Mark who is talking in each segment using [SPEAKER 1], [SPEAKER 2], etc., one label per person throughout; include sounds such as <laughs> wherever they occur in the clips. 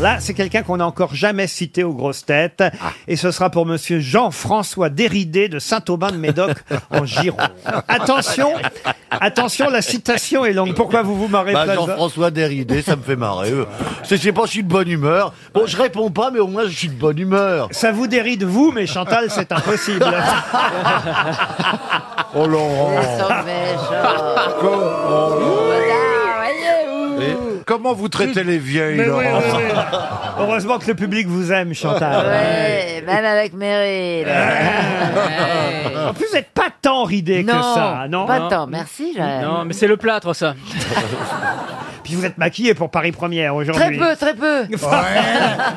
[SPEAKER 1] Là, c'est quelqu'un qu'on n'a encore jamais cité aux grosses têtes. Et ce sera pour monsieur Jean-François Déridé de Saint-Aubin de Médoc en Gironde. Attention, attention, la citation est longue. Pourquoi vous vous marrez
[SPEAKER 2] Bah,
[SPEAKER 1] pas de-
[SPEAKER 2] Jean-François Déridé, ça me fait marrer. euh. Je sais pas, je suis de bonne humeur. Bon, je réponds pas, mais au moins je suis de bonne humeur.
[SPEAKER 1] Ça vous déride vous, mais Chantal, c'est impossible.
[SPEAKER 3] <laughs>
[SPEAKER 2] Oh Laurent.
[SPEAKER 4] <laughs>
[SPEAKER 3] Comment vous traitez les vieilles,
[SPEAKER 1] Mais oui,
[SPEAKER 3] Laurent
[SPEAKER 1] oui, oui. Heureusement que le public vous aime, Chantal.
[SPEAKER 4] Ouais, même avec Meryl.
[SPEAKER 5] Eh.
[SPEAKER 1] En plus, vous n'êtes pas tant ridé que ça, non
[SPEAKER 4] pas tant. Merci, Joël.
[SPEAKER 5] Non, mais c'est le plâtre, ça.
[SPEAKER 1] <laughs> Puis vous êtes maquillé pour Paris Première
[SPEAKER 4] Très
[SPEAKER 1] aujourd'hui.
[SPEAKER 4] peu, très peu.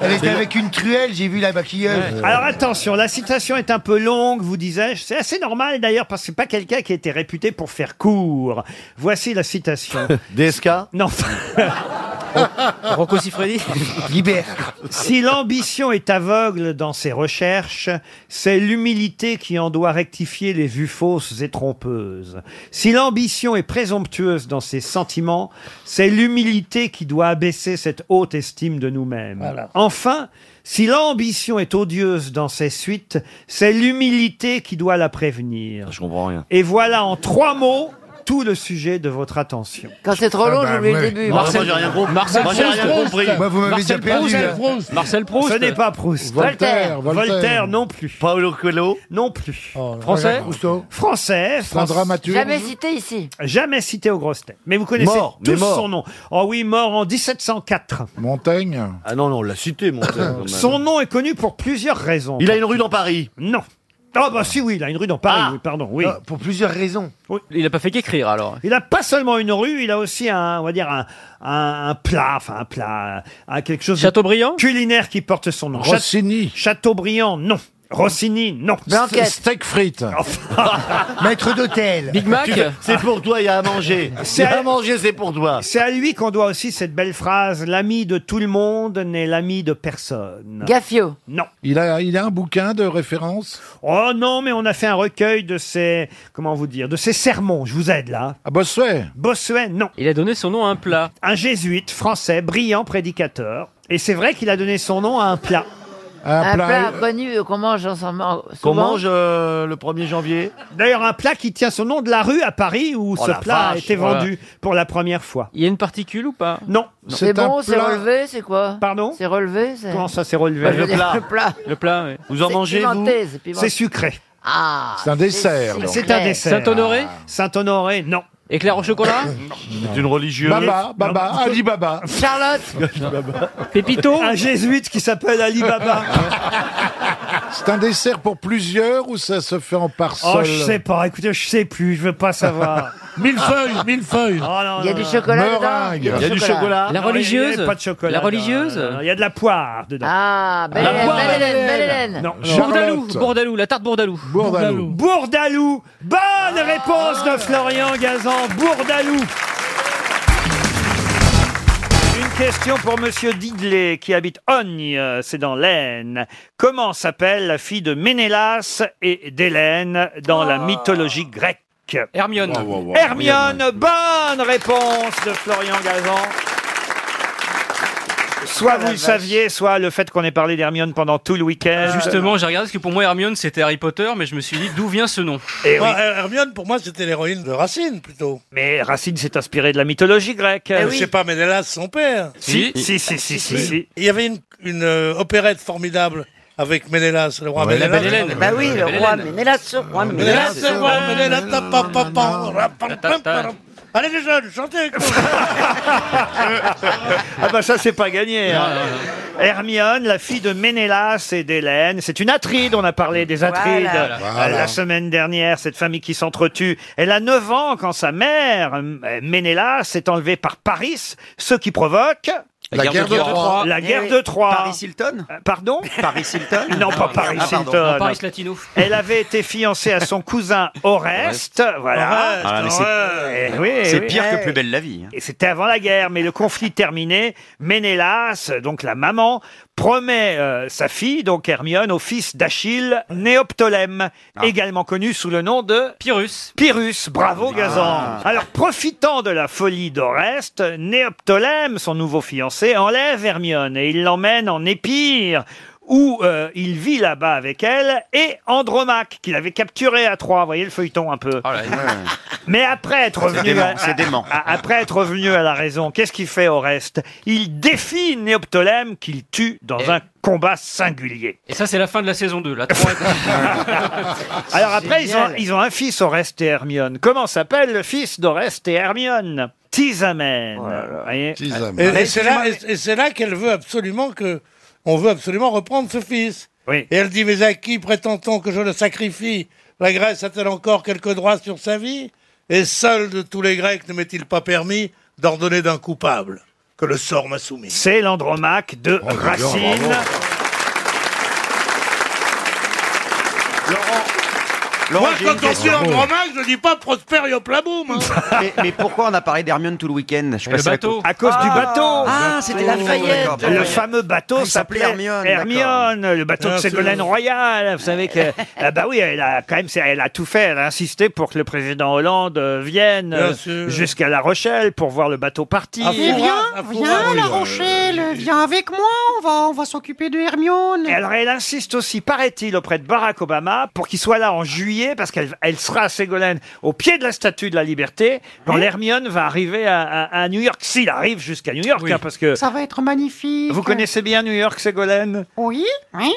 [SPEAKER 6] Elle était avec une truelle, j'ai vu la maquilleuse.
[SPEAKER 1] Alors attention, la citation est un peu longue, vous disais-je. C'est assez normal d'ailleurs parce que c'est pas quelqu'un qui était réputé pour faire court. Voici la citation.
[SPEAKER 2] DSK
[SPEAKER 1] non.
[SPEAKER 5] Oh.
[SPEAKER 2] <laughs>
[SPEAKER 5] Rocco Siffredi
[SPEAKER 6] Libère.
[SPEAKER 1] Si l'ambition est aveugle dans ses recherches, c'est l'humilité qui en doit rectifier les vues fausses et trompeuses. Si l'ambition est présomptueuse dans ses sentiments, c'est l'humilité qui doit abaisser cette haute estime de nous-mêmes. Enfin, si l'ambition est odieuse dans ses suites, c'est l'humilité qui doit la prévenir.
[SPEAKER 2] Je comprends rien.
[SPEAKER 1] Et voilà en trois mots tout le sujet de votre attention.
[SPEAKER 4] Quand c'est trop long,
[SPEAKER 6] bah,
[SPEAKER 4] j'oublie
[SPEAKER 6] ouais.
[SPEAKER 4] le début.
[SPEAKER 2] Moi, j'ai rien compris.
[SPEAKER 5] Marcel
[SPEAKER 2] Moi, j'ai rien
[SPEAKER 5] Proust.
[SPEAKER 2] compris.
[SPEAKER 6] Moi, vous m'avez déjà
[SPEAKER 5] Marcel
[SPEAKER 6] perdu.
[SPEAKER 5] Proust,
[SPEAKER 6] là.
[SPEAKER 5] Marcel Proust
[SPEAKER 1] Ce n'est pas Proust.
[SPEAKER 4] Voltaire.
[SPEAKER 1] Voltaire, non plus.
[SPEAKER 2] Paolo Coelho.
[SPEAKER 1] Non plus.
[SPEAKER 5] Français
[SPEAKER 6] Rousseau.
[SPEAKER 1] Français.
[SPEAKER 6] C'est un
[SPEAKER 1] Français.
[SPEAKER 6] dramaturge.
[SPEAKER 4] Jamais cité ici.
[SPEAKER 1] Jamais cité aux grosses têtes. Mais vous connaissez
[SPEAKER 2] Mort, mais
[SPEAKER 1] tous
[SPEAKER 2] mort.
[SPEAKER 1] son nom. Oh oui, mort en 1704.
[SPEAKER 6] Montaigne.
[SPEAKER 2] Ah non, non, on l'a cité, mon frère, quand même.
[SPEAKER 1] Son nom est connu pour plusieurs raisons.
[SPEAKER 2] Il a une rue dans Paris.
[SPEAKER 1] Non. Ah bah si, oui, il a une rue dans Paris,
[SPEAKER 2] Ah.
[SPEAKER 1] oui, pardon, oui.
[SPEAKER 6] Ah, Pour plusieurs raisons.
[SPEAKER 5] Il a pas fait qu'écrire, alors.
[SPEAKER 1] Il a pas seulement une rue, il a aussi un, on va dire, un, un, un plat, enfin un plat, un quelque chose de
[SPEAKER 5] Chateaubriand
[SPEAKER 1] culinaire qui porte son nom. Châte-
[SPEAKER 3] Rossini.
[SPEAKER 1] Chateaubriand, non. Rossini, non.
[SPEAKER 4] Blanquette.
[SPEAKER 3] Steak frites.
[SPEAKER 6] <laughs> Maître d'hôtel.
[SPEAKER 5] Big Mac
[SPEAKER 2] Tu- C'est pour toi, il y a à manger. Il y a à manger, c'est pour toi.
[SPEAKER 1] C'est à lui qu'on doit aussi cette belle phrase, l'ami de tout le monde n'est l'ami de personne.
[SPEAKER 4] Gaffio.
[SPEAKER 1] non.
[SPEAKER 3] Il a, il a un bouquin de référence.
[SPEAKER 1] Oh non, mais on a fait un recueil de ses, comment vous dire, de ses sermons. Je vous aide là.
[SPEAKER 3] À Ah, Bossuet.
[SPEAKER 1] Bossuet, non.
[SPEAKER 5] Il a donné son nom à un plat.
[SPEAKER 1] Un jésuite français, brillant prédicateur. Et c'est vrai qu'il a donné son nom à un plat.
[SPEAKER 4] Un plat connu euh, qu'on mange ensemble.
[SPEAKER 2] Qu'on mange euh, le 1er janvier
[SPEAKER 1] D'ailleurs, un plat qui tient son nom de la rue à Paris où
[SPEAKER 2] Oh,
[SPEAKER 1] ce
[SPEAKER 2] la
[SPEAKER 1] plat a
[SPEAKER 2] vache,
[SPEAKER 1] été
[SPEAKER 5] voilà.
[SPEAKER 1] vendu pour la première fois.
[SPEAKER 5] Il y a une particule ou pas
[SPEAKER 1] Non.
[SPEAKER 4] C'est bon, c'est relevé, c'est quoi
[SPEAKER 1] Pardon
[SPEAKER 4] C'est relevé, c'est. Bah,
[SPEAKER 1] Comment ça s'est relevé
[SPEAKER 4] Je
[SPEAKER 2] Le
[SPEAKER 4] veux dire,
[SPEAKER 2] plat.
[SPEAKER 4] <laughs> Le plat.
[SPEAKER 5] <laughs> Le plat, oui.
[SPEAKER 2] Vous en
[SPEAKER 4] C'est
[SPEAKER 2] mangez, vous
[SPEAKER 4] pimenté, c'est pimenté.
[SPEAKER 1] C'est sucré.
[SPEAKER 4] Ah,
[SPEAKER 3] C'est un dessert,
[SPEAKER 4] sucré.
[SPEAKER 3] donc.
[SPEAKER 1] C'est un dessert.
[SPEAKER 5] Saint-Honoré
[SPEAKER 1] Saint-Honoré, non.
[SPEAKER 5] Éclair au chocolat
[SPEAKER 2] C'est une religieuse.
[SPEAKER 3] Baba, Baba, Ali Baba.
[SPEAKER 4] Charlotte.
[SPEAKER 5] Pépito
[SPEAKER 1] Un jésuite qui s'appelle Ali Baba.
[SPEAKER 3] <laughs> C'est un dessert pour plusieurs ou ça se fait en
[SPEAKER 1] Oh,
[SPEAKER 3] parcelle
[SPEAKER 1] je sais pas. Écoutez, je sais plus. Je veux pas savoir.
[SPEAKER 3] Mille feuilles, mille feuilles.
[SPEAKER 1] Oh, non,
[SPEAKER 4] Il y a
[SPEAKER 1] non,
[SPEAKER 4] du
[SPEAKER 1] non.
[SPEAKER 4] chocolat
[SPEAKER 3] Meringue.
[SPEAKER 4] dedans.
[SPEAKER 2] Il y a du chocolat.
[SPEAKER 1] Non,
[SPEAKER 5] La
[SPEAKER 1] il y avait
[SPEAKER 5] religieuse
[SPEAKER 1] pas de chocolat.
[SPEAKER 5] La
[SPEAKER 1] dedans.
[SPEAKER 5] religieuse
[SPEAKER 1] Non, non, Il y a de la poire dedans.
[SPEAKER 4] Ah, belle Hélène,
[SPEAKER 2] poire,
[SPEAKER 4] belle Hélène,
[SPEAKER 3] Hélène.
[SPEAKER 4] belle Hélène.
[SPEAKER 1] Non.
[SPEAKER 5] Bourdalou
[SPEAKER 3] Charlotte.
[SPEAKER 5] Bourdalou, la tarte Bourdalou.
[SPEAKER 3] Bourdalou.
[SPEAKER 1] Bourdalou. Bonne réponse de Florian Gazan. Bourdalou. Une question pour Monsieur Didelet qui habite Ogne, euh, c'est dans l'Aisne. Comment s'appelle la fille de Ménélas et d'Hélène dans la mythologie grecque
[SPEAKER 5] Hermione.
[SPEAKER 1] Hermione, bonne réponse de Florian Gazan. Soit vous le saviez, soit le fait qu'on ait parlé d'Hermione pendant tout le week-end.
[SPEAKER 5] Justement, j'ai regardé parce que pour moi Hermione c'était Harry Potter, mais je me suis dit d'où vient ce nom
[SPEAKER 1] Et Eh oui.
[SPEAKER 7] Moi, Hermione, pour moi, c'était l'héroïne de Racine, plutôt.
[SPEAKER 1] Mais Racine s'est inspiré de la mythologie grecque. Euh,
[SPEAKER 7] Je sais pas, mais hélas, son père.
[SPEAKER 1] Si, si, si, si, si, si.
[SPEAKER 7] Il y avait une, une, euh, opérette formidable avec Ménélas, le roi
[SPEAKER 3] Ouais, la
[SPEAKER 7] Ménélas.
[SPEAKER 5] Belle Hélène.
[SPEAKER 7] ben
[SPEAKER 8] Bah oui, le
[SPEAKER 5] Belle
[SPEAKER 8] roi
[SPEAKER 5] Hélène.
[SPEAKER 8] Ménélas, le roi
[SPEAKER 7] Ménélas,
[SPEAKER 8] Ménélas.
[SPEAKER 7] le roi Ménélas, ta, pa, pa, pa, ra, pam, pam, pam. Allez les jeunes, chantez
[SPEAKER 1] Ah bah ça, c'est pas gagné. hein. Hermione, la fille de Ménélas et d'Hélène. C'est une atride, on a parlé des atrides
[SPEAKER 8] Voilà.
[SPEAKER 1] euh, la semaine dernière, cette famille qui s'entretue. Elle a 9 ans quand sa mère, euh, Ménélas, est enlevée par Paris, ce qui provoque
[SPEAKER 3] La guerre de Troie.
[SPEAKER 1] la
[SPEAKER 8] Eh
[SPEAKER 1] guerre
[SPEAKER 8] oui.
[SPEAKER 1] de Troie.
[SPEAKER 8] Paris Hilton
[SPEAKER 1] Euh, Pardon
[SPEAKER 8] Paris Hilton
[SPEAKER 1] Non, pas Paris
[SPEAKER 8] Ah, pardon.
[SPEAKER 1] Hilton.
[SPEAKER 5] Paris Latino.
[SPEAKER 1] Elle avait été fiancée à son cousin Oreste, voilà.
[SPEAKER 7] Ah
[SPEAKER 9] mais
[SPEAKER 1] Eh oui, eh
[SPEAKER 9] C'est
[SPEAKER 1] oui.
[SPEAKER 9] pire
[SPEAKER 8] ouais.
[SPEAKER 9] que plus belle la vie. hein.
[SPEAKER 1] Et c'était avant la guerre, mais le conflit terminé, Ménélas, donc la maman, promet euh, sa fille, donc Hermione, au fils d'Achille, Néoptolème, également connu sous le nom de
[SPEAKER 5] Pyrrhus.
[SPEAKER 1] Pyrrhus, bravo Gazan. Alors, profitant de la folie d'Oreste, Néoptolème, son nouveau fiancé, fiancé enlève Hermione et il l'emmène en Épire où euh, il vit là-bas avec elle, et Andromaque, qu'il avait capturé à Troyes. Vous voyez le feuilleton un peu. <laughs> Mais après être
[SPEAKER 8] Oh C'est
[SPEAKER 1] revenu,
[SPEAKER 8] dément,
[SPEAKER 1] à,
[SPEAKER 8] c'est
[SPEAKER 1] à-
[SPEAKER 8] dément.
[SPEAKER 1] à- après être revenu à la raison, qu'est-ce qu'il fait au reste Il défie Néoptolème qu'il tue dans un combat singulier.
[SPEAKER 5] Et ça, c'est la fin de la saison 2. La
[SPEAKER 1] <laughs>
[SPEAKER 5] 3
[SPEAKER 1] Ah, Alors après, ils ont,
[SPEAKER 4] Génial.
[SPEAKER 1] ils ont un fils Oreste et Hermione. Comment s'appelle le fils d'Oreste et Hermione Tisamène.
[SPEAKER 8] Oh
[SPEAKER 1] Vous voyez
[SPEAKER 7] Et,
[SPEAKER 3] Tisane.
[SPEAKER 7] et c'est là, et- et c'est là qu'elle veut absolument que, on veut absolument reprendre ce fils.
[SPEAKER 1] Oui.
[SPEAKER 7] Et elle dit, mais à qui prétend-on que je le sacrifie La Grèce a-t-elle encore quelques droits sur sa vie Et seul de tous les Grecs ne m'est-il pas permis d'ordonner d'un coupable que le sort m'a soumis
[SPEAKER 1] C'est l'Andromaque de
[SPEAKER 3] Oh, bien,
[SPEAKER 1] Racine.
[SPEAKER 3] bravo.
[SPEAKER 8] Laurent,
[SPEAKER 7] Moi,
[SPEAKER 8] j'ai une
[SPEAKER 7] quand on dit
[SPEAKER 8] question.
[SPEAKER 7] Andromaque, je dis pas Prosper et Hoplaboum, hein.
[SPEAKER 1] <laughs>
[SPEAKER 8] mais, mais pourquoi on a parlé d'Hermione tout le week-end Je suis
[SPEAKER 5] Le
[SPEAKER 8] passé à
[SPEAKER 5] bateau.
[SPEAKER 1] À cause du bateau.
[SPEAKER 8] Ah, c'était la
[SPEAKER 4] Lafayette.
[SPEAKER 1] Le
[SPEAKER 8] Ah,
[SPEAKER 1] fameux bateau
[SPEAKER 8] il
[SPEAKER 1] s'appelait
[SPEAKER 8] s'appelait
[SPEAKER 1] Hermione,
[SPEAKER 8] Hermione,
[SPEAKER 1] le bateau de
[SPEAKER 7] Ah, c'est
[SPEAKER 1] Ségolène
[SPEAKER 7] vrai.
[SPEAKER 1] Royal. Vous
[SPEAKER 8] <laughs>
[SPEAKER 1] savez que, ah bah oui, elle a quand même, c'est- elle a tout fait. Elle a insisté pour que le président Hollande euh, vienne
[SPEAKER 7] Bien
[SPEAKER 1] euh,
[SPEAKER 7] sûr.
[SPEAKER 1] jusqu'à La Rochelle pour voir le bateau partir.
[SPEAKER 7] Ah, fou.
[SPEAKER 9] viens,
[SPEAKER 7] Ah, faut voir,
[SPEAKER 9] Eh viens
[SPEAKER 7] oui,
[SPEAKER 9] La
[SPEAKER 7] euh,
[SPEAKER 9] Rochelle, viens avec moi, on va, on va s'occuper de Hermione.
[SPEAKER 1] Et alors, elle insiste aussi, paraît-il, auprès de Barack Obama pour qu'il soit là en juillet, parce qu'elle elle sera à Ségolène au pied de la Statue de la Liberté quand l'Hermione va arriver à, à- à New York. S'il arrive jusqu'à New York,
[SPEAKER 5] Oui.
[SPEAKER 1] hein, parce que
[SPEAKER 9] Ça va être magnifique.
[SPEAKER 1] vous connaissez bien New York, Ségolène
[SPEAKER 9] Oui, oui.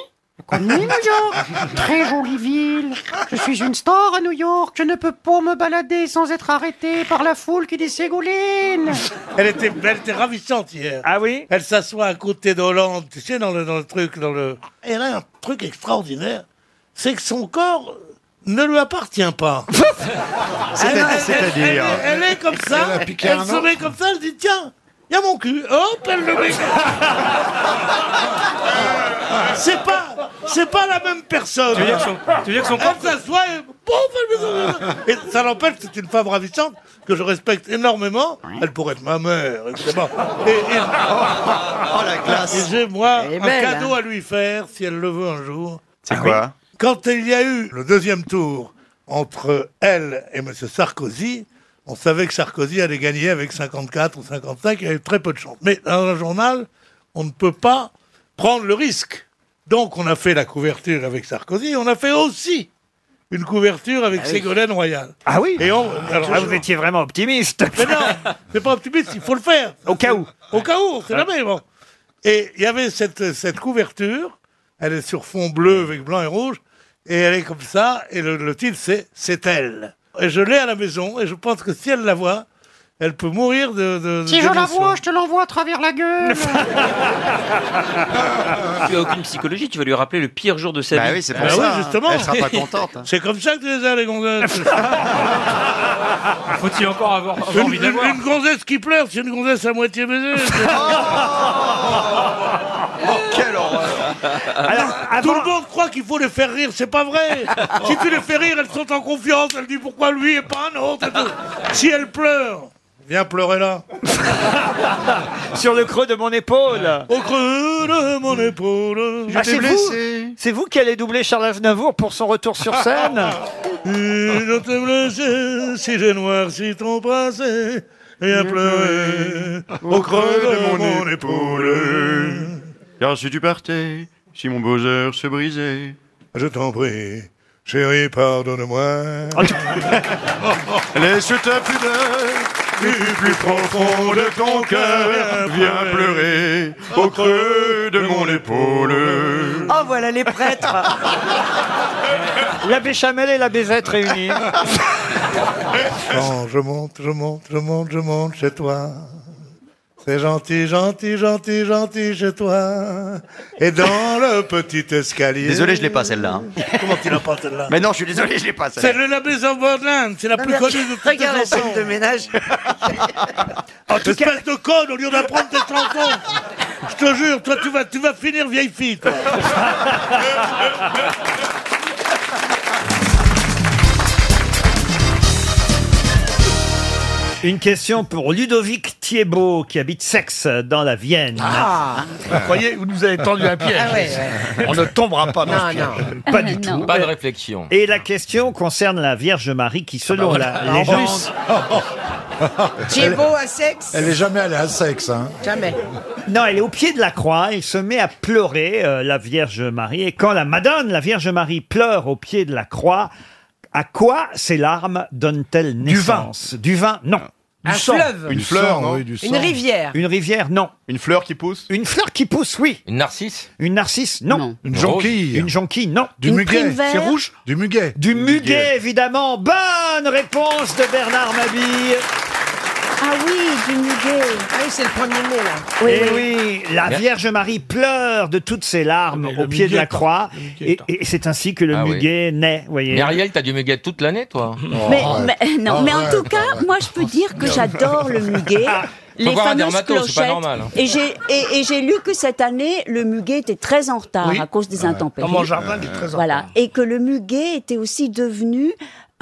[SPEAKER 9] Connu New York, très jolie ville. Je suis une star à New York. Je ne peux pas me balader sans être arrêté par la foule qui dit Ségolène.
[SPEAKER 7] Elle était belle, elle était ravissante hier.
[SPEAKER 1] Ah oui
[SPEAKER 7] Elle s'assoit à côté d'Hollande, tu sais, dans le, dans le truc, dans le... Et elle a un truc extraordinaire, c'est que son corps ne lui appartient
[SPEAKER 3] <laughs>
[SPEAKER 7] pas. Elle- elle-
[SPEAKER 8] c'est-à-dire
[SPEAKER 7] Elle, elle est comme ça,
[SPEAKER 3] Elle a
[SPEAKER 7] elle,
[SPEAKER 3] piqué un
[SPEAKER 7] se
[SPEAKER 3] autre.
[SPEAKER 7] met comme ça, elle dit, tiens, il y a mon cul. Hop, elle le met. c'est pas, c'est pas la même personne.
[SPEAKER 5] tu, veux dire que son- tu veux dire que son Ah. corps
[SPEAKER 7] Elle s'assoit et boum, elle met son- Et ça l'empêche, c'est une femme ravissante que je respecte énormément. Elle pourrait être ma mère, évidemment. Et, et-
[SPEAKER 8] Oh la
[SPEAKER 7] et
[SPEAKER 8] classe
[SPEAKER 7] j'ai, moi,
[SPEAKER 4] Elle est
[SPEAKER 7] un
[SPEAKER 4] belle,
[SPEAKER 7] cadeau à lui faire, si elle le veut un jour.
[SPEAKER 8] <laughs> C'est
[SPEAKER 3] Ah
[SPEAKER 8] quoi
[SPEAKER 7] Quand il y a eu le deuxième tour entre elle et M. Sarkozy, on savait que Sarkozy allait gagner avec 54 ou 55, il y avait très peu de chance. Mais dans un journal, on ne peut pas prendre le risque. Donc on a fait la couverture avec Sarkozy, on a fait aussi une couverture avec Ségolène Royal.
[SPEAKER 1] Ah oui
[SPEAKER 7] Et on... alors,
[SPEAKER 1] Ah, vous étiez vraiment optimiste.
[SPEAKER 7] mais non, c'est pas optimiste, il faut le faire.
[SPEAKER 1] Au cas où.
[SPEAKER 7] Au cas où, c'est jamais bon. Et il y avait cette, cette couverture, elle est sur fond bleu avec blanc et rouge, et elle est comme ça, et le, le titre c'est C'est elle. Et je l'ai à la maison, et je pense que si elle la voit, elle peut mourir de. de
[SPEAKER 9] Si je la
[SPEAKER 7] d'émotion.
[SPEAKER 9] vois, je te l'envoie à travers la
[SPEAKER 1] <laughs>
[SPEAKER 9] gueule.
[SPEAKER 10] Tu as aucune psychologie, tu vas lui rappeler le pire jour de sa
[SPEAKER 8] Bah
[SPEAKER 10] vie.
[SPEAKER 8] oui, c'est pour
[SPEAKER 7] Bah
[SPEAKER 8] ça.
[SPEAKER 7] oui,
[SPEAKER 8] hein.
[SPEAKER 7] justement.
[SPEAKER 8] Elle sera pas contente. hein.
[SPEAKER 7] C'est comme ça que tu les as, les gonzesses.
[SPEAKER 5] faut-il encore avoir, avoir
[SPEAKER 7] une,
[SPEAKER 5] envie d'avoir
[SPEAKER 7] une- une gonzesse qui pleure, c'est une gonzesse à moitié
[SPEAKER 8] <laughs>
[SPEAKER 7] baisée.
[SPEAKER 8] Quelle horreur
[SPEAKER 7] euh,
[SPEAKER 1] Alors,
[SPEAKER 8] Ah,
[SPEAKER 7] Tout
[SPEAKER 1] avant,
[SPEAKER 7] le monde croit qu'il faut les faire rire, c'est pas vrai. si tu les fais rire, elles sont en confiance, elles disent pourquoi lui et pas un autre. et tout. si elles pleurent, viens pleurer là.
[SPEAKER 1] <laughs> sur le creux de mon épaule.
[SPEAKER 7] Au creux de mon épaule,
[SPEAKER 1] Ah, c'est vous C'est vous qui allez doubler Charles Aznavour pour son retour sur scène <laughs>
[SPEAKER 7] Et je t'ai blessé, si j'ai noirci ton passé, et à pleurer Mm-hmm. au creux de mon épaule.
[SPEAKER 8] Car si tu partais, si mon bowser se brisait...
[SPEAKER 7] Je t'en prie, chérie, pardonne-moi. <laughs>
[SPEAKER 8] Laisse ta pudeur
[SPEAKER 7] Du plus profond de ton cœur, viens pleurer
[SPEAKER 8] au creux de mon épaule.
[SPEAKER 4] Oh, voilà les prêtres.
[SPEAKER 1] <laughs> L'abbé Chamel et l'abbé Zette
[SPEAKER 7] <laughs>
[SPEAKER 1] réunis.
[SPEAKER 7] Quand je monte, je monte, je monte, je monte chez toi. C'est gentil, gentil, gentil, gentil chez toi. Et dans le petit escalier.
[SPEAKER 8] Désolé, je l'ai pas celle-là. hein.
[SPEAKER 7] Comment tu l'as pas celle-là
[SPEAKER 8] Mais non, je suis désolé, je l'ai pas
[SPEAKER 7] C'est
[SPEAKER 8] celle-là.
[SPEAKER 7] le labé Borderland, c'est la plus connue de toutes les Ah,
[SPEAKER 4] Regarde la
[SPEAKER 7] chansons.
[SPEAKER 4] scène de ménage.
[SPEAKER 1] En tout cas,
[SPEAKER 7] Espèce de conne, au lieu d'apprendre tes chansons. Je te jure, toi, tu vas, tu vas finir vieille
[SPEAKER 5] <laughs>
[SPEAKER 7] fille, toi.
[SPEAKER 1] <laughs> Une question pour Ludovic Thiebaud, qui habite Sexe, dans la Vienne.
[SPEAKER 7] Ah.
[SPEAKER 1] Vous
[SPEAKER 7] croyez,
[SPEAKER 1] vous
[SPEAKER 7] vous nous avez tendu un piège.
[SPEAKER 1] Ah ouais,
[SPEAKER 7] On ne tombera pas dans
[SPEAKER 1] Non,
[SPEAKER 7] ce piège.
[SPEAKER 1] Pas du tout.
[SPEAKER 11] Pas de réflexion.
[SPEAKER 1] Et la question concerne la Vierge Marie, qui, selon
[SPEAKER 12] Ah bah voilà.
[SPEAKER 1] la
[SPEAKER 12] En
[SPEAKER 1] légende...
[SPEAKER 12] plus.
[SPEAKER 8] hein.
[SPEAKER 13] <laughs> Thiébaut à sexe
[SPEAKER 12] Elle est jamais allée à sexe, hein.
[SPEAKER 13] Jamais.
[SPEAKER 1] Non, elle est au pied de la croix, elle se met à pleurer, euh, la Vierge Marie. Et quand la Madone, la Vierge Marie, pleure au pied de la croix, à quoi ces larmes donnent-elles naissance Du vin Du vin, non.
[SPEAKER 13] Un
[SPEAKER 1] Du sang.
[SPEAKER 13] fleuve. Une fleur, non Une rivière.
[SPEAKER 1] Une rivière, non. Une fleur qui pousse Une fleur qui pousse, oui. Une narcisse Une narcisse, non.
[SPEAKER 12] Une Une jonquille rose
[SPEAKER 1] Une jonquille, non.
[SPEAKER 12] Du Une muguet, prune verte c'est rouge
[SPEAKER 1] Du muguet Du muguet, évidemment. Bonne réponse de Bernard Mabille.
[SPEAKER 13] Ah oui, du muguet. Ah oui, c'est le premier mot, là.
[SPEAKER 1] Eh oui, la
[SPEAKER 13] Bien.
[SPEAKER 1] Vierge Marie pleure de toutes ses larmes au pied de
[SPEAKER 5] muguet
[SPEAKER 1] la croix.
[SPEAKER 5] attend, le muguet
[SPEAKER 1] Et, et c'est ainsi que le
[SPEAKER 5] Ah oui.
[SPEAKER 1] muguet naît, voyez.
[SPEAKER 5] Mais Ariel, t'as du muguet toute l'année, toi
[SPEAKER 10] Mais,
[SPEAKER 7] oh,
[SPEAKER 10] mais-
[SPEAKER 5] Ah
[SPEAKER 10] non, mais en tout cas, moi je peux dire que j'adore le
[SPEAKER 5] <laughs>
[SPEAKER 10] muguet. Les
[SPEAKER 5] voir un
[SPEAKER 10] fameuses
[SPEAKER 5] dermato, c'est pas
[SPEAKER 10] clochettes.
[SPEAKER 5] normal, hein.
[SPEAKER 10] Et j'ai et, et j'ai lu que cette année le muguet était très en retard
[SPEAKER 5] Oui.
[SPEAKER 10] à cause des
[SPEAKER 5] Ouais.
[SPEAKER 10] intempéries.
[SPEAKER 5] Dans mon jardin, il est très en
[SPEAKER 10] Voilà, et que le muguet était aussi devenu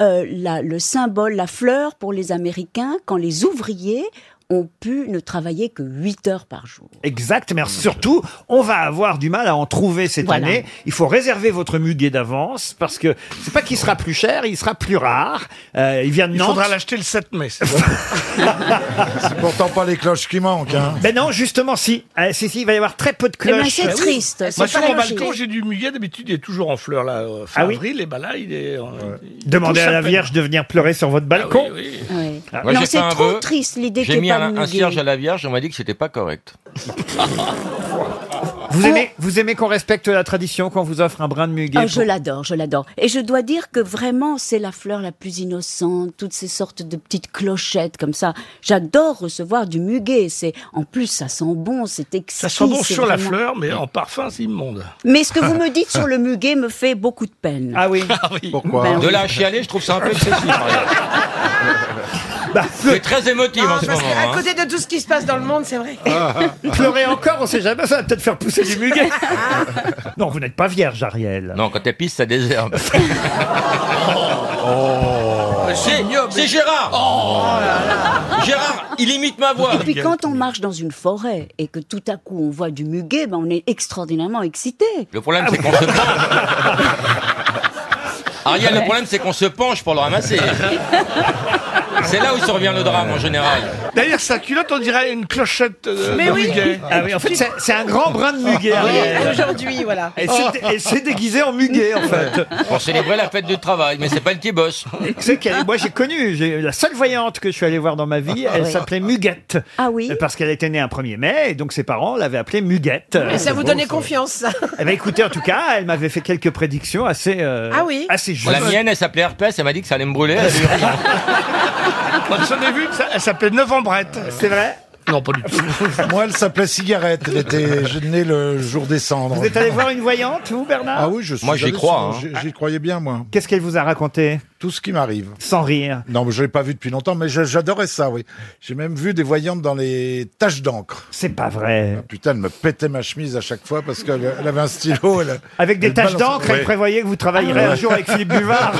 [SPEAKER 10] euh, la- le symbole, la fleur pour les Américains quand les ouvriers ont pu ne travailler que 8 heures par jour.
[SPEAKER 1] Exact, mais alors surtout, on va avoir du mal à en trouver cette
[SPEAKER 10] Voilà.
[SPEAKER 1] année. Il faut réserver votre muguet d'avance parce que c'est pas qu'il sera plus cher, il sera plus rare. Euh, il vient de
[SPEAKER 7] Il
[SPEAKER 1] Nantes.
[SPEAKER 7] faudra l'acheter le 7
[SPEAKER 1] <laughs>
[SPEAKER 7] mai. c'est bon.
[SPEAKER 1] C'est pourtant pas les cloches qui manquent. Ben non, justement, si. Euh, si, si, il va y avoir très peu de
[SPEAKER 7] Eh ben,
[SPEAKER 1] cloches.
[SPEAKER 7] c'est triste,
[SPEAKER 1] Ah oui.
[SPEAKER 7] c'est Moi, sur mon balcon, j'ai du muguet. D'habitude, il est toujours en fleurs, là. euh, Fin
[SPEAKER 1] Ah oui
[SPEAKER 7] avril, et ben là, il est. en- il
[SPEAKER 1] Demandez
[SPEAKER 7] pousse
[SPEAKER 1] à la
[SPEAKER 7] peine.
[SPEAKER 1] Vierge de venir pleurer sur votre balcon.
[SPEAKER 10] Ouais.
[SPEAKER 1] Ah.
[SPEAKER 5] Ah Moi,
[SPEAKER 10] non,
[SPEAKER 5] j'ai fait
[SPEAKER 10] c'est
[SPEAKER 5] un
[SPEAKER 10] trop
[SPEAKER 5] vœu.
[SPEAKER 10] triste l'idée qu'il
[SPEAKER 5] J'ai
[SPEAKER 10] n'y
[SPEAKER 5] mis
[SPEAKER 10] ait pas
[SPEAKER 5] un,
[SPEAKER 10] de
[SPEAKER 5] un
[SPEAKER 10] muguet.
[SPEAKER 5] cierge à la Vierge, on m'a dit que c'était pas correct.
[SPEAKER 1] Vous aimez, vous aimez qu'on respecte la tradition quand on vous offre un brin de muguet
[SPEAKER 13] Oh,
[SPEAKER 10] Ah, je
[SPEAKER 1] pour-
[SPEAKER 10] l'adore, je l'adore. Et je dois dire que vraiment, c'est la fleur la plus innocente, toutes ces sortes de petites clochettes comme ça. J'adore recevoir du muguet. C'est En plus, ça sent bon, c'est exquis.
[SPEAKER 7] Ça sent bon
[SPEAKER 10] c'est
[SPEAKER 7] sur la
[SPEAKER 10] vraiment-
[SPEAKER 7] fleur, mais en parfum, c'est immonde.
[SPEAKER 10] Mais ce que vous
[SPEAKER 7] <laughs>
[SPEAKER 10] me dites sur le muguet me fait beaucoup de peine.
[SPEAKER 1] Ah oui
[SPEAKER 7] Pourquoi
[SPEAKER 10] Ben
[SPEAKER 5] De
[SPEAKER 10] oui.
[SPEAKER 5] là à chialer, je trouve ça un peu
[SPEAKER 1] <laughs>
[SPEAKER 5] excessif. Ariel.
[SPEAKER 1] Bah,
[SPEAKER 5] C'est très émotif
[SPEAKER 1] Ah,
[SPEAKER 13] Non,
[SPEAKER 5] en ce
[SPEAKER 13] parce
[SPEAKER 5] moment.
[SPEAKER 13] qu'à
[SPEAKER 5] hein.
[SPEAKER 13] côté de tout ce qui se passe dans le monde, c'est vrai.
[SPEAKER 8] Ah.
[SPEAKER 13] <laughs>
[SPEAKER 1] Pleurer encore, on sait jamais, ça va peut-être faire pousser du muguet. non, vous n'êtes pas vierge, Ariel.
[SPEAKER 5] Non, quand t'es pisse,
[SPEAKER 1] <laughs>
[SPEAKER 5] ça désherbe.
[SPEAKER 1] Oh.
[SPEAKER 5] Oh.
[SPEAKER 11] C'est c'est Gérard
[SPEAKER 1] Oh.
[SPEAKER 5] Gérard, il imite ma voix.
[SPEAKER 10] Et puis quand on marche dans une forêt et que tout à coup on voit du muguet, ben on est extraordinairement excité.
[SPEAKER 5] Le problème, c'est qu'on se penche. Ariel, le problème, c'est qu'on se penche pour le ramasser. C'est là où survient le drame en général.
[SPEAKER 7] D'ailleurs, sa culotte, on dirait une clochette euh,
[SPEAKER 5] Mais
[SPEAKER 7] de
[SPEAKER 5] oui.
[SPEAKER 7] muguet. Ah.
[SPEAKER 1] Ah oui, en fait, c'est- c'est un grand brin de muguet, Ariel.
[SPEAKER 13] Oui, Aujourd'hui, voilà. Oh.
[SPEAKER 1] Et c'est- et c'est déguisé en muguet, en fait.
[SPEAKER 13] <laughs>
[SPEAKER 5] Pour célébrer la fête du travail, mais c'est pas le qui bosse.
[SPEAKER 1] Tu sais qu'elle- moi j'ai connu, j'ai la seule voyante que je suis allé voir dans ma
[SPEAKER 13] Ah,
[SPEAKER 1] vie, elle
[SPEAKER 10] Oui.
[SPEAKER 1] s'appelait Muguette. Euh,
[SPEAKER 10] Ah oui.
[SPEAKER 1] Parce qu'elle était née un 1er mai, et donc ses parents l'avaient appelée Muguette. Euh,
[SPEAKER 13] Mais ça vous donnait confiance, ça.
[SPEAKER 1] Eh ben, écoutez, en tout cas, elle m'avait fait quelques prédictions assez, euh,
[SPEAKER 13] Ah oui.
[SPEAKER 1] assez justes.
[SPEAKER 5] La mienne, elle s'appelait Herpès, elle m'a dit que ça allait me brûler. Elle a
[SPEAKER 1] <laughs>
[SPEAKER 5] eu raison.
[SPEAKER 7] Quand j'en ai vu, ça- elle s'appelait Novembrette.
[SPEAKER 1] C'est vrai
[SPEAKER 7] Non, pas
[SPEAKER 3] <laughs>
[SPEAKER 7] du tout.
[SPEAKER 12] Moi, elle s'appelait Cigarette. Elle était je née le jour des cendres.
[SPEAKER 1] Vous êtes allé voir une voyante, vous, Bernard
[SPEAKER 12] Ah oui, je suis
[SPEAKER 5] Moi, j'y
[SPEAKER 12] allé
[SPEAKER 5] crois,
[SPEAKER 12] sur-
[SPEAKER 5] hein.
[SPEAKER 12] j'y- J'y croyais bien, moi.
[SPEAKER 1] Qu'est-ce qu'elle vous a raconté
[SPEAKER 12] Tout ce qui m'arrive.
[SPEAKER 1] Sans rire.
[SPEAKER 12] Non, mais je l'ai pas vu depuis longtemps, mais je- j'adorais ça, oui. J'ai même vu des voyantes dans les taches d'encre. Ah,
[SPEAKER 1] C'est pas vrai.
[SPEAKER 12] putain, elle me pétait ma chemise à chaque fois parce qu'elle elle avait un stylo. elle-
[SPEAKER 1] <laughs> Avec des
[SPEAKER 12] elle
[SPEAKER 1] taches
[SPEAKER 12] balançait-
[SPEAKER 1] d'encre, elle
[SPEAKER 12] Ouais.
[SPEAKER 1] prévoyait que vous travaillerez
[SPEAKER 12] Ah ouais.
[SPEAKER 1] un jour avec Philippe Buvard.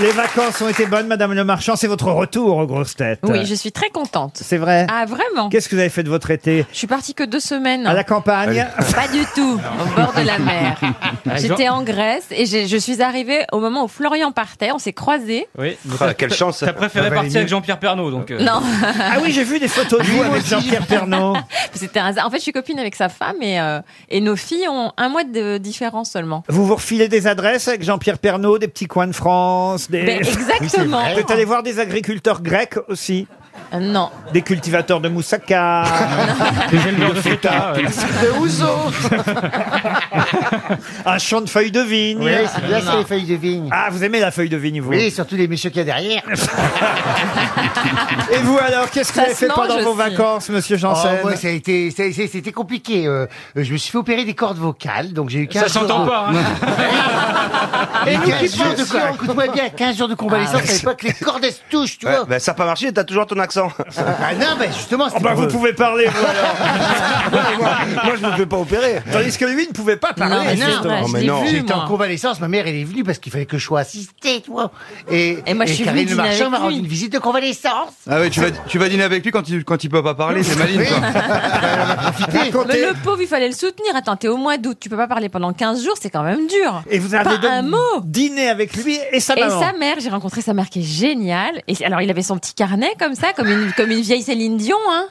[SPEAKER 1] Les vacances ont été bonnes, Madame Le Marchand. C'est votre retour aux grosses têtes.
[SPEAKER 14] Oui, je suis très contente.
[SPEAKER 1] C'est vrai.
[SPEAKER 14] Ah, vraiment
[SPEAKER 1] Qu'est-ce que vous avez fait de votre été
[SPEAKER 14] Je suis partie que deux semaines.
[SPEAKER 1] À la campagne
[SPEAKER 14] Pas du tout, au bord de
[SPEAKER 1] <laughs>
[SPEAKER 14] la mer.
[SPEAKER 1] Ah,
[SPEAKER 14] J'étais en Grèce et j'ai- je suis arrivée au moment où Florian partait, on s'est croisés.
[SPEAKER 11] Oui.
[SPEAKER 15] t'as-
[SPEAKER 11] quelle chance T'as
[SPEAKER 15] préféré partir avec Jean-Pierre Pernaud, donc. euh.
[SPEAKER 14] Non.
[SPEAKER 1] Ah oui, j'ai vu des photos de vous avec Jean-Pierre Pernaud.
[SPEAKER 14] C'était un hasard. En fait, je suis copine avec sa femme et, euh, et nos filles ont un mois de différence seulement.
[SPEAKER 1] Vous vous refilez des adresses avec Jean-Pierre Pernaud, des petits coins de France, des...
[SPEAKER 14] Ben, exactement.
[SPEAKER 1] Vous êtes allé voir des agriculteurs grecs aussi
[SPEAKER 6] Euh,
[SPEAKER 14] Non.
[SPEAKER 1] Des cultivateurs de
[SPEAKER 6] <laughs>
[SPEAKER 1] moussaka. des éleveurs de feta.
[SPEAKER 6] De Ouzo
[SPEAKER 1] <laughs> Un champ de feuilles de vigne.
[SPEAKER 6] Oui, c'est bien ça, les feuilles de vigne.
[SPEAKER 1] Ah, vous aimez la feuille de vigne, vous
[SPEAKER 6] Oui, surtout les messieurs qu'il y a <laughs> derrière.
[SPEAKER 1] Et vous alors, qu'est-ce que vous
[SPEAKER 6] Ça
[SPEAKER 1] avez
[SPEAKER 6] se
[SPEAKER 1] fait
[SPEAKER 6] mange
[SPEAKER 1] pendant vos
[SPEAKER 6] aussi.
[SPEAKER 1] vacances, monsieur Janssen
[SPEAKER 6] Oh, moi, ça a été, ça a- ça- c'était compliqué. euh, euh, je me suis fait opérer des cordes vocales, donc j'ai eu 15
[SPEAKER 7] Ça s'entend
[SPEAKER 6] jours-
[SPEAKER 7] pas,
[SPEAKER 6] <laughs>
[SPEAKER 7] hein.
[SPEAKER 6] Et nous qui
[SPEAKER 7] 15 jours
[SPEAKER 6] parlons de
[SPEAKER 7] de
[SPEAKER 6] quoi
[SPEAKER 7] quoi
[SPEAKER 6] Écoute-moi bien, 15 jours de convalescence,
[SPEAKER 7] Ah.
[SPEAKER 6] à l'époque, les cordes elles se touchent, tu vois.
[SPEAKER 1] bah,
[SPEAKER 7] ça n'a pas marché, t'as toujours ton
[SPEAKER 16] accent.
[SPEAKER 6] Ah non, mais justement,
[SPEAKER 1] Oh bah vous pouvez parler, vous alors
[SPEAKER 16] Moi, je me fais pas opérer.
[SPEAKER 1] Tandis que lui ne pouvait pas
[SPEAKER 16] parler.
[SPEAKER 6] Non, Ah, mais non,
[SPEAKER 16] justement.
[SPEAKER 6] non,
[SPEAKER 16] Non, mais non.
[SPEAKER 6] J'étais en convalescence, ma mère, elle est venue parce qu'il fallait que je sois assisté, tu vois. Et,
[SPEAKER 16] Et moi, je suis venue
[SPEAKER 6] Karine Le
[SPEAKER 16] dîner
[SPEAKER 6] Marchand
[SPEAKER 16] avec
[SPEAKER 6] m'a
[SPEAKER 16] lui.
[SPEAKER 6] rendu une visite de convalescence.
[SPEAKER 16] Ah oui, tu vas, tu vas dîner avec lui quand il, quand il peut pas parler, c'est maligne, quoi.
[SPEAKER 1] Ah,
[SPEAKER 14] Mais Ah, le pauvre, il fallait le soutenir. Attends, t'es au mois d'août, tu peux pas parler pendant 15 jours, c'est quand même dur.
[SPEAKER 1] Et vous avez
[SPEAKER 14] pas
[SPEAKER 1] donc
[SPEAKER 14] un mot.
[SPEAKER 1] dîné avec lui et sa maman.
[SPEAKER 14] Et sa mère, j'ai rencontré sa mère qui est géniale. Et alors, il avait son petit carnet comme ça, comme une, comme une vieille Céline Dion, hein.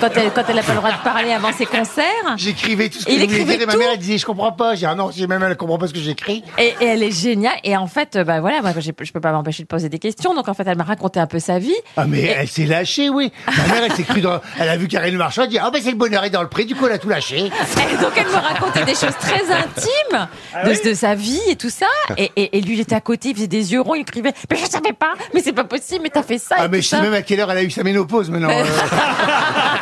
[SPEAKER 14] Quand elle, quand elle a pas le droit de parler avant ses concerts.
[SPEAKER 6] J'écrivais tout ce que
[SPEAKER 14] Il
[SPEAKER 6] je voulais
[SPEAKER 14] écrivait
[SPEAKER 6] dire et ma
[SPEAKER 14] tout.
[SPEAKER 6] mère, elle disait, je comprends pas. J'ai dit, ah non, si même elle comprend pas ce que j'écris.
[SPEAKER 14] Et, et elle est géniale. Et en fait, euh, bah voilà, moi, j'ai- je peux pas m'empêcher de poser des questions. Donc en fait, elle m'a raconté un peu sa vie.
[SPEAKER 6] Ah mais
[SPEAKER 14] Et-
[SPEAKER 6] elle s'est lâchée, oui. Ma mère, elle s'est crue dans... Elle a vu Karine Le Marchand, elle dit, ah ben c'est le bonheur est dans le prix, du coup elle a tout
[SPEAKER 16] <laughs>
[SPEAKER 6] lâché.
[SPEAKER 16] Ah
[SPEAKER 14] Et <laughs> donc elle me racontait des choses très intimes
[SPEAKER 1] Ah
[SPEAKER 6] Ah
[SPEAKER 14] de, de sa vie et
[SPEAKER 6] <laughs>
[SPEAKER 14] tout ça. Et, et- et lui, il était à côté, il faisait des yeux ronds, il écrivait Mais je savais pas, mais c'est pas possible, mais t'as fait ça.
[SPEAKER 6] Ah
[SPEAKER 14] et
[SPEAKER 6] mais
[SPEAKER 14] tout
[SPEAKER 6] je sais
[SPEAKER 14] ça.
[SPEAKER 6] même à quelle heure elle a eu sa ménopause maintenant. euh
[SPEAKER 14] Mais-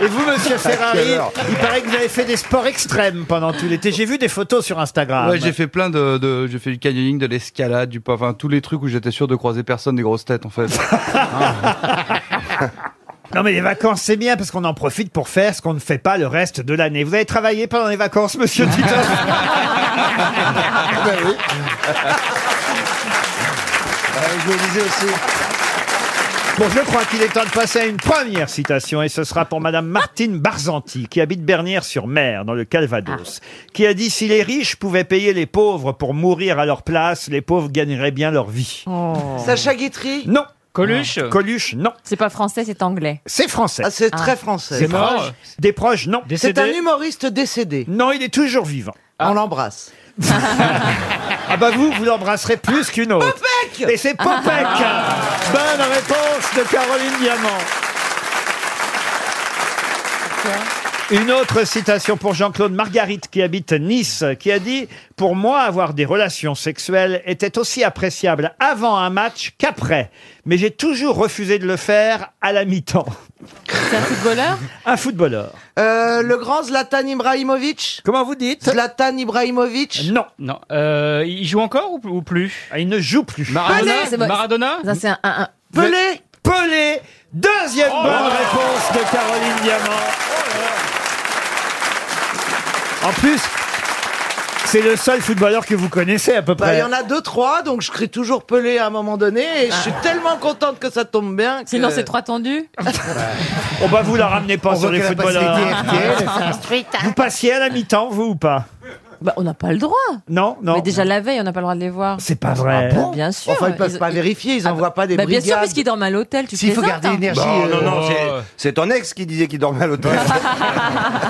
[SPEAKER 1] Et vous, monsieur Ferrari,
[SPEAKER 16] Quelle heure.
[SPEAKER 1] il paraît que vous avez fait des sports extrêmes pendant tout l'été. J'ai vu des photos sur Instagram.
[SPEAKER 16] Ouais, j'ai fait plein de, de- j'ai fait du canyoning, de l'escalade, du pas, enfin tous les trucs où j'étais sûr de croiser personne des grosses têtes en fait.
[SPEAKER 1] Non, mais les vacances, c'est bien parce qu'on en profite pour faire ce qu'on ne fait pas le reste de l'année. Vous avez travaillé pendant les vacances,
[SPEAKER 16] <laughs>
[SPEAKER 1] monsieur Titoff
[SPEAKER 17] Ah, ben Ah,
[SPEAKER 16] je le disais aussi.
[SPEAKER 1] Bon, je crois qu'il est temps de passer à une première citation, et ce sera pour Madame Martine Barzanti, qui habite Bernières-sur-Mer, dans le Calvados, qui a dit si les riches pouvaient payer les pauvres pour mourir à leur place, les pauvres gagneraient bien leur vie.
[SPEAKER 13] Oh. Sacha Guitry
[SPEAKER 1] Non.
[SPEAKER 5] Coluche
[SPEAKER 1] Coluche, non.
[SPEAKER 14] C'est pas français, c'est anglais.
[SPEAKER 1] C'est français.
[SPEAKER 13] Ah, c'est très Ah. français.
[SPEAKER 1] Des
[SPEAKER 13] C'est mort.
[SPEAKER 1] proches. Des proches, non.
[SPEAKER 13] C'est un hum- humoriste décédé.
[SPEAKER 1] Non, il est toujours vivant.
[SPEAKER 13] On l'embrasse.
[SPEAKER 1] <laughs> Ah bah vous, vous l'embrasserez plus qu'une autre. Et c'est Popek
[SPEAKER 14] Ah.
[SPEAKER 1] Bonne réponse de Caroline Diamant. Une autre citation pour Jean-Claude Marguerite qui habite Nice, qui a dit « Pour moi, avoir des relations sexuelles était aussi appréciable avant un match qu'après. Mais j'ai toujours refusé de le faire à la mi-temps. »
[SPEAKER 14] C'est un footballeur
[SPEAKER 1] Un footballeur.
[SPEAKER 13] Euh, le grand Zlatan Ibrahimovic
[SPEAKER 1] Comment vous dites
[SPEAKER 13] Zlatan Ibrahimovic
[SPEAKER 1] Non.
[SPEAKER 5] Non. Euh, il joue encore ou, ou plus
[SPEAKER 1] Ah, Il ne joue plus. Bah,
[SPEAKER 5] Maradona
[SPEAKER 14] Pelé, c'est bon.
[SPEAKER 5] Maradona
[SPEAKER 14] Ça, c'est un, un- Bah, un-
[SPEAKER 13] Pelé
[SPEAKER 1] Pelé Deuxième
[SPEAKER 14] Oh
[SPEAKER 1] bonne réponse de Caroline Diamant. En plus, c'est le seul footballeur que vous connaissez à peu
[SPEAKER 13] Bah,
[SPEAKER 1] près.
[SPEAKER 13] il y en a deux, trois, donc je crie toujours Pelé à un moment donné, et je suis tellement contente que ça tombe bien. que-
[SPEAKER 14] Ah.
[SPEAKER 13] Ah,
[SPEAKER 14] Sinon, c'est trois
[SPEAKER 13] <laughs>
[SPEAKER 14] tendus.
[SPEAKER 1] On va Oh, bah, vous la ramener pas
[SPEAKER 13] On
[SPEAKER 1] sur
[SPEAKER 13] voit
[SPEAKER 1] les
[SPEAKER 13] qu'elle a passé
[SPEAKER 1] footballeurs.
[SPEAKER 13] les DRTL,
[SPEAKER 1] <laughs>
[SPEAKER 13] elle s'est
[SPEAKER 1] vous passiez à la mi-temps, vous ou pas
[SPEAKER 14] Bah, on n'a pas le droit.
[SPEAKER 1] Non, non.
[SPEAKER 14] Mais déjà la veille, on n'a pas le droit de les voir.
[SPEAKER 1] C'est pas vrai.
[SPEAKER 14] Bah, Bien sûr.
[SPEAKER 13] Enfin, ils peuvent pas vérifier, ils envoient pas des
[SPEAKER 14] Bah, bien
[SPEAKER 13] brigades.
[SPEAKER 14] sûr, parce qu'ils dorment à l'hôtel, tu
[SPEAKER 13] S'il faut
[SPEAKER 14] plaisantes,
[SPEAKER 13] garder
[SPEAKER 14] hein.
[SPEAKER 13] l'énergie,
[SPEAKER 5] Bah,
[SPEAKER 16] Bon, non, non,
[SPEAKER 13] euh,
[SPEAKER 16] c'est- c'est ton ex qui disait qu'il dormait
[SPEAKER 1] <laughs>
[SPEAKER 16] à l'hôtel.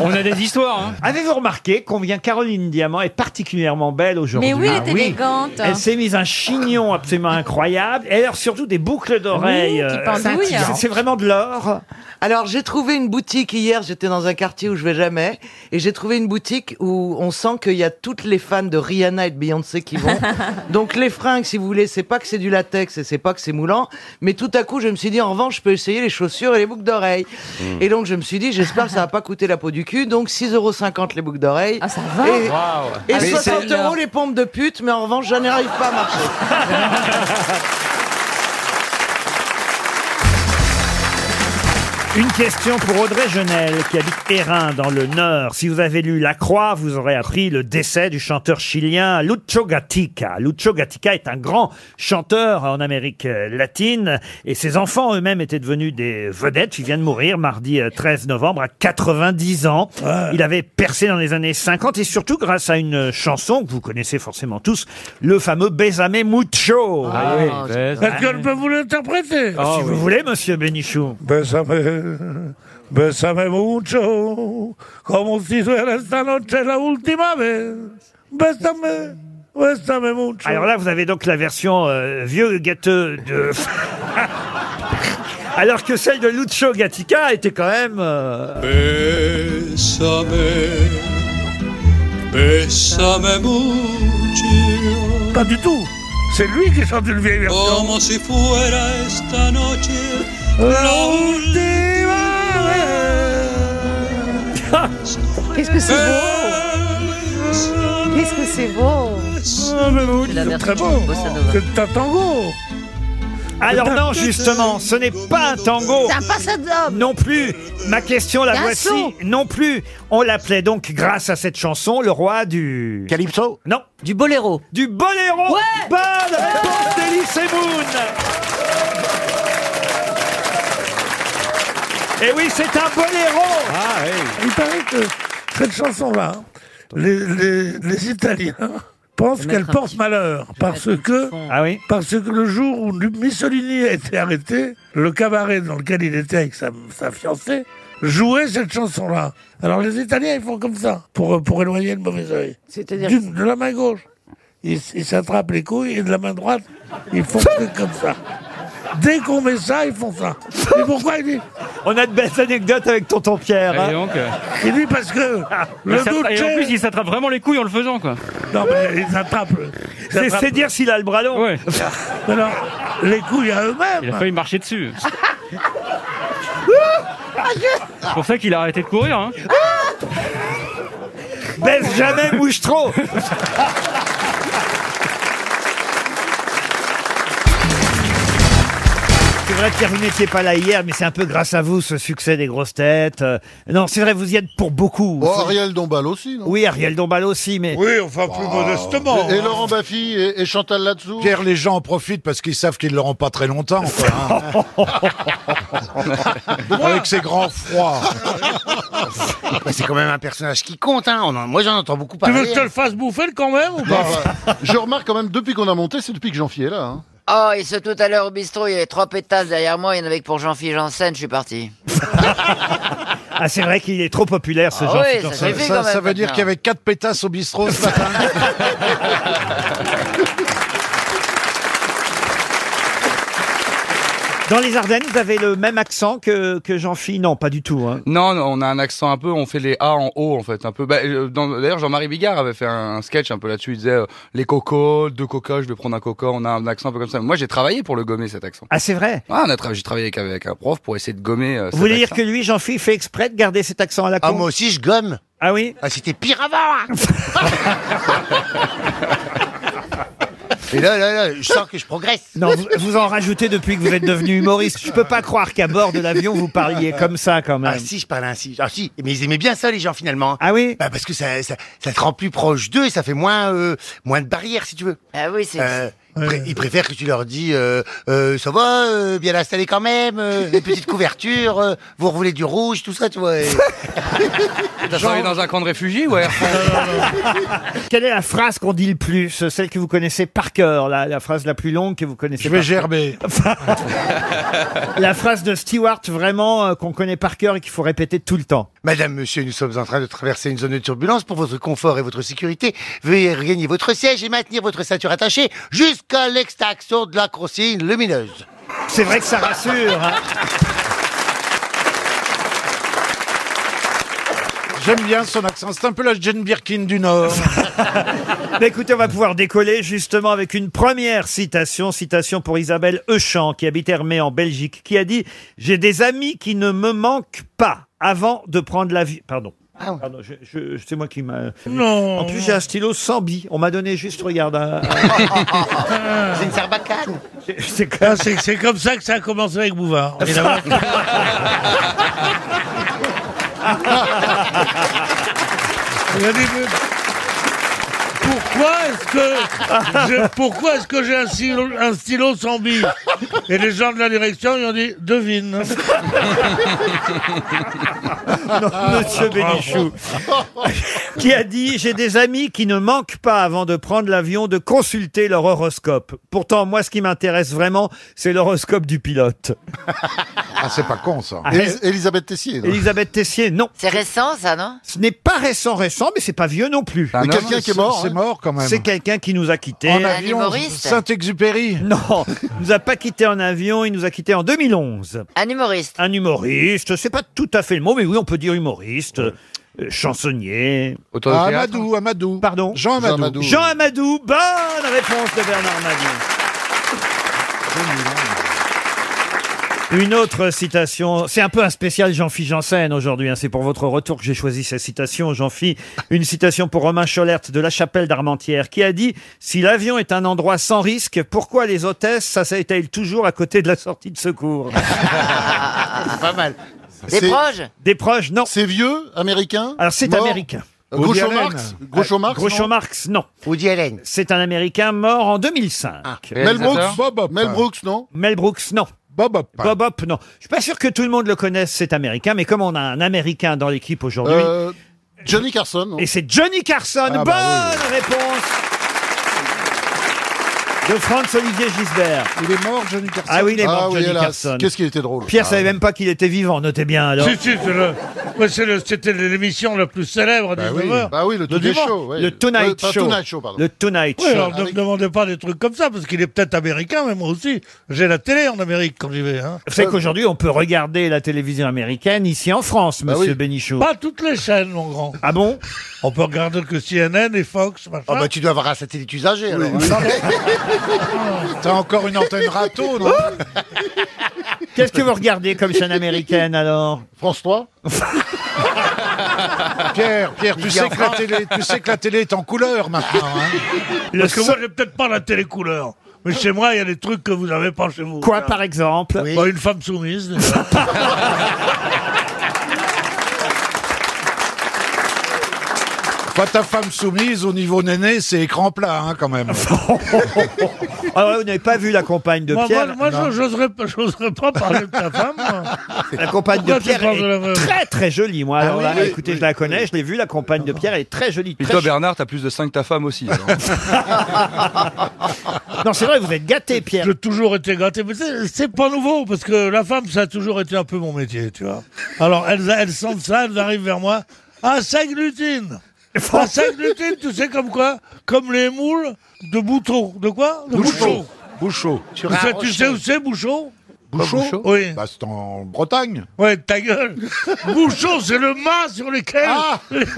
[SPEAKER 5] On a des histoires. Hein.
[SPEAKER 1] Avez-vous remarqué combien Caroline Diamant est particulièrement belle aujourd'hui Ah
[SPEAKER 14] Mais oui, elle est élégante.
[SPEAKER 1] Elle s'est mise un chignon absolument incroyable. Et alors, surtout des boucles d'oreilles.
[SPEAKER 13] Oui, qui
[SPEAKER 1] euh,
[SPEAKER 13] pendouillent.
[SPEAKER 1] c'est- C'est vraiment de l'or.
[SPEAKER 13] Alors j'ai trouvé une boutique hier, j'étais dans un quartier où je vais jamais, et j'ai trouvé une boutique où on sent qu'il y a toutes les fans de Rihanna et de Beyoncé qui vont. Donc les fringues, si vous voulez, c'est pas que c'est du latex et c'est pas que c'est moulant, mais tout à coup je me suis dit en revanche je peux essayer les chaussures et les boucles d'oreilles. Et donc je me suis dit j'espère que ça va pas coûter la peau du cul, donc 6,50€ les boucles d'oreilles. Ah ça
[SPEAKER 14] va
[SPEAKER 13] Et,
[SPEAKER 14] Waouh.
[SPEAKER 13] et
[SPEAKER 14] Ah, mais
[SPEAKER 13] 60
[SPEAKER 14] c'est-
[SPEAKER 13] euros les pompes de pute, mais en revanche je n'arrive pas à marcher.
[SPEAKER 1] Une question pour Audrey Genel, qui habite Hérin, dans le Nord. Si vous avez lu La Croix, vous aurez appris le décès du chanteur chilien Lucho Gatica. Lucho Gatica est un grand chanteur en Amérique euh, latine, et ses enfants eux-mêmes étaient devenus des vedettes. Il vient de mourir mardi euh, 13 novembre à 90 ans. Il avait percé dans les années 50, et surtout grâce à une chanson que vous connaissez forcément tous, le fameux Besame Mucho.
[SPEAKER 7] Ah oui, Est-ce que je peux vous l'interpréter
[SPEAKER 1] si vous voulez, monsieur Bénichou.
[SPEAKER 7] Bésame, bésame mucho, como si fuera esta noche la última vez. Bésame, bésame mucho.
[SPEAKER 1] Alors là, vous avez donc la version euh, vieux gâteux de. <laughs> Alors que celle de Lucho Gatica était quand même. euh,
[SPEAKER 18] Bésame, bésame mucho.
[SPEAKER 7] Pas du tout. C'est lui qui chante une vieille version.
[SPEAKER 18] Como si fuera esta noche la última vez.
[SPEAKER 19] Qu'est-ce que c'est beau
[SPEAKER 5] Euh,
[SPEAKER 19] Qu'est-ce que c'est beau
[SPEAKER 7] Ah, mais vous, c'est très bon. C'est un tango.
[SPEAKER 1] Alors non,
[SPEAKER 5] euh,
[SPEAKER 1] justement, ce n'est pas un tango. Non plus. Ma question, la
[SPEAKER 19] C'est un
[SPEAKER 1] voici.
[SPEAKER 19] son.
[SPEAKER 1] Non plus. On l'appelait donc, grâce à cette chanson, le roi du... Calypso Non. Du boléro. Du boléro Bonne réponse d'Elie Semoun Et Eh oui, c'est un boléro
[SPEAKER 7] Il paraît que cette chanson-là, les, les- les Italiens pensent qu'elle porte malheur parce que,
[SPEAKER 1] Ah
[SPEAKER 7] parce que le jour où Mussolini a été arrêté, le cabaret dans lequel il était avec sa, sa fiancée jouait cette chanson-là. Alors les Italiens, ils font comme ça pour, pour éloigner le mauvais oeil.
[SPEAKER 4] C'est-à-dire
[SPEAKER 7] D'une- de la main gauche. Ils s- ils s'attrapent les couilles et de la main droite, ils font que comme ça. Dès qu'on met ça, ils font ça. Mais pourquoi il dit
[SPEAKER 1] On a de belles anecdotes avec tonton Pierre.
[SPEAKER 7] hein.
[SPEAKER 5] euh,
[SPEAKER 7] Il dit parce que le
[SPEAKER 5] Et en plus,
[SPEAKER 7] Duce.
[SPEAKER 5] il s'attrape vraiment les couilles en le faisant, quoi.
[SPEAKER 7] Non, mais ils attrapent.
[SPEAKER 5] C'est- c'est dire
[SPEAKER 1] s'il a le bras long.
[SPEAKER 7] Alors, les couilles à eux-mêmes.
[SPEAKER 5] Il a failli marcher dessus.
[SPEAKER 1] C'est
[SPEAKER 5] pour ça qu'il a arrêté de courir. Hein.
[SPEAKER 1] Baisse jamais, bouge trop C'est vrai, Pierre, vous n'étiez pas là hier, mais c'est un peu grâce à vous ce succès des grosses têtes. Euh, non, c'est vrai, vous y êtes pour beaucoup.
[SPEAKER 20] Oh, Ariel Dombal aussi, non
[SPEAKER 1] Oui, Ariel Dombal aussi, mais.
[SPEAKER 7] Oui, enfin, plus
[SPEAKER 12] Oh,
[SPEAKER 20] Et,
[SPEAKER 5] hein.
[SPEAKER 20] et Laurent Baffy et, et Chantal Latsou <laughs>
[SPEAKER 3] Pierre, les gens en profitent parce qu'ils savent qu'ils ne l'auront pas très longtemps. quoi,
[SPEAKER 1] <laughs>
[SPEAKER 3] hein. Avec ces grands froids.
[SPEAKER 6] Mais c'est quand même un personnage qui compte, hein. On en- moi, j'en entends beaucoup parler.
[SPEAKER 7] fasse bouffer quand même ou
[SPEAKER 6] pas
[SPEAKER 20] Ah, Je remarque quand même, depuis qu'on a monté, c'est depuis que Jean-Fi est là. hein.
[SPEAKER 4] Oh, et ce tout à l'heure au bistrot, il y avait trois pétasses derrière moi, il y en avait que pour Jean-Philippe Janssen, je suis parti.
[SPEAKER 1] Ah, c'est vrai qu'il est trop populaire ce
[SPEAKER 4] Ah
[SPEAKER 1] genre
[SPEAKER 4] oui,
[SPEAKER 1] de
[SPEAKER 4] ça
[SPEAKER 1] personne.
[SPEAKER 4] suffit Ça- quand même, ça veut dire maintenant. qu'il y avait
[SPEAKER 1] quatre pétasses au bistrot ce matin. <laughs> Dans les Ardennes, vous avez le même accent que, que Jean-Philippe Non, pas du tout. hein.
[SPEAKER 16] Non, non, on a un accent un peu, on fait les A en haut en fait, un peu. Bah, euh, dans- D'ailleurs, Jean-Marie Bigard avait fait un, un sketch un peu là-dessus. Il disait euh, les cocos, deux cocos, je vais prendre un coco. On a un accent un peu comme ça. Moi, j'ai travaillé pour le gommer cet accent.
[SPEAKER 1] Ah, c'est vrai.
[SPEAKER 16] Ouais, on a travaillé. J'ai travaillé avec, avec un prof pour essayer de gommer. euh,
[SPEAKER 1] Vous voulez
[SPEAKER 16] cet
[SPEAKER 1] dire
[SPEAKER 16] accent.
[SPEAKER 1] que lui, Jean-Philippe, fait exprès de garder cet accent à la con
[SPEAKER 16] Ah, moi
[SPEAKER 1] aussi, je gomme. Ah oui Ah, c'était pire avant
[SPEAKER 6] hein. Et là, là, là, je sens que je progresse.
[SPEAKER 1] Non, vous, vous en rajoutez depuis que vous êtes devenu humoriste. Je peux pas croire qu'à bord de l'avion, vous
[SPEAKER 6] <laughs>
[SPEAKER 1] parliez comme ça, quand même.
[SPEAKER 6] Ah si, je parlais ainsi. Ah si, mais ils aimaient bien ça les gens finalement.
[SPEAKER 1] Ah oui
[SPEAKER 6] bah, Parce que ça, ça, ça te rend plus proche d'eux et ça fait moins, euh, moins de barrières si tu veux.
[SPEAKER 4] Ah oui, c'est...
[SPEAKER 6] Euh, ils pré- Ils préfèrent que tu leur dis euh, euh, ça va, euh, bien installé quand même, euh, une petite couverture, euh, vous revoulez du rouge, tout ça, tu vois. et-
[SPEAKER 16] T'as travaillé dans un camp de réfugiés, ouais.
[SPEAKER 13] <laughs>
[SPEAKER 1] Quelle est la phrase qu'on dit le plus Celle que vous connaissez par cœur, la, la phrase la plus longue que vous connaissez
[SPEAKER 3] Je
[SPEAKER 1] par
[SPEAKER 3] vais
[SPEAKER 1] cœur.
[SPEAKER 3] gerber.
[SPEAKER 1] <laughs> La phrase de Stewart, <laughs> vraiment, euh, qu'on connaît par cœur et qu'il faut répéter tout le temps.
[SPEAKER 6] Madame, monsieur, nous sommes en train de traverser une zone de turbulence pour votre confort et votre sécurité. Veuillez regagner votre siège et maintenir votre ceinture attachée jusqu'à l'extraction de la consigne lumineuse.
[SPEAKER 1] C'est vrai que ça rassure. hein.
[SPEAKER 3] J'aime bien son accent. C'est un peu la Jane Birkin du
[SPEAKER 1] <laughs>
[SPEAKER 3] Nord.
[SPEAKER 1] Bah, écoutez, on va pouvoir décoller justement avec une première citation, citation pour Isabelle Euchamp, qui habite Hermé en Belgique, qui a dit « J'ai des amis qui ne me manquent pas avant de prendre la vie... » Pardon. Pardon, je- je- je- c'est moi qui m'a...
[SPEAKER 7] Non.
[SPEAKER 1] En plus, j'ai un stylo sans billes. On m'a donné juste, regarde, un-
[SPEAKER 3] <laughs>
[SPEAKER 6] C'est
[SPEAKER 1] <laughs>
[SPEAKER 6] une sarbacane.
[SPEAKER 1] C'est
[SPEAKER 7] Ah, c'est- c'est comme ça que ça a commencé avec Bouvard. évidemment. Il a dit, mais pourquoi est-ce que je- pourquoi est-ce que j'ai un stylo, un stylo sans bille Et les gens de la direction ils ont dit
[SPEAKER 1] <laughs>
[SPEAKER 7] devine.
[SPEAKER 1] Non, monsieur Bénichou. <laughs> qui a dit J'ai des amis qui ne manquent pas avant de prendre l'avion de consulter leur horoscope. Pourtant, moi, ce qui m'intéresse vraiment, c'est l'horoscope du pilote.
[SPEAKER 20] Ah, c'est pas con ça.
[SPEAKER 1] Ah,
[SPEAKER 20] Élis- Elisabeth Tessier. non
[SPEAKER 1] Elisabeth Tessier, non.
[SPEAKER 4] C'est récent, ça, non
[SPEAKER 1] Ce n'est pas récent, récent, mais c'est pas vieux Bah non plus.
[SPEAKER 20] Mais quelqu'un qui est mort, hein.
[SPEAKER 1] C'est quelqu'un qui nous a quittés.
[SPEAKER 20] En Un avion, humoriste
[SPEAKER 1] Saint-Exupéry. <laughs> Non, il nous a pas quittés en avion, il nous a quittés en 2011.
[SPEAKER 4] Un humoriste.
[SPEAKER 1] Un humoriste, c'est pas tout à fait le mot, mais oui, on peut dire humoriste, euh, chansonnier.
[SPEAKER 16] Auteur de Ah, théâtre.
[SPEAKER 1] Amadou,
[SPEAKER 20] hein.
[SPEAKER 1] Amadou. Pardon Jean
[SPEAKER 16] Amadou. Jean Amadou.
[SPEAKER 1] Jean Amadou, bonne réponse de Bernard Madou. Une autre citation, c'est un peu un spécial Jean-Philippe Janssen aujourd'hui, hein. c'est pour votre retour que j'ai choisi cette citation, Jean-Philippe. Une citation pour Romain Scholert de la Chapelle d'Armentières qui a dit « Si l'avion est un endroit sans risque, pourquoi les hôtesses s'asseyent-elles toujours à côté de la sortie de secours ?»
[SPEAKER 6] Ah, Pas mal.
[SPEAKER 1] Des C'est- proches Des proches, non.
[SPEAKER 12] C'est vieux, américain
[SPEAKER 1] Alors c'est
[SPEAKER 12] Mort
[SPEAKER 1] américain.
[SPEAKER 12] Euh, Groucho Woody Allen. Marx Groucho
[SPEAKER 1] Euh,
[SPEAKER 12] Marx,
[SPEAKER 1] Groucho
[SPEAKER 12] non
[SPEAKER 1] Marx, non.
[SPEAKER 6] Woody Allen. Ah,
[SPEAKER 1] C'est un américain mort en 2005.
[SPEAKER 12] Mel Brooks Bob Mel Brooks, non
[SPEAKER 1] Mel Brooks, non.
[SPEAKER 12] Bob Hope.
[SPEAKER 1] Bob Hope, non. Je suis pas sûr que tout le monde le connaisse, cet américain, mais comme on a un américain dans l'équipe aujourd'hui.
[SPEAKER 12] Euh, Johnny Carson. non
[SPEAKER 1] Et c'est Johnny Carson. Bonne
[SPEAKER 12] Ah, bah
[SPEAKER 1] réponse de Franz-Olivier Gisbert.
[SPEAKER 12] Il est mort, Johnny Carson.
[SPEAKER 1] Ah oui, il est mort, Johnny
[SPEAKER 12] hélas.
[SPEAKER 1] Carson.
[SPEAKER 12] Qu'est-ce qu'il était drôle.
[SPEAKER 1] Pierre
[SPEAKER 12] Ah,
[SPEAKER 1] savait
[SPEAKER 12] oui.
[SPEAKER 1] même pas qu'il était vivant, notez bien alors.
[SPEAKER 21] Si, si, c'est le- ouais, c'est le- c'était l'émission la plus célèbre
[SPEAKER 12] Bah
[SPEAKER 21] des
[SPEAKER 12] oui, bah oui, le Today Show, ouais.
[SPEAKER 1] Le Tonight
[SPEAKER 12] Euh, pas
[SPEAKER 1] Show.
[SPEAKER 12] Tonight Show, pardon.
[SPEAKER 1] Le Tonight
[SPEAKER 7] Oui,
[SPEAKER 1] Show.
[SPEAKER 7] alors ne me demandez pas des trucs comme ça, parce qu'il est peut-être américain, mais moi aussi. J'ai la télé en Amérique quand j'y vais. Hein.
[SPEAKER 1] Vous savez qu'aujourd'hui, on peut regarder la télévision américaine ici en France,
[SPEAKER 7] Bah
[SPEAKER 1] monsieur
[SPEAKER 7] oui.
[SPEAKER 1] Bénichou.
[SPEAKER 7] Pas toutes les chaînes, mon grand.
[SPEAKER 1] Ah bon
[SPEAKER 7] On peut regarder que CNN et Fox, machin.
[SPEAKER 6] Ah bah tu dois avoir un satellite usagé alors.
[SPEAKER 8] T'as encore une antenne râteau, non
[SPEAKER 1] Oh Qu'est-ce que vous regardez comme chaîne américaine alors
[SPEAKER 12] France 3
[SPEAKER 8] <laughs> Pierre, Pierre, tu sais, que la télé, tu
[SPEAKER 7] <laughs>
[SPEAKER 8] sais que la télé est en couleur maintenant. Hein
[SPEAKER 7] Parce que moi, j'ai peut-être pas la télé couleur. Mais chez moi, il y a des trucs que vous n'avez pas chez vous.
[SPEAKER 1] Quoi, par exemple
[SPEAKER 7] Bah, Une femme soumise. déjà.
[SPEAKER 8] Pas ta femme soumise au niveau néné, c'est écran plat hein,
[SPEAKER 1] <laughs>
[SPEAKER 8] quand même.
[SPEAKER 1] Alors là, Ah vous n'avez pas vu la compagne de
[SPEAKER 7] moi,
[SPEAKER 1] Pierre
[SPEAKER 7] moi,
[SPEAKER 1] Non.
[SPEAKER 7] moi j'oserais pas, j'oserais pas parler de ta femme. moi.
[SPEAKER 1] La compagne de
[SPEAKER 7] Pourquoi tu
[SPEAKER 1] Pierre
[SPEAKER 7] parles de la même
[SPEAKER 1] est très très jolie. Moi,
[SPEAKER 7] Ah
[SPEAKER 1] alors
[SPEAKER 7] oui,
[SPEAKER 1] là,
[SPEAKER 7] oui,
[SPEAKER 1] écoutez, je la connais, je l'ai vue, la compagne de Pierre elle est très jolie.
[SPEAKER 22] Et
[SPEAKER 1] très
[SPEAKER 22] toi, Bernard, t'as plus de 5 ta femme aussi. alors.
[SPEAKER 1] Non, c'est vrai, vous êtes gâté, Pierre.
[SPEAKER 7] J'ai toujours été gâté, mais c'est- c'est pas nouveau, parce que la femme, ça a toujours été un peu mon métier, tu vois. Alors, elles, elles sentent ça, elles arrivent vers moi. Ah, ça glutine Ah, ça glutine, tu sais, comme quoi Comme les moules de bouton. De quoi De bouchon.
[SPEAKER 8] Bouchot.
[SPEAKER 7] Tu sais, tu sais où c'est, bouchon
[SPEAKER 8] Bouchot
[SPEAKER 7] Oui.
[SPEAKER 8] Bah, c'est en Bretagne.
[SPEAKER 7] Ouais, ta gueule Bouchon, c'est le mât sur lequel... <laughs>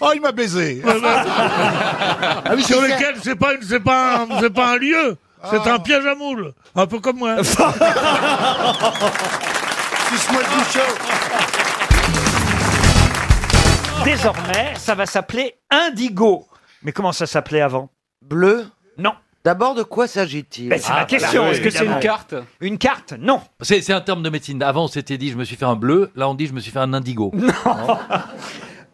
[SPEAKER 8] Oh, Ah. il m'a baisé. Ah
[SPEAKER 6] oui,
[SPEAKER 7] sur
[SPEAKER 6] c'est ça.
[SPEAKER 7] lequel, c'est pas, une- c'est pas, un- c'est pas un lieu, c'est un piège à moules. Un peu comme moi.
[SPEAKER 12] Suce-moi le bouchon.
[SPEAKER 1] Désormais, ça va s'appeler Indigo. Mais comment ça s'appelait avant
[SPEAKER 13] Bleu
[SPEAKER 1] Non.
[SPEAKER 13] D'abord, de quoi s'agit-il Ah, bah
[SPEAKER 1] Ben, c'est ma question. Est-ce que c'est une carte Une carte Non.
[SPEAKER 11] C'est c'est un terme de médecine. Avant, on s'était dit je me suis fait un bleu. Là, on dit je me suis fait un indigo. Hein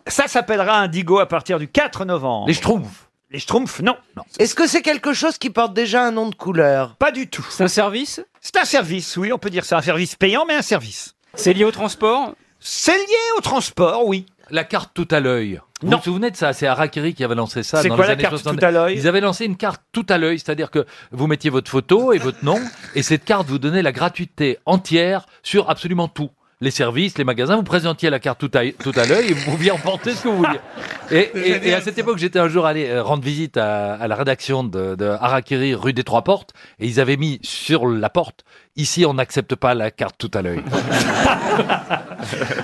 [SPEAKER 1] Ça s'appellera Indigo à partir du 4 novembre. Les
[SPEAKER 11] Schtroumpfs
[SPEAKER 1] Les Schtroumpfs, non.
[SPEAKER 13] Est-ce que c'est quelque chose qui porte déjà un nom de couleur
[SPEAKER 1] Pas du tout.
[SPEAKER 23] C'est un service
[SPEAKER 1] C'est un service, oui, on peut dire c'est un service payant, mais un service.
[SPEAKER 23] C'est lié au transport
[SPEAKER 1] C'est lié au transport, oui.
[SPEAKER 11] La carte tout à l'œil. Vous vous souvenez de ça C'est Harakiri qui avait lancé ça
[SPEAKER 1] C'est
[SPEAKER 11] dans
[SPEAKER 1] quoi
[SPEAKER 11] les
[SPEAKER 1] la
[SPEAKER 11] années
[SPEAKER 1] carte
[SPEAKER 11] 70.
[SPEAKER 1] tout à l'œil
[SPEAKER 11] Ils avaient lancé une carte tout à l'œil, c'est-à-dire que vous mettiez votre photo et votre nom, et cette carte vous donnait la gratuité entière sur absolument tout. Les services, les magasins, vous présentiez la carte tout à, tout à l'œil et vous pouviez emporter ce que vous vouliez.
[SPEAKER 1] <laughs>
[SPEAKER 11] Et, et- et à cette époque, j'étais un jour allé euh, rendre visite à, à la rédaction de, de Harakiri rue des Trois Portes et ils avaient mis sur la porte ici, on n'accepte pas la carte tout à l'œil.
[SPEAKER 1] <laughs>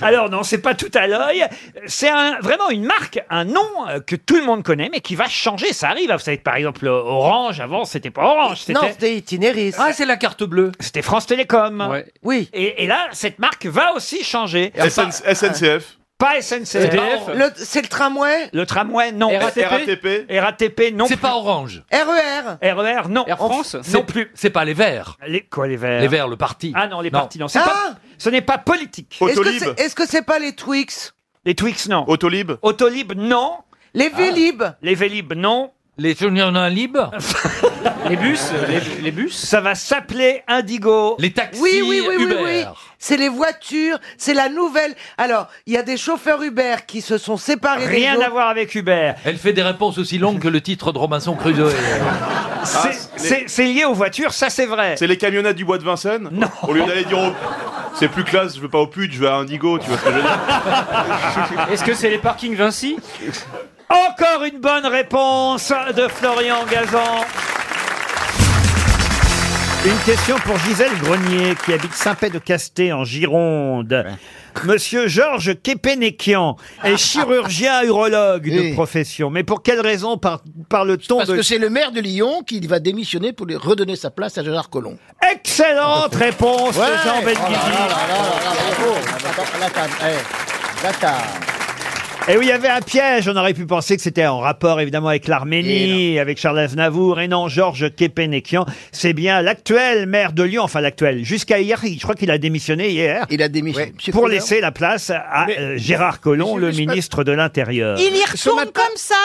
[SPEAKER 1] Alors non, c'est pas tout à l'œil. C'est un- vraiment une marque, un nom euh, que tout le monde connaît, mais qui va changer. Ça arrive. Vous savez, que, par exemple, euh, Orange, avant, c'était pas Orange.
[SPEAKER 13] Non, c'était Itinéris.
[SPEAKER 11] Ah, c'est la carte bleue.
[SPEAKER 1] C'était France Télécom.
[SPEAKER 13] Oui.
[SPEAKER 1] Et, et là, cette marque va aussi changer.
[SPEAKER 5] SN- SNCF.
[SPEAKER 1] Pas SNCF.
[SPEAKER 5] EDF.
[SPEAKER 13] Le- C'est le tramway
[SPEAKER 1] Le tramway, non.
[SPEAKER 11] RATP?
[SPEAKER 5] RATP.
[SPEAKER 1] RATP, non.
[SPEAKER 11] C'est pas Orange.
[SPEAKER 13] E RER
[SPEAKER 1] RER, non.
[SPEAKER 23] Air France
[SPEAKER 11] C'est- C'est pas les Verts.
[SPEAKER 1] Les, quoi, les Verts
[SPEAKER 11] Les Verts, le parti.
[SPEAKER 1] Ah non, les
[SPEAKER 11] Non.
[SPEAKER 1] partis, non. c'est pas- ce n'est pas politique.
[SPEAKER 13] Est-ce que c'est- Est-ce que c'est pas les Twix
[SPEAKER 1] Les Twix, non.
[SPEAKER 5] Autolib.
[SPEAKER 1] Autolib, non. Ah.
[SPEAKER 13] Les Vélib
[SPEAKER 1] Les Vélib, non.
[SPEAKER 11] Les
[SPEAKER 1] <laughs>
[SPEAKER 11] un libre
[SPEAKER 23] Les bus les, les bus
[SPEAKER 1] Ça va s'appeler Indigo.
[SPEAKER 11] Les taxis
[SPEAKER 13] Oui, oui, oui, oui, oui. C'est les voitures, c'est la nouvelle. Alors, il y a des chauffeurs Uber qui se sont séparés. des
[SPEAKER 1] Rien
[SPEAKER 13] autres.
[SPEAKER 1] à voir avec Uber.
[SPEAKER 11] Elle fait des réponses aussi longues que le titre de Robinson <laughs> Crusoe. Ah,
[SPEAKER 1] C'est- C'est c'est lié aux voitures, ça c'est vrai.
[SPEAKER 5] C'est les camionnettes du bois de Vincennes
[SPEAKER 1] Non.
[SPEAKER 5] Au lieu d'aller dire au... C'est plus classe, je veux pas au pute, je veux à Indigo, tu vois ce que je veux dire
[SPEAKER 1] <laughs>
[SPEAKER 23] Est-ce que c'est les parkings Vinci
[SPEAKER 1] Encore une bonne réponse de Florian Gazan. Une question pour Gisèle Grenier qui habite Saint-Pé-de-Casté en Gironde. Monsieur Georges Kepenekian est chirurgien urologue de profession. Mais pour quelle raison par- parle-t-on
[SPEAKER 24] Parce
[SPEAKER 1] de...
[SPEAKER 24] que c'est le maire de Lyon qui va démissionner pour lui redonner sa place à Gérard Collomb.
[SPEAKER 1] Excellente réponse
[SPEAKER 24] Ouais.
[SPEAKER 1] de Jean
[SPEAKER 24] Oh là
[SPEAKER 1] Benguigui.
[SPEAKER 24] eh,
[SPEAKER 1] Et oui, il y avait un piège. On aurait pu penser que c'était en rapport évidemment avec l'Arménie, avec Charles Aznavour. Et non, Georges Kepenekian, c'est bien l'actuel maire de Lyon, enfin l'actuel, jusqu'à hier. Je crois qu'il a démissionné hier.
[SPEAKER 24] Il a démissionné.
[SPEAKER 1] Pour
[SPEAKER 24] Couleur.
[SPEAKER 1] laisser la place à euh, Gérard Collomb, le ministre de l'Intérieur.
[SPEAKER 25] Il y retourne comme ça,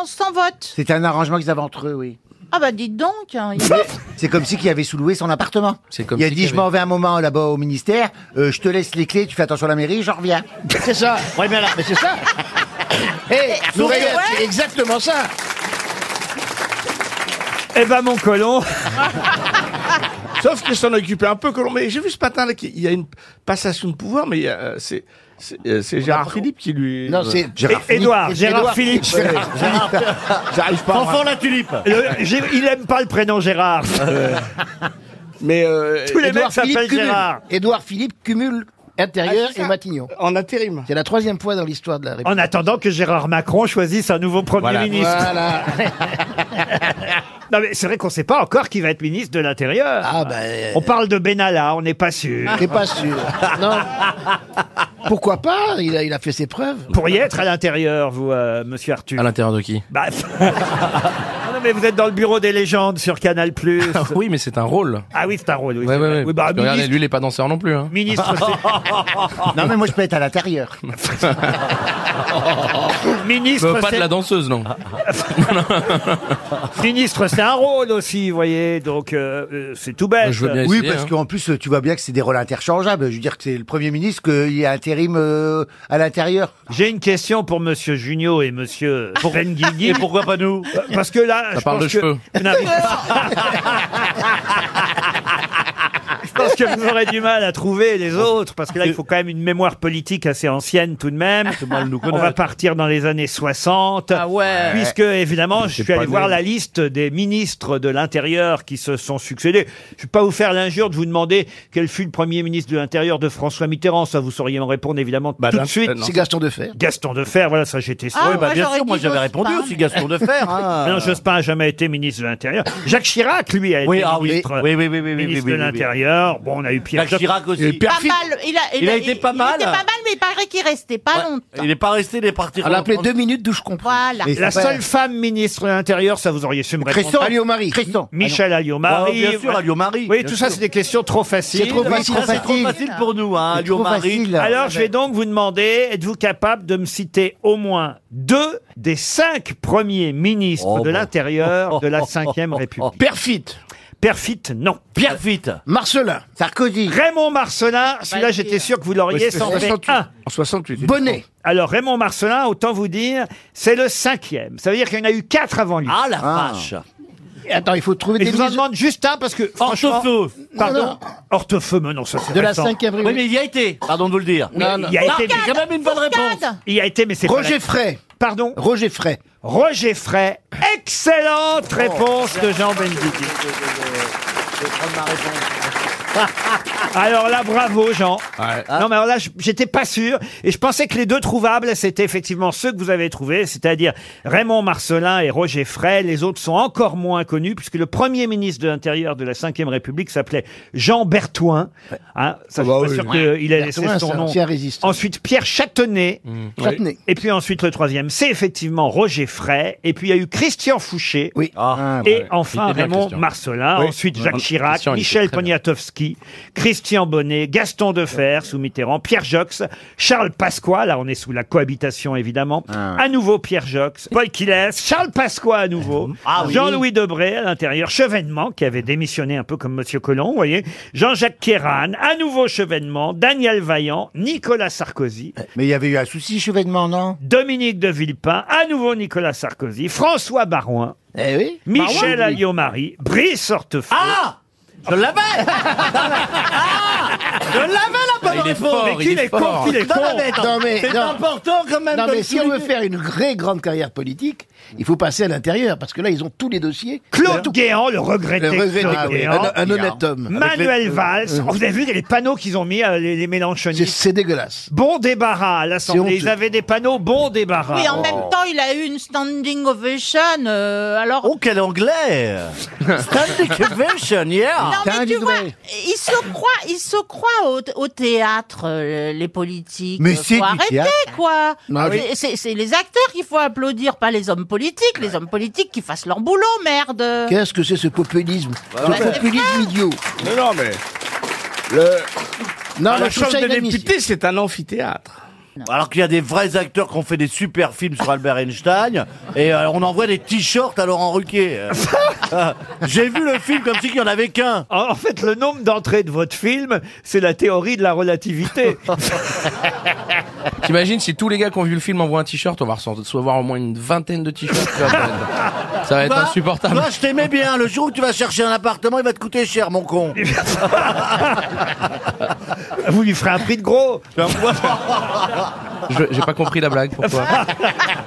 [SPEAKER 25] sans, sans vote.
[SPEAKER 6] C'est un arrangement qu'ils avaient entre eux, oui.
[SPEAKER 25] Ah bah dites donc. hein,
[SPEAKER 6] <laughs>
[SPEAKER 25] il-
[SPEAKER 6] C'est comme si qu'il avait sous-loué son appartement.
[SPEAKER 24] comme
[SPEAKER 6] il a
[SPEAKER 24] si
[SPEAKER 6] dit
[SPEAKER 24] qu'il
[SPEAKER 6] je m'en vais un moment là-bas au ministère, euh, je te laisse les clés, tu fais attention à la mairie, j'en reviens.
[SPEAKER 24] C'est ça. Ouais, mais là, mais c'est <laughs> ça. Hé,
[SPEAKER 6] <laughs>
[SPEAKER 24] nous,
[SPEAKER 6] ouais.
[SPEAKER 24] regarde, c'est exactement ça.
[SPEAKER 1] Eh ben mon colon.
[SPEAKER 20] Sauf que s'en occuper un peu, Colombé. J'ai vu ce matin là qu'il y a une passation de pouvoir, mais euh, c'est c'est euh, c'est Gérard Philippe qui lui. Euh,
[SPEAKER 24] Non, c'est- Gérard
[SPEAKER 1] Philippe. Édouard, Gérard Philippe.
[SPEAKER 20] Gérard Philippe. J'arrive pas. à-
[SPEAKER 1] Enfant la tulipe. Le- j'ai- il aime pas le prénom Gérard.
[SPEAKER 7] Euh.
[SPEAKER 20] Mais euh, <laughs>
[SPEAKER 1] Tous les
[SPEAKER 20] Édouard
[SPEAKER 1] mecs s'appellent
[SPEAKER 20] Philippe cumule.
[SPEAKER 1] Gérard.
[SPEAKER 24] Édouard Philippe cumule intérieur
[SPEAKER 1] Ah, c'est
[SPEAKER 24] et
[SPEAKER 1] ça.
[SPEAKER 24] Matignon.
[SPEAKER 20] En intérim.
[SPEAKER 24] C'est la troisième fois dans l'histoire de la République.
[SPEAKER 1] En attendant que Gérard Macron choisisse un nouveau Premier
[SPEAKER 24] Voilà.
[SPEAKER 1] ministre.
[SPEAKER 24] Voilà.
[SPEAKER 1] non mais c'est vrai qu'on ne sait pas encore qui va être ministre de l'Intérieur. On parle de Benalla, on n'est pas sûr.
[SPEAKER 24] Ah, ben, euh, On n'est pas sûr. Non. Pourquoi pas il a, il a fait ses preuves.
[SPEAKER 1] Vous pourriez être à l'intérieur, vous, euh, monsieur Arthur.
[SPEAKER 26] À l'intérieur de qui
[SPEAKER 1] Bah, <laughs> Ah non, mais vous êtes dans le bureau des légendes sur Canal+.
[SPEAKER 26] Ah Oui, mais c'est un rôle.
[SPEAKER 1] <laughs> Ah oui, c'est un rôle, oui.
[SPEAKER 26] Ouais,
[SPEAKER 1] c'est
[SPEAKER 26] ouais,
[SPEAKER 1] vrai.
[SPEAKER 26] ouais.
[SPEAKER 1] Oui, bah,
[SPEAKER 26] Parce que regardez,
[SPEAKER 1] ministre,
[SPEAKER 26] lui, il est pas danseur non plus. hein.
[SPEAKER 1] ministre,
[SPEAKER 26] <laughs>
[SPEAKER 1] c'est-
[SPEAKER 6] non mais moi je peux être
[SPEAKER 24] <laughs>
[SPEAKER 6] à l'intérieur.
[SPEAKER 1] Ministre,
[SPEAKER 26] Euh, pas
[SPEAKER 1] c'est-
[SPEAKER 26] de la danseuse,
[SPEAKER 1] <laughs>
[SPEAKER 26] non. <laughs>
[SPEAKER 1] ministre, c'est un rôle aussi, vous voyez, donc euh, euh, c'est tout bête.
[SPEAKER 6] oui,
[SPEAKER 26] hein.
[SPEAKER 6] parce qu'en plus, euh, tu vois bien que c'est des rôles interchangeables. Je veux dire que c'est le Premier ministre qu'il y a intérim euh, à l'intérieur.
[SPEAKER 1] J'ai une question pour Monsieur Junio et Monsieur Benguigui. Et pourquoi pas nous Parce que là,
[SPEAKER 26] Ça
[SPEAKER 1] je
[SPEAKER 26] parle de
[SPEAKER 1] pense que...
[SPEAKER 26] cheveux.
[SPEAKER 1] Non, <laughs> mais- je pense que vous aurez du mal à trouver les autres, parce que là, il faut quand même une mémoire politique assez ancienne tout de même. On va partir dans les années 60. Ah ouais. Puisque, évidemment, je suis allé
[SPEAKER 26] pas
[SPEAKER 1] voir
[SPEAKER 26] né.
[SPEAKER 1] la liste des ministres de l'Intérieur qui se sont succédés. Je ne vais pas vous faire l'injure de vous demander quel fut le premier ministre de l'Intérieur de François Mitterrand. Ça, vous sauriez me répondre, évidemment,
[SPEAKER 26] Bah,
[SPEAKER 1] tout de
[SPEAKER 24] d'un-
[SPEAKER 1] suite.
[SPEAKER 24] euh, non. C'est Gaston Defer.
[SPEAKER 1] Gaston Defer, voilà, ça, j'étais
[SPEAKER 24] Ah, Oui, bah, moi, bien j'aurais sûr, moi, dit j'avais Jospin, répondu aussi, mais- Gaston Defer, hein.
[SPEAKER 1] Non, Jospin n'a jamais été ministre de l'Intérieur. Jacques Chirac, lui, a
[SPEAKER 26] Oui,
[SPEAKER 1] été
[SPEAKER 26] ah oui.
[SPEAKER 1] ministre,
[SPEAKER 26] Oui, oui, oui, oui, oui,
[SPEAKER 1] ministre
[SPEAKER 26] oui,
[SPEAKER 1] de
[SPEAKER 26] oui, oui.
[SPEAKER 1] l'Intérieur. Bon, on a eu Pierre
[SPEAKER 26] Jacques Chirac aussi. Et
[SPEAKER 25] pas mal. Il a,
[SPEAKER 26] Il a été pas mal.
[SPEAKER 25] Il était pas mal, mais il paraît qu'il restait pas longtemps.
[SPEAKER 26] Il est pas resté, il est parti.
[SPEAKER 24] On l'a appelé deux minutes d'où je comprends.
[SPEAKER 25] Voilà.
[SPEAKER 1] La seule femme ministre de l'Intérieur, ça vous auriez su me répondre.
[SPEAKER 24] Cresson. Alliot-Marie. Cresson.
[SPEAKER 1] Michel Alliot-Marie.
[SPEAKER 26] Mmh. Oh, bien sûr, Alliot-Marie.
[SPEAKER 1] Oui,
[SPEAKER 26] Bien
[SPEAKER 1] tout ça,
[SPEAKER 26] sûr.
[SPEAKER 1] c'est des questions trop faciles.
[SPEAKER 26] C'est trop facile, c'est trop facile pour nous, hein,
[SPEAKER 1] C'est trop
[SPEAKER 26] Alliot-Marie.
[SPEAKER 1] facile. Alors, je vais donc vous demander, êtes-vous capable de me citer au moins deux des cinq premiers ministres
[SPEAKER 26] Oh,
[SPEAKER 1] de
[SPEAKER 26] <laughs>
[SPEAKER 1] l'Intérieur de la Ve République Perfit. Perfit, non. Perfit.
[SPEAKER 24] Marcelin.
[SPEAKER 1] Sarkozy. Raymond Marcelin, celui-là, j'étais sûr que vous l'auriez sans
[SPEAKER 20] en
[SPEAKER 1] fait
[SPEAKER 20] 68.
[SPEAKER 1] un.
[SPEAKER 20] En 68.
[SPEAKER 1] Bonnet. Alors Raymond Marcelin, autant vous dire, c'est le cinquième. Ça veut dire qu'il y en a eu quatre avant lui. Ah la vache
[SPEAKER 24] Attends, il faut trouver
[SPEAKER 1] Et
[SPEAKER 24] des
[SPEAKER 1] je vous en
[SPEAKER 24] ministres-
[SPEAKER 1] demande juste un parce que franchement...
[SPEAKER 24] Orthofeu.
[SPEAKER 1] Pardon
[SPEAKER 24] Non, non.
[SPEAKER 1] Orthofeu, mais non, ça c'est
[SPEAKER 24] De la
[SPEAKER 1] récent.
[SPEAKER 24] 5e République. Oui, mais il y a été, pardon de vous le dire.
[SPEAKER 1] Oui,
[SPEAKER 24] Non, non.
[SPEAKER 1] Il y a été,
[SPEAKER 24] Fourcade,
[SPEAKER 1] mais- Il y a été, mais c'est pas
[SPEAKER 24] Roger
[SPEAKER 1] la-
[SPEAKER 24] Frey.
[SPEAKER 1] Pardon
[SPEAKER 24] Roger Frey. Oh.
[SPEAKER 1] Roger Frey. Excellente
[SPEAKER 6] Oh,
[SPEAKER 1] réponse de Jean Benguigui.
[SPEAKER 6] Ah,
[SPEAKER 1] <laughs> Alors là, bravo Jean. Non, mais alors là, je- j'étais pas sûr. Et je pensais que les deux trouvables, c'était effectivement ceux que vous avez trouvés, c'est-à-dire Raymond Marcelin et Roger Frey. Les autres sont encore moins connus, puisque le premier ministre de l'Intérieur de la Ve République s'appelait Jean Bertouin. Hein, ça, je suis pas
[SPEAKER 24] Ah bah oui.
[SPEAKER 1] sûr qu'il ait laissé
[SPEAKER 24] Bertouin,
[SPEAKER 1] son
[SPEAKER 24] c'est un
[SPEAKER 1] nom.
[SPEAKER 24] ancien résistant.
[SPEAKER 1] Ensuite, Pierre Châtenay.
[SPEAKER 26] Mmh.
[SPEAKER 24] Châtenay.
[SPEAKER 1] Et puis ensuite, le troisième, c'est effectivement Roger Frey. Et puis, il y a eu Christian Fouché. Oui.
[SPEAKER 24] Ah,
[SPEAKER 1] et
[SPEAKER 26] ouais. Ah. Il
[SPEAKER 1] enfin,
[SPEAKER 26] était bien,
[SPEAKER 1] Raymond
[SPEAKER 26] Christian.
[SPEAKER 1] Marcelin.
[SPEAKER 26] Oui.
[SPEAKER 1] Ensuite,
[SPEAKER 26] Ouais.
[SPEAKER 1] Jacques Chirac,
[SPEAKER 26] Christian, il était
[SPEAKER 1] Michel
[SPEAKER 26] très bien.
[SPEAKER 1] Poniatowski, Christian Bonnet, Gaston Defer, sous Mitterrand, Pierre Jox, Charles Pasqua. Là, on est sous la cohabitation, évidemment.
[SPEAKER 26] Ah
[SPEAKER 1] À nouveau, Pierre Jox, Paul Quillès, Charles Pasqua à nouveau.
[SPEAKER 26] Ah oui.
[SPEAKER 1] Jean-Louis Debré à l'intérieur, Chevènement, qui avait démissionné un peu comme Monsieur Colomb, vous voyez. Jean-Jacques Kéran, à nouveau Chevènement, Daniel Vaillant, Nicolas Sarkozy.
[SPEAKER 6] Euh, Mais il y avait eu un souci, chevènement, non
[SPEAKER 1] Dominique de Villepin, à nouveau Nicolas Sarkozy, François Barouin, Michel
[SPEAKER 6] Barouin, Eh
[SPEAKER 1] <laughs>
[SPEAKER 6] oui.
[SPEAKER 1] Alliot-Marie, Brice Hortefeux. Ah
[SPEAKER 26] Je l'avais
[SPEAKER 5] la bonne
[SPEAKER 6] Il est
[SPEAKER 5] réponse.
[SPEAKER 6] fort,
[SPEAKER 5] Mais qu'il
[SPEAKER 6] il est
[SPEAKER 5] est con,
[SPEAKER 6] fort.
[SPEAKER 5] qu'il est
[SPEAKER 6] Non,
[SPEAKER 5] con.
[SPEAKER 6] mais-
[SPEAKER 1] hein.
[SPEAKER 6] non, mais-
[SPEAKER 5] C'est
[SPEAKER 6] non.
[SPEAKER 5] important quand même
[SPEAKER 6] Non,
[SPEAKER 5] de
[SPEAKER 6] mais
[SPEAKER 5] le
[SPEAKER 6] si on veut
[SPEAKER 5] souligner.
[SPEAKER 6] faire une vraie grande carrière politique, il faut passer à l'intérieur, parce que là, ils ont tous les dossiers.
[SPEAKER 1] Claude Guéant, le regretté.
[SPEAKER 6] Le regretté
[SPEAKER 1] Claude
[SPEAKER 6] Guéant.
[SPEAKER 1] Guéant.
[SPEAKER 6] Un- un honnête homme.
[SPEAKER 1] Manuel
[SPEAKER 6] Avec les-
[SPEAKER 1] Valls.
[SPEAKER 6] Euh.
[SPEAKER 1] Vous avez vu les panneaux qu'ils ont mis, euh, les, les Mélenchonistes
[SPEAKER 6] C'est dégueulasse.
[SPEAKER 1] Bon débarras à l'Assemblée.
[SPEAKER 6] C'est
[SPEAKER 1] Ils avaient des panneaux bon débarras.
[SPEAKER 25] Oui, en même temps, il a eu une standing ovation. euh, alors.
[SPEAKER 5] Oh,
[SPEAKER 1] <laughs>
[SPEAKER 5] quel anglais Standing ovation, yeah
[SPEAKER 25] Non, mais tu vois, ils se croient, ils se croient au, au théâtre, euh, les politiques.
[SPEAKER 6] Mais
[SPEAKER 25] Faut
[SPEAKER 6] c'est du
[SPEAKER 25] arrêter,
[SPEAKER 6] théâtre.
[SPEAKER 25] quoi.
[SPEAKER 6] Non,
[SPEAKER 25] C'est- C'est c'est les acteurs qu'il faut applaudir, pas les hommes politiques. Les hommes politiques qui fassent leur boulot, merde.
[SPEAKER 6] Qu'est-ce que c'est ce populisme
[SPEAKER 25] Voilà.
[SPEAKER 6] Ce
[SPEAKER 25] Bah,
[SPEAKER 6] populisme idiot.
[SPEAKER 17] Non, non, Ah, mais.
[SPEAKER 5] Euh,
[SPEAKER 1] Euh,
[SPEAKER 6] Non,
[SPEAKER 17] Ah,
[SPEAKER 6] mais
[SPEAKER 17] la
[SPEAKER 6] je trouve
[SPEAKER 17] Chambre
[SPEAKER 6] ça
[SPEAKER 17] des
[SPEAKER 6] inadmissible.
[SPEAKER 17] députés, c'est un amphithéâtre.
[SPEAKER 5] Alors qu'il y a des vrais acteurs qui ont fait des super films sur Albert Einstein et euh, on envoie des t-shirts à Laurent Ruquier.
[SPEAKER 1] <laughs>
[SPEAKER 5] Euh, euh, J'ai vu le film comme si qu'il n'y en avait qu'un.
[SPEAKER 1] En en fait, le nombre d'entrées de votre film, c'est la théorie de la
[SPEAKER 6] <laughs>
[SPEAKER 1] relativité. <laughs>
[SPEAKER 27] T'imagines si tous les gars qui ont vu le film envoient un t-shirt, on va recevoir au moins une vingtaine de t-shirts. tu vois, ça va être- ça va être
[SPEAKER 1] Bah,
[SPEAKER 5] Toi-
[SPEAKER 27] insupportable.
[SPEAKER 5] Toi, Bah, je t'aimais bien. Le jour où tu vas chercher un appartement, il va te coûter cher, mon con.
[SPEAKER 1] Vous lui ferez un prix de gros.
[SPEAKER 27] Je- J'ai pas compris la blague, pourquoi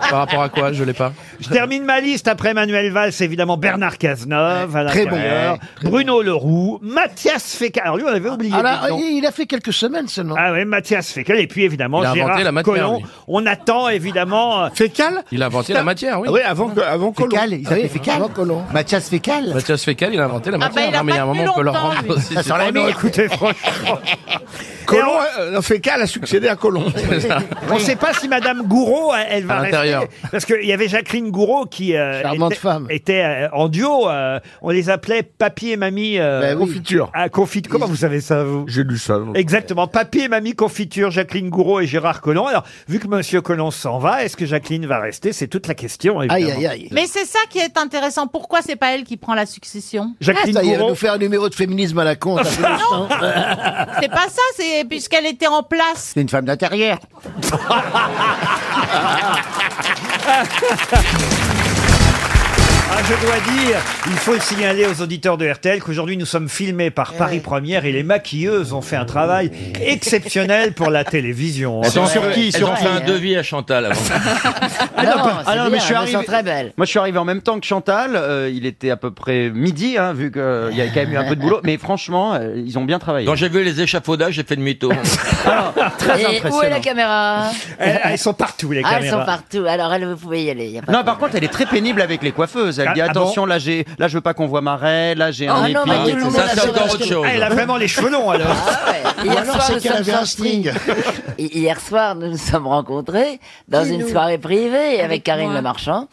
[SPEAKER 27] Par rapport à quoi Je l'ai pas.
[SPEAKER 1] Je termine ma liste après Manuel Valls, évidemment Bernard Cazeneuve, Alain
[SPEAKER 6] Très bon.
[SPEAKER 1] Carrère,
[SPEAKER 6] Ouais,
[SPEAKER 1] Bruno Leroux, Mathias Fécal. Alors lui, on l'avait oublié.
[SPEAKER 6] Ah là,
[SPEAKER 1] dites donc.
[SPEAKER 6] il il a fait quelques semaines seulement.
[SPEAKER 1] Ah oui, Mathias Fécal. Et puis évidemment,
[SPEAKER 27] Il a inventé
[SPEAKER 1] Gérard
[SPEAKER 27] la matière,
[SPEAKER 1] Collomb.
[SPEAKER 27] lui.
[SPEAKER 1] On attend évidemment. euh,
[SPEAKER 17] Fécal
[SPEAKER 27] Il a inventé la matière, oui.
[SPEAKER 17] Ah oui, avant, que- avant Colomb.
[SPEAKER 6] Fécal, ils
[SPEAKER 1] Ah
[SPEAKER 6] avaient Fécal.
[SPEAKER 5] Mathias Fécal.
[SPEAKER 27] Mathias Fécal, il a inventé la
[SPEAKER 5] Ah bah,
[SPEAKER 27] matière.
[SPEAKER 5] il a
[SPEAKER 27] Non, mais il y a un
[SPEAKER 5] pas tenu
[SPEAKER 27] moment qu'on leur
[SPEAKER 5] longtemps,
[SPEAKER 27] rend
[SPEAKER 5] lui.
[SPEAKER 27] aussi.
[SPEAKER 5] Ça sent la
[SPEAKER 27] Oh non,
[SPEAKER 5] merde.
[SPEAKER 1] Ah, Écoutez, franchement.
[SPEAKER 17] Colomb, euh, non, Fécal a succédé à Colomb.
[SPEAKER 1] <laughs> On ne sait pas si Madame Gouraud, euh, elle, elle va
[SPEAKER 17] À
[SPEAKER 1] rester.
[SPEAKER 17] l'intérieur.
[SPEAKER 1] Parce qu'il y avait Jacqueline Gouraud qui euh, était, était, euh, en duo. euh, on les appelait Papy et Mamie euh,
[SPEAKER 17] Ben Confiture.
[SPEAKER 1] Ah, confiture. Comment vous savez ça, vous
[SPEAKER 17] J'ai lu ça. donc.
[SPEAKER 1] Exactement. Papy et Mamie Confiture, Jacqueline Gouraud et Gérard Collomb. Alors, vu que Monsieur Collomb s'en va, est-ce que Jacqueline va rester C'est toute la question, évidemment.
[SPEAKER 25] Mais c'est ça qui est intéressant. Pourquoi c'est pas elle qui prend la succession
[SPEAKER 6] Ah, ça y est, elle va nous faire un numéro de féminisme à la
[SPEAKER 5] <laughs>
[SPEAKER 6] con. ça fait longtemps.
[SPEAKER 25] C'est pas ça, c'est puisqu'elle était en place.
[SPEAKER 6] C'est une
[SPEAKER 5] <laughs>
[SPEAKER 6] femme d'intérieur.
[SPEAKER 1] Ah, je dois dire, il faut le signaler aux auditeurs de RTL qu'aujourd'hui nous sommes filmés par
[SPEAKER 9] Eh
[SPEAKER 1] Paris Première et les maquilleuses ont fait un travail exceptionnel pour la télévision.
[SPEAKER 11] Elles ont-
[SPEAKER 1] Sur qui
[SPEAKER 11] elles
[SPEAKER 1] Sur
[SPEAKER 11] ont fait un
[SPEAKER 1] qui
[SPEAKER 11] devis à Chantal avant. <laughs>
[SPEAKER 4] non,
[SPEAKER 13] Ah non, mais je suis arrivé.
[SPEAKER 4] très belle.
[SPEAKER 13] Moi, je suis arrivé en même temps que Chantal. euh, il était à peu près midi, hein, vu qu'il y a quand même eu un peu de boulot. Mais franchement, euh, ils ont bien travaillé.
[SPEAKER 11] Quand j'ai vu les échafaudages, j'ai fait demi-tour.
[SPEAKER 1] <laughs>
[SPEAKER 13] Très
[SPEAKER 4] Et où est la caméra
[SPEAKER 1] Elles, elles Eh, sont partout, les
[SPEAKER 4] Ah,
[SPEAKER 13] caméras.
[SPEAKER 4] elles sont partout. Alors, elles, vous pouvez y aller. y a pas
[SPEAKER 13] Non, par contre, elle est très pénible avec les coiffeuses. Elle
[SPEAKER 4] Ah,
[SPEAKER 13] dit
[SPEAKER 4] ah bon
[SPEAKER 13] attention, là, j'ai, là, je veux pas qu'on voit ma raie, là, j'ai
[SPEAKER 4] Oh
[SPEAKER 13] un
[SPEAKER 4] non,
[SPEAKER 13] épi.
[SPEAKER 4] mais tout le monde Ça, a c'est ça encore dans- autre chose.
[SPEAKER 1] Ah, Elle a vraiment les cheveux longs, alors.
[SPEAKER 4] <laughs>
[SPEAKER 9] Ah
[SPEAKER 4] Hier
[SPEAKER 13] Ou alors,
[SPEAKER 4] soir,
[SPEAKER 13] c'est
[SPEAKER 4] nous
[SPEAKER 13] qu'elle
[SPEAKER 4] sommes
[SPEAKER 13] avait un
[SPEAKER 4] sortis. <laughs> Hi- Hier soir, nous nous sommes rencontrés dans une soirée privée avec, Ah. Karine
[SPEAKER 1] moi.
[SPEAKER 4] Le Marchand,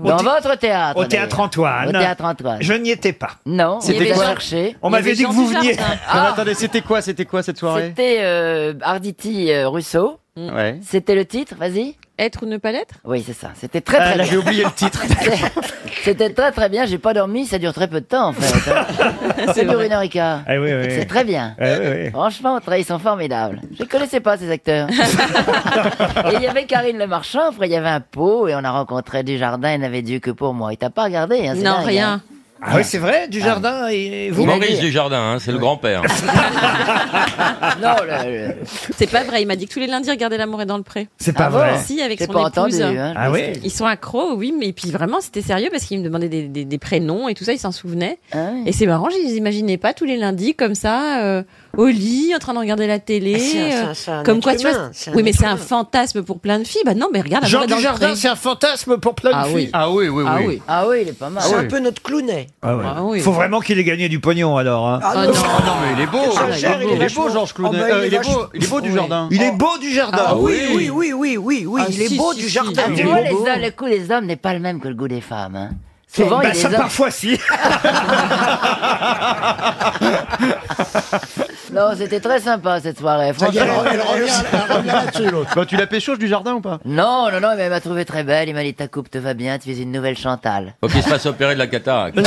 [SPEAKER 1] Au
[SPEAKER 4] dans
[SPEAKER 1] thé-
[SPEAKER 4] votre théâtre.
[SPEAKER 1] Au théâtre
[SPEAKER 4] d'ailleurs.
[SPEAKER 1] Antoine.
[SPEAKER 4] Au théâtre Antoine.
[SPEAKER 1] Je n'y étais pas.
[SPEAKER 4] Non,
[SPEAKER 13] C'était
[SPEAKER 4] on avait
[SPEAKER 13] quoi
[SPEAKER 4] cherché.
[SPEAKER 1] On m'avait dit que vous veniez.
[SPEAKER 4] Ah,
[SPEAKER 13] attendez, c'était quoi, c'était quoi cette soirée
[SPEAKER 4] C'était euh, Arditi euh, Rousseau.
[SPEAKER 13] Ouais.
[SPEAKER 4] C'était le titre, vas-y.
[SPEAKER 14] Être ou ne pas l'être
[SPEAKER 4] euh, Oui, c'est ça. C'était très
[SPEAKER 13] Ah,
[SPEAKER 1] Euh,
[SPEAKER 4] très
[SPEAKER 13] là,
[SPEAKER 4] bien.
[SPEAKER 13] j'ai
[SPEAKER 4] <laughs>
[SPEAKER 13] oublié le titre.
[SPEAKER 4] C'était très très bien. J'ai pas dormi. Ça dure très peu de temps, en fait. hein.
[SPEAKER 1] <laughs>
[SPEAKER 4] ça dure
[SPEAKER 1] vrai.
[SPEAKER 4] une heure et quart.
[SPEAKER 1] Ah oui, oui.
[SPEAKER 4] C'est très bien.
[SPEAKER 1] Ah oui, oui.
[SPEAKER 4] Franchement, ils sont formidables. Je les connaissais pas,
[SPEAKER 1] <laughs>
[SPEAKER 4] ces acteurs. et il y avait Karine Le Marchand, après il y avait un pot, et on a rencontré Dujardin, il n'avait Dieu que pour moi. Il t'a pas regardé, hein, c'est
[SPEAKER 14] Non,
[SPEAKER 4] dingue,
[SPEAKER 14] rien.
[SPEAKER 4] hein. Ah.
[SPEAKER 1] Ah oui, c'est vrai, du jardin et vous.
[SPEAKER 11] Maurice Desjardins, hein, c'est
[SPEAKER 1] <laughs>
[SPEAKER 11] le grand-père.
[SPEAKER 4] Ah, Non, euh, le- le-
[SPEAKER 14] C'est pas vrai, il m'a dit que tous les lundis, regardez l'amour est dans le pré.
[SPEAKER 1] C'est pas Ah vrai. bon
[SPEAKER 14] Si, avec
[SPEAKER 4] J'ai
[SPEAKER 14] son
[SPEAKER 4] pas
[SPEAKER 14] épouse.
[SPEAKER 4] entendu, hein, je
[SPEAKER 1] Ah ouais. sais.
[SPEAKER 14] Ils sont accros, oui, mais puis vraiment, c'était sérieux parce qu'ils me demandaient des, des- des prénoms et tout ça, ils s'en souvenaient.
[SPEAKER 4] Ah
[SPEAKER 14] Et c'est marrant, je les imaginais pas tous les lundis comme ça, euh, au lit, en train de regarder la télé.
[SPEAKER 9] Ah, c'est un-
[SPEAKER 14] euh,
[SPEAKER 9] c'est un- c'est un
[SPEAKER 14] comme
[SPEAKER 9] être
[SPEAKER 14] quoi, tu
[SPEAKER 9] humain,
[SPEAKER 14] vois.
[SPEAKER 9] c'est un
[SPEAKER 14] Oui, mais
[SPEAKER 9] être
[SPEAKER 14] c'est
[SPEAKER 9] humain.
[SPEAKER 14] un fantasme pour plein de filles. Bah non, mais regarde,
[SPEAKER 1] Jean
[SPEAKER 14] l'amour est dans le
[SPEAKER 1] Dujardin,
[SPEAKER 14] pré.
[SPEAKER 1] c'est un fantasme pour plein de
[SPEAKER 14] Ah oui.
[SPEAKER 1] filles.
[SPEAKER 13] Ah oui,
[SPEAKER 14] Ah oui.
[SPEAKER 4] Ah oui, il est pas mal.
[SPEAKER 1] Ah
[SPEAKER 9] C'est
[SPEAKER 1] oui.
[SPEAKER 9] un peu notre clounet.
[SPEAKER 1] Ah ouais.
[SPEAKER 9] Ah oui.
[SPEAKER 1] Faut vraiment qu'il ait gagné du pognon alors. hein.
[SPEAKER 9] Ah Ah non. non.
[SPEAKER 13] Oh non, mais il est beau.
[SPEAKER 9] Ah, il est beau.
[SPEAKER 13] Il est beau, Georges Clounet.
[SPEAKER 9] Ah, bah, il
[SPEAKER 13] Euh,
[SPEAKER 9] est
[SPEAKER 13] Il est beau,
[SPEAKER 9] vachement-
[SPEAKER 13] il est beau du jardin.
[SPEAKER 1] Il est beau du jardin.
[SPEAKER 9] Ah oui, oui, oui, oui, oui, oui,
[SPEAKER 4] Ah,
[SPEAKER 9] il est
[SPEAKER 4] si,
[SPEAKER 9] beau
[SPEAKER 4] si,
[SPEAKER 9] du
[SPEAKER 4] si.
[SPEAKER 9] jardin.
[SPEAKER 4] Ah, tu vois, les hommes- le goût des hommes n'est pas le même que le goût des femmes. hein. Souvent,
[SPEAKER 1] Bah,
[SPEAKER 4] il y a
[SPEAKER 1] ça,
[SPEAKER 4] des hommes-
[SPEAKER 1] parfois si.
[SPEAKER 4] <laughs> Non, c'était très sympa cette soirée. Franchement,
[SPEAKER 13] Bah, tu l'as pécho du jardin ou pas
[SPEAKER 4] Non, non, non, mais elle m'a trouvé très belle. Il m'a dit ta coupe te va bien, tu es une nouvelle Chantal.
[SPEAKER 11] Faut qu'il se fasse opérer de
[SPEAKER 1] <laughs>
[SPEAKER 11] la cataracte.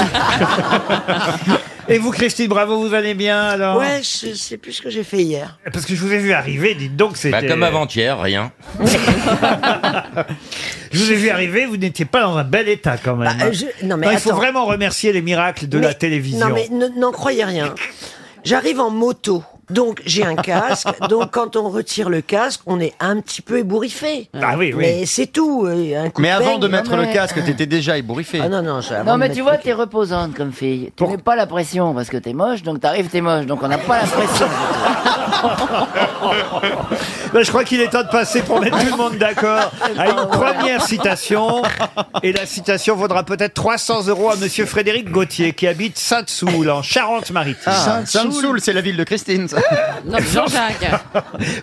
[SPEAKER 1] Et vous, Christine Bravo, vous allez bien alors
[SPEAKER 9] Ouais, je sais plus ce que j'ai fait hier.
[SPEAKER 1] Parce que je vous ai vu arriver, dites donc,
[SPEAKER 11] Bah,
[SPEAKER 1] c'était. Ah,
[SPEAKER 11] comme avant-hier, rien.
[SPEAKER 1] Je vous ai vu arriver, vous n'étiez pas dans un bel état quand même.
[SPEAKER 9] Bah, euh, je- non, mais
[SPEAKER 1] il faut
[SPEAKER 9] attends.
[SPEAKER 1] vraiment remercier les miracles de
[SPEAKER 9] Mais-
[SPEAKER 1] la télévision.
[SPEAKER 9] Non, mais ne- n'en croyez rien. J'arrive en moto. Donc j'ai un
[SPEAKER 8] <laughs>
[SPEAKER 9] casque. donc quand on retire le casque, on est un petit peu ébouriffé.
[SPEAKER 8] Ah oui, oui.
[SPEAKER 9] Mais c'est tout. euh, un coup
[SPEAKER 8] Mais
[SPEAKER 9] de
[SPEAKER 8] avant
[SPEAKER 9] peigne,
[SPEAKER 8] de mettre
[SPEAKER 9] non,
[SPEAKER 8] le
[SPEAKER 9] mais-
[SPEAKER 8] casque, t'étais déjà ébouriffé.
[SPEAKER 9] Ah non, non, ça.
[SPEAKER 4] Non,
[SPEAKER 5] bah,
[SPEAKER 4] mais tu vois, t'es reposante comme fille. Tu mets pas la pression parce que t'es moche, donc t'arrives, t'es moche, donc on n'a pas la pression.
[SPEAKER 1] Ben, je crois qu'il est temps de passer pour mettre tout le monde
[SPEAKER 9] <laughs>
[SPEAKER 1] d'accord à une première citation. Et la citation vaudra peut-être 300 euros à monsieur Frédéric Gauthier qui habite Sainte-Soule en Charente-Maritime.
[SPEAKER 8] Ah, Sainte-Soule, c'est la ville
[SPEAKER 5] <laughs>
[SPEAKER 8] de Christine. ça.
[SPEAKER 1] <laughs>
[SPEAKER 14] Non, mais Jean-Jacques.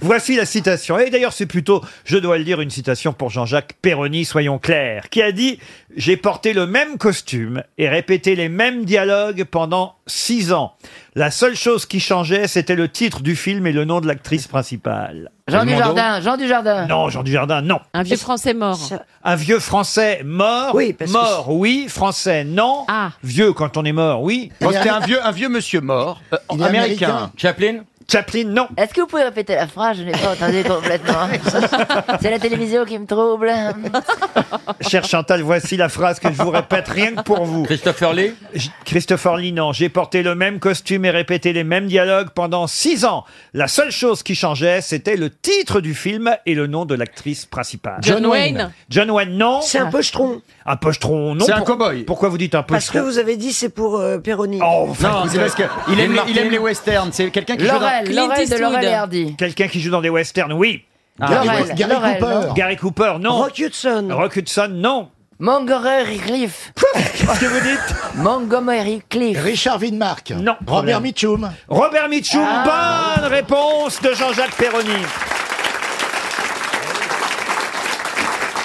[SPEAKER 1] Voici la citation. Et d'ailleurs, c'est plutôt, je dois le dire, une citation pour Jean-Jacques Perroni, soyons clairs, qui a dit « J'ai porté le même costume et répété les mêmes dialogues pendant six ans. La seule chose qui changeait, c'était le titre du film et le nom de l'actrice principale. »
[SPEAKER 4] Jean Dujardin, Jean Dujardin.
[SPEAKER 1] Non, Jean Dujardin, non.
[SPEAKER 14] Un vieux français mort.
[SPEAKER 1] Un vieux français mort,
[SPEAKER 14] Oui, parce que
[SPEAKER 1] mort, oui, français, non.
[SPEAKER 14] Ah.
[SPEAKER 1] Vieux quand on est mort, oui.
[SPEAKER 8] Bon, c'était un
[SPEAKER 1] vieux, un vieux monsieur mort, euh,
[SPEAKER 8] Il est américain. américain.
[SPEAKER 1] Chaplin Chaplin, non.
[SPEAKER 4] Est-ce que vous pouvez répéter la phrase Je n'ai pas entendu
[SPEAKER 25] <laughs>
[SPEAKER 4] complètement. C'est la télévision qui me trouble.
[SPEAKER 25] Ah,
[SPEAKER 1] Cher Chantal, voici la phrase que je vous répète rien que pour vous. Christopher Lee Christopher Lee, non. J'ai porté le même costume et répété les mêmes dialogues pendant six ans. La seule chose qui changeait, c'était le titre du film et le nom de l'actrice principale.
[SPEAKER 9] John Wayne.
[SPEAKER 1] John Wayne, non.
[SPEAKER 9] C'est un pochetron.
[SPEAKER 1] Un pochetron, non.
[SPEAKER 9] C'est un
[SPEAKER 1] cowboy. Pourquoi vous dites
[SPEAKER 9] <laughs>
[SPEAKER 1] un
[SPEAKER 9] Parce que
[SPEAKER 1] pochetron
[SPEAKER 9] vous avez dit c'est pour euh, Péroni.
[SPEAKER 8] Non, c'est Oh, parce qu'il aime, les- il aime les westerns. C'est quelqu'un qui joue dans-
[SPEAKER 4] Laurel, Laurel de Laurel et Hardy.
[SPEAKER 1] Quelqu'un qui joue dans des westerns, oui.
[SPEAKER 4] Ah. Laurel, Gary Laurel, Cooper. non.
[SPEAKER 1] Gary Cooper, non. Rock Hudson. Rock Hudson, non.
[SPEAKER 4] Montgomery Cliff.
[SPEAKER 1] <laughs> Qu'est-ce que vous dites
[SPEAKER 4] <laughs> Montgomery Cliff.
[SPEAKER 1] Richard Widmark. Non.
[SPEAKER 24] Robert Mitchum.
[SPEAKER 1] Robert Mitchum,
[SPEAKER 4] Ah.
[SPEAKER 1] bonne réponse de Jean-Jacques Perroni.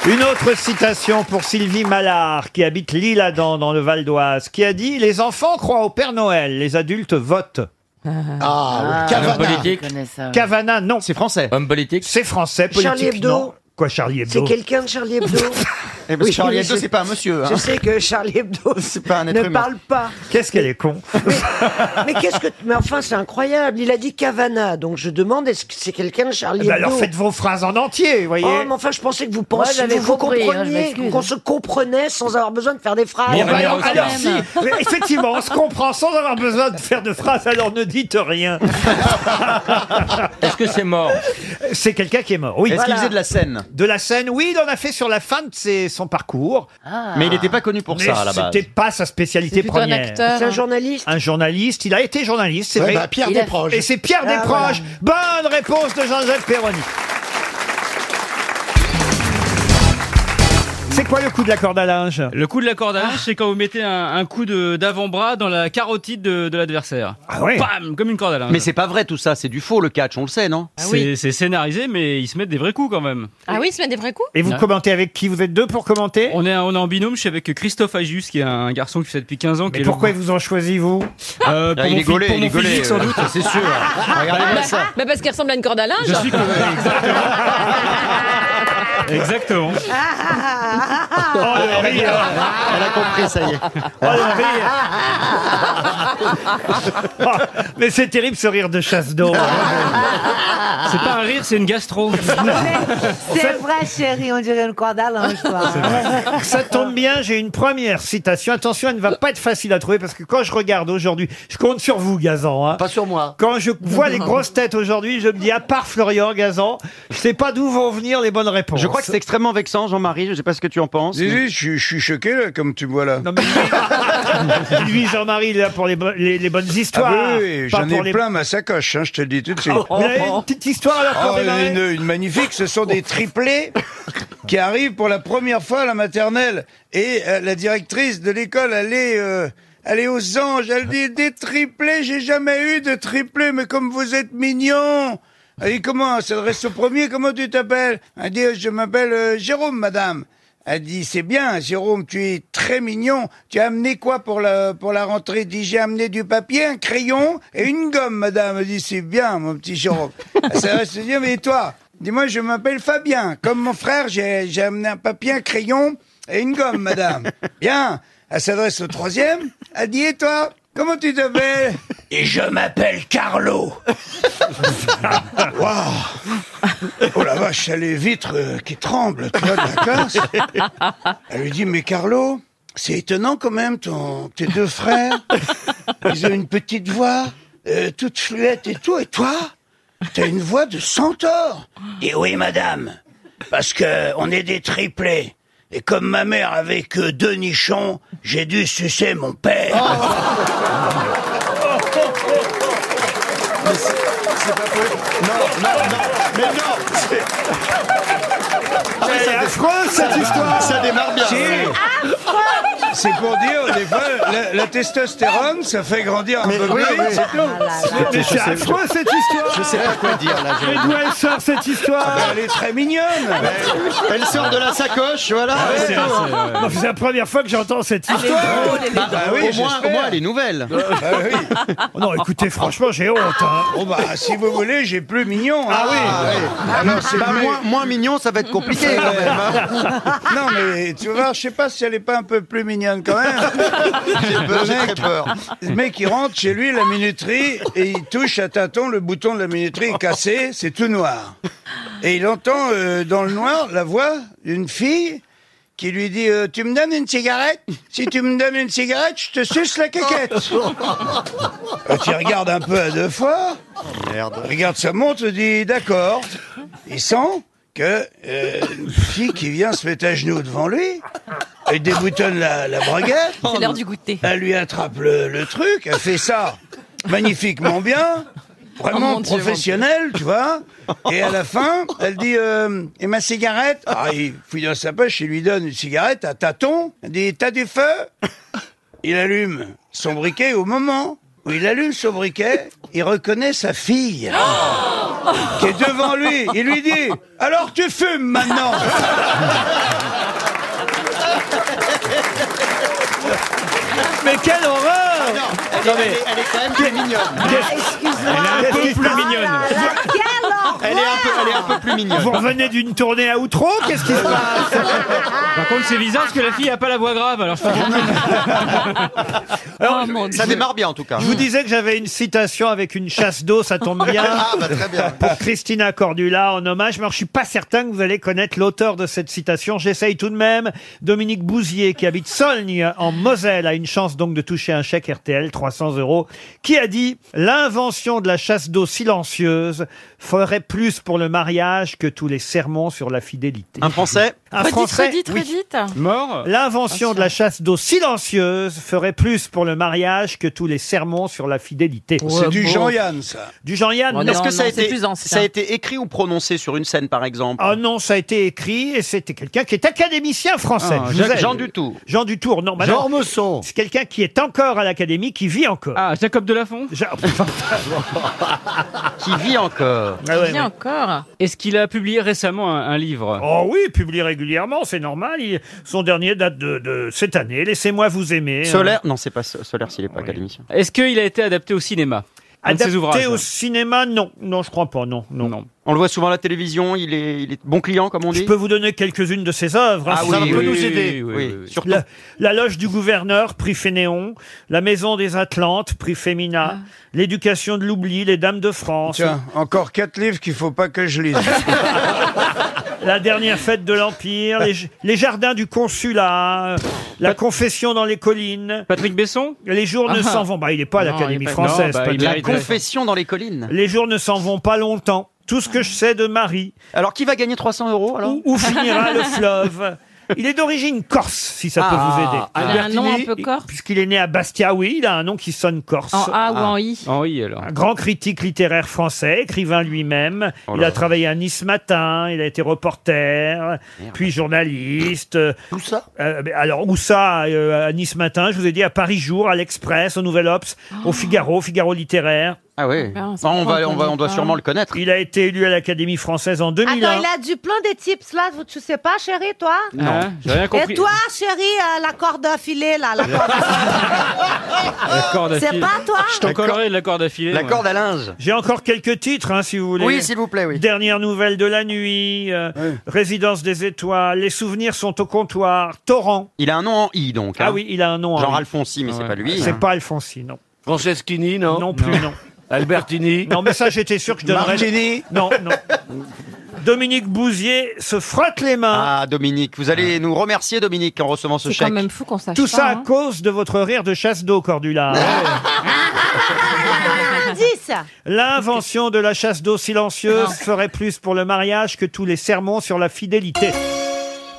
[SPEAKER 1] Une autre citation pour Sylvie Mallard, qui habite l'Île-Adam dans le Val d'Oise, qui a dit Les enfants croient au Père Noël, les adultes votent.
[SPEAKER 4] Ah,
[SPEAKER 1] Cavana.
[SPEAKER 4] je connais ça.
[SPEAKER 1] Cavana, non. C'est français.
[SPEAKER 28] Homme politique
[SPEAKER 1] C'est français, politique.
[SPEAKER 9] Euh, Charlie Hebdo.
[SPEAKER 1] non. Quoi, Charlie Hebdo
[SPEAKER 9] C'est quelqu'un de Charlie
[SPEAKER 8] <laughs>
[SPEAKER 9] Hebdo.
[SPEAKER 1] Eh ben, Charlie
[SPEAKER 9] mais
[SPEAKER 1] Hebdo,
[SPEAKER 9] je-
[SPEAKER 1] c'est pas un monsieur, hein.
[SPEAKER 9] Je sais que Charlie Hebdo ne
[SPEAKER 1] humain.
[SPEAKER 9] parle pas.
[SPEAKER 1] Qu'est-ce qu'elle est con
[SPEAKER 9] Mais qu'est-ce que Mais enfin, c'est incroyable. Il a dit Cavana, donc je demande est-ce que c'est quelqu'un de Charlie
[SPEAKER 1] Eh ben
[SPEAKER 9] Hebdo
[SPEAKER 1] alors faites vos phrases en entier, vous voyez.
[SPEAKER 9] Oh, mais enfin, je pensais que vous
[SPEAKER 1] Moi,
[SPEAKER 9] pensiez,
[SPEAKER 1] j'avais
[SPEAKER 9] que vous
[SPEAKER 1] compris, hein, je
[SPEAKER 9] compreniez,
[SPEAKER 1] m'excuse.
[SPEAKER 9] qu'on se comprenait sans avoir besoin de faire des phrases.
[SPEAKER 1] Bon, bah, alors, alors, si, mais effectivement,
[SPEAKER 9] <laughs>
[SPEAKER 1] on se comprend sans avoir besoin de faire de phrases, alors ne dites rien.
[SPEAKER 28] Est-ce que c'est mort
[SPEAKER 1] C'est quelqu'un qui est mort, oui.
[SPEAKER 8] Est-ce qu'il faisait de la scène
[SPEAKER 1] De la scène, oui, il en a fait sur la fin de ses- son parcours.
[SPEAKER 9] Ah.
[SPEAKER 8] Mais il n'était pas connu pour
[SPEAKER 1] Mais
[SPEAKER 8] ça à la base.
[SPEAKER 1] C'était pas sa spécialité première.
[SPEAKER 5] hein.
[SPEAKER 9] C'est un hein. journaliste.
[SPEAKER 1] Un journaliste, il a été journaliste, c'est
[SPEAKER 24] Ouais,
[SPEAKER 1] vrai.
[SPEAKER 24] bah, Pierre
[SPEAKER 1] Il a-
[SPEAKER 24] Desproges.
[SPEAKER 1] Et c'est Pierre
[SPEAKER 24] Ah,
[SPEAKER 1] Desproges. Bonne réponse de Jean-Jacques Perroni. C'est quoi le coup de la corde à linge
[SPEAKER 5] Le coup de la corde à
[SPEAKER 14] Ah.
[SPEAKER 5] linge, c'est quand vous mettez un, un coup de- d'avant-bras dans la carotide de, de l'adversaire.
[SPEAKER 1] Ah
[SPEAKER 8] ouais.
[SPEAKER 5] Bam Comme une corde à linge.
[SPEAKER 8] Mais c'est pas vrai tout ça, c'est du faux le catch, on le sait, non
[SPEAKER 5] C'est- c'est scénarisé, mais ils se mettent des vrais coups quand même.
[SPEAKER 14] Ah oui, il se met des vrais coups
[SPEAKER 5] Ouais.
[SPEAKER 1] commentez avec qui Vous êtes deux pour commenter
[SPEAKER 5] on est, on est en binôme, je suis avec Christophe Agius, qui est un garçon qui fait ça depuis 15 ans. qui est
[SPEAKER 1] Pourquoi
[SPEAKER 5] le...
[SPEAKER 1] ils vous ont choisi, vous
[SPEAKER 16] Ah,
[SPEAKER 5] Euh, pour
[SPEAKER 1] il
[SPEAKER 5] mon
[SPEAKER 1] est
[SPEAKER 5] phy-
[SPEAKER 1] gaulé,
[SPEAKER 5] pour
[SPEAKER 1] il
[SPEAKER 5] mon
[SPEAKER 1] est gaulé,
[SPEAKER 5] physique, sans
[SPEAKER 1] euh,
[SPEAKER 5] doute, c'est sûr.
[SPEAKER 14] Bah- bah parce qu'il ressemble à une corde à linge.
[SPEAKER 5] Je suis <laughs>
[SPEAKER 14] <laughs>
[SPEAKER 5] Exactement.
[SPEAKER 16] Ah,
[SPEAKER 1] Oh, le
[SPEAKER 16] euh,
[SPEAKER 1] rire
[SPEAKER 8] Elle a compris, ça y est.
[SPEAKER 1] Oh, le
[SPEAKER 5] Ah.
[SPEAKER 1] rire <laughs> Mais c'est terrible ce rire de chasse d'eau.
[SPEAKER 5] <laughs> C'est pas un rire, c'est une gastro.
[SPEAKER 19] <laughs> C'est vrai, chérie, on dirait une corde à linge, toi.
[SPEAKER 1] Ça tombe bien, j'ai une première citation. Attention, elle ne va pas être facile à trouver parce que quand je regarde aujourd'hui, je compte sur vous, Gazan. Pas sur moi. Quand je vois les grosses têtes aujourd'hui, je me dis, à part Florian Gazan, je sais pas d'où vont venir les bonnes réponses.
[SPEAKER 8] Je crois que c'est extrêmement vexant, Jean-Marie, je sais pas ce que tu en penses.
[SPEAKER 1] Zizi, <laughs>
[SPEAKER 8] je, suis choqué, comme tu me vois là.
[SPEAKER 1] Lui, Jean-Marie, il est là pour les, bo- les- les bonnes histoires.
[SPEAKER 17] Ah oui, oui,
[SPEAKER 1] pas
[SPEAKER 17] j'en
[SPEAKER 1] pour
[SPEAKER 17] ai
[SPEAKER 1] les-
[SPEAKER 17] plein ma sacoche, hein, je te le dis tout de suite.
[SPEAKER 1] Oh, vous avez une petite histoire alors pour
[SPEAKER 17] Oh,
[SPEAKER 1] démarrer
[SPEAKER 17] une, une magnifique, ce sont
[SPEAKER 1] <laughs>
[SPEAKER 17] des triplés qui arrivent pour la première fois à la maternelle. Et euh, la directrice de l'école, elle est... euh, elle est aux anges, elle dit des triplés, j'ai jamais eu de triplés, mais comme vous êtes mignons. Elle dit comment, elle s'adresse au premier, comment tu t'appelles Elle dit je m'appelle euh, Jérôme, madame. Elle dit c'est bien, Jérôme, tu es très mignon. Tu as amené quoi pour la pour la rentrée Elle dit j'ai amené du papier, un crayon et une gomme, madame. Elle dit c'est bien, mon petit Jérôme. Elle s'adresse au deuxième, mais toi Dis-moi, je m'appelle Fabien. Comme mon frère, j'ai j'ai amené un papier, un crayon et une gomme, madame. Bien. Elle s'adresse au troisième. Elle dit et toi Comment tu t'appelles Et je m'appelle Carlo. Waouh Oh la vache, elle a les vitres euh, qui tremblent, tu vois, de la classe. Elle lui dit, mais Carlo, c'est étonnant quand même, ton, tes deux frères, ils ont une petite voix,
[SPEAKER 10] euh, toute fluette et tout, et toi, t'as une voix de centaure. Et oui, madame, parce que on est des triplés. Et comme ma mère avait que deux nichons, j'ai dû sucer mon père.
[SPEAKER 20] euh,
[SPEAKER 16] C'est pas possible. Non, non, non. Mais non.
[SPEAKER 10] C'est
[SPEAKER 16] affreux
[SPEAKER 10] cette histoire.
[SPEAKER 16] Ça démarre bien.
[SPEAKER 17] Si. C'est pour dire, des fois, la, la testostérone, ça fait grandir un
[SPEAKER 16] Mais
[SPEAKER 17] peu
[SPEAKER 16] oui,
[SPEAKER 17] plus.
[SPEAKER 16] oui.
[SPEAKER 17] c'est tout.
[SPEAKER 16] Mais c'est Je sais- affreux, cette histoire. je sais pas quoi dire, là, je- Mais d'où elle sort, cette histoire
[SPEAKER 17] Ah ben, Elle est très mignonne.
[SPEAKER 16] Ah, Elle sort de la sacoche, voilà.
[SPEAKER 1] Ah ouais,
[SPEAKER 16] C'est
[SPEAKER 1] c'est vrai, c'est vrai. Non, c'est la première fois que j'entends cette
[SPEAKER 16] Ah,
[SPEAKER 1] histoire.
[SPEAKER 16] elle est drôle, elle est Bah, bah drôle. oui,
[SPEAKER 1] au, moins,
[SPEAKER 16] j'espère.
[SPEAKER 1] au moins, elle est nouvelle.
[SPEAKER 16] Bah
[SPEAKER 1] Oh non, écoutez, franchement, j'ai honte. hein.
[SPEAKER 17] Oh bah, si vous voulez, j'ai plus mignon.
[SPEAKER 16] Ah oui.
[SPEAKER 17] Alors, c'est
[SPEAKER 16] Bah,
[SPEAKER 17] plus-
[SPEAKER 16] moins- moins mignon, ça va être compliqué, quand
[SPEAKER 17] Ouais.
[SPEAKER 16] même, hein.
[SPEAKER 17] <laughs> non, mais tu vois, je sais pas si elle est pas un peu plus mignonne quand même.
[SPEAKER 16] <laughs> J'ai peur,
[SPEAKER 17] Le
[SPEAKER 16] j'ai
[SPEAKER 17] mec-
[SPEAKER 16] très peur.
[SPEAKER 17] Le mec, il rentre chez lui, la minuterie, et il touche à tâtons le bouton de la minuterie est cassé, c'est tout noir. Et il entend euh, dans le noir la voix d'une fille qui lui dit euh, Tu me donnes une cigarette Si tu me donnes une cigarette, je te
[SPEAKER 16] <laughs>
[SPEAKER 17] suce la quéquette. Euh, tu regardes un peu à deux fois. Regarde sa montre, dit d'accord. Il sent que euh, une fille qui vient se mettre à genoux devant lui, elle déboutonne la, la braguette.
[SPEAKER 14] C'est l'heure du goûter.
[SPEAKER 17] Elle lui attrape le, le truc, elle fait ça magnifiquement bien,
[SPEAKER 14] Oh
[SPEAKER 17] vraiment
[SPEAKER 14] mon Dieu, mon
[SPEAKER 17] professionnelle, tu
[SPEAKER 14] <laughs>
[SPEAKER 17] vois. Et à la fin, elle dit euh, Et ma cigarette Ah, il fouille dans sa poche, il lui donne une cigarette à tâtons. Elle dit T'as du feu
[SPEAKER 14] <laughs>
[SPEAKER 17] il allume son briquet au moment où il allume son briquet, il reconnaît
[SPEAKER 14] <gasps>
[SPEAKER 17] sa fille
[SPEAKER 14] Oh
[SPEAKER 17] qui est devant lui. Il lui dit Alors tu fumes maintenant
[SPEAKER 1] Mais quelle horreur
[SPEAKER 16] Ah, Elle est- elle est- elle est quand même plus mignonne.
[SPEAKER 1] Ah, Qu'est-ce qui se passe
[SPEAKER 16] Elle est un peu, elle est un peu plus mignonne.
[SPEAKER 1] Vous revenez d'une tournée à Outreau, qu'est-ce qui se passe
[SPEAKER 5] Par contre, c'est bizarre parce que la fille a pas la voix grave. Alors, je pense
[SPEAKER 4] Oh,
[SPEAKER 13] Euh,
[SPEAKER 1] Alors,
[SPEAKER 16] Ça démarre bien en tout cas.
[SPEAKER 1] Je vous disais que j'avais une citation avec une chasse d'eau, ça
[SPEAKER 16] <laughs>
[SPEAKER 1] tombe bien.
[SPEAKER 16] Ah, bah, très bien.
[SPEAKER 1] Pour Christina Cordula, en hommage. Mais alors, je suis pas certain que vous allez connaître l'auteur de cette citation. J'essaye tout de même. Dominique Bouzier, qui habite Solgne, en Moselle, a une chance donc de toucher un chèque RTL, 300 euros, qui a dit « L'invention de la chasse d'eau silencieuse ferait plus pour le mariage que tous les sermons sur la fidélité. » Un Français Un
[SPEAKER 14] Redites,
[SPEAKER 1] Français
[SPEAKER 14] redites,
[SPEAKER 1] oui.
[SPEAKER 14] redites.
[SPEAKER 1] Mort. L'invention de la chasse d'eau silencieuse ferait plus pour le mariage que tous les sermons sur la fidélité.
[SPEAKER 17] C'est du Jean-Yann, ça.
[SPEAKER 1] Du Jean-Yann.
[SPEAKER 10] Est-ce que ça a, été,
[SPEAKER 1] plus ancien.
[SPEAKER 10] ça a été écrit ou prononcé sur une scène, par exemple
[SPEAKER 1] Oh non, ça a été écrit et c'était quelqu'un qui est académicien français.
[SPEAKER 10] Ah,
[SPEAKER 1] Je vous
[SPEAKER 10] Jacques-
[SPEAKER 1] aide.
[SPEAKER 10] Jean Dutour.
[SPEAKER 1] Jean Dutour, non.
[SPEAKER 10] Jean
[SPEAKER 1] Ormesson. C'est quelqu'un qui est encore à l'académie, qui vit encore. Ah, Jacob Delafont <laughs>
[SPEAKER 10] Qui vit encore.
[SPEAKER 1] Ah
[SPEAKER 10] <laughs>
[SPEAKER 14] Viens encore.
[SPEAKER 1] Est-ce qu'il a publié récemment un, livre Oh oui, il publie régulièrement, c'est normal. Il- son dernier date de, de cette année. Laissez-moi vous aimer. hein.
[SPEAKER 10] Solaire Non, c'est pas so- Solaire s'il n'est pas académicien.
[SPEAKER 5] Est-ce qu'il a été adapté au cinéma Un de ses
[SPEAKER 1] Adapté
[SPEAKER 5] ouvrages.
[SPEAKER 1] au cinéma, non. Non, je crois pas, non. non.
[SPEAKER 10] On le voit souvent à la télévision, il est, il est bon client, comme on dit. Je peux
[SPEAKER 1] vous donner quelques-unes de ses œuvres. hein,
[SPEAKER 10] Ah
[SPEAKER 1] si
[SPEAKER 10] oui,
[SPEAKER 1] ça peut
[SPEAKER 10] oui,
[SPEAKER 1] nous
[SPEAKER 10] oui,
[SPEAKER 1] aider.
[SPEAKER 10] oui, oui, oui. Surtout.
[SPEAKER 1] La, la loge du gouverneur, prix Fénéon. La maison des Atlantes, prix Fémina. L'éducation de l'oubli, les dames de France.
[SPEAKER 17] Tiens, encore quatre livres qu'il faut pas que je lise.
[SPEAKER 1] La dernière fête de l'Empire, les, j- les jardins du consulat, euh, la confession dans les collines. Patrick Besson Les jours ne
[SPEAKER 10] Ah.
[SPEAKER 1] s'en vont. Bah, il n'est pas à
[SPEAKER 10] Non,
[SPEAKER 1] l'Académie
[SPEAKER 10] il est pas-
[SPEAKER 1] française.
[SPEAKER 10] non, bah,
[SPEAKER 1] Patrick.
[SPEAKER 10] il a La été- confession dans les collines.
[SPEAKER 1] Les jours ne s'en vont pas longtemps. Tout ce que je sais de Marie.
[SPEAKER 10] Alors, qui va gagner 300 euros alors
[SPEAKER 1] Où finira le fleuve Il est d'origine corse, si ça peut
[SPEAKER 10] Ah,
[SPEAKER 1] vous aider.
[SPEAKER 10] ah,
[SPEAKER 14] il a un nom
[SPEAKER 1] Albertini,
[SPEAKER 14] un peu corse
[SPEAKER 1] Puisqu'il est né à Bastia, oui, il a un nom qui sonne corse.
[SPEAKER 14] En A ou
[SPEAKER 10] Ah.
[SPEAKER 14] en I
[SPEAKER 1] En I, alors. Un grand critique littéraire français, écrivain lui-même.
[SPEAKER 10] Oh
[SPEAKER 1] il
[SPEAKER 10] là
[SPEAKER 1] a
[SPEAKER 10] là.
[SPEAKER 1] travaillé à Nice Matin, il a été reporter, puis journaliste. Où ça Alors, où ça euh, À Nice Matin, je vous ai dit, à Paris Jour, à l'Express, au Nouvel Obs, au Figaro, Figaro littéraire.
[SPEAKER 10] Ah oui.
[SPEAKER 14] Non,
[SPEAKER 10] on, va, on, va, on doit sûrement le connaître.
[SPEAKER 1] Il a été élu à l'Académie française en 2001.
[SPEAKER 19] Attends, il a du plan des tips là, tu sais pas, chérie, toi
[SPEAKER 1] Non. Hein, j'ai rien compris.
[SPEAKER 19] Et toi, chérie, euh, la corde à filet là, la
[SPEAKER 1] <laughs>
[SPEAKER 19] corde
[SPEAKER 10] Ah,
[SPEAKER 5] La corde à
[SPEAKER 19] C'est
[SPEAKER 5] fil.
[SPEAKER 19] pas toi
[SPEAKER 5] Je t'en collerai de la corde à filet. moi.
[SPEAKER 10] à linge.
[SPEAKER 1] J'ai encore quelques titres, hein, si vous voulez.
[SPEAKER 10] Oui, s'il vous plaît, oui.
[SPEAKER 1] Dernière nouvelle de la nuit, euh, Résidence des étoiles, Les souvenirs sont au comptoir, Torrent.
[SPEAKER 10] Il a un nom en I donc.
[SPEAKER 1] Ah
[SPEAKER 10] hein.
[SPEAKER 1] oui, il a un nom.
[SPEAKER 10] Genre
[SPEAKER 1] hein.
[SPEAKER 10] Alfonsi, mais c'est pas lui.
[SPEAKER 1] C'est
[SPEAKER 10] hein.
[SPEAKER 1] pas Alfonsi, non. Franceschini, non Non plus, non.
[SPEAKER 10] Albertini.
[SPEAKER 1] Non, mais ça, j'étais sûr que je donnerais.
[SPEAKER 10] Martini
[SPEAKER 1] Non, non. Dominique Bouzier se frotte les mains.
[SPEAKER 10] Ah, Dominique, vous allez nous remercier, Dominique, en recevant ce
[SPEAKER 14] C'est quand
[SPEAKER 10] chèque.
[SPEAKER 14] même fou qu'on sache
[SPEAKER 1] Tout
[SPEAKER 14] pas,
[SPEAKER 1] ça à
[SPEAKER 14] hein.
[SPEAKER 1] cause de votre rire de chasse d'eau, Cordula.
[SPEAKER 25] indice
[SPEAKER 1] L'invention de la chasse d'eau silencieuse ferait plus pour le mariage que tous les sermons sur la fidélité.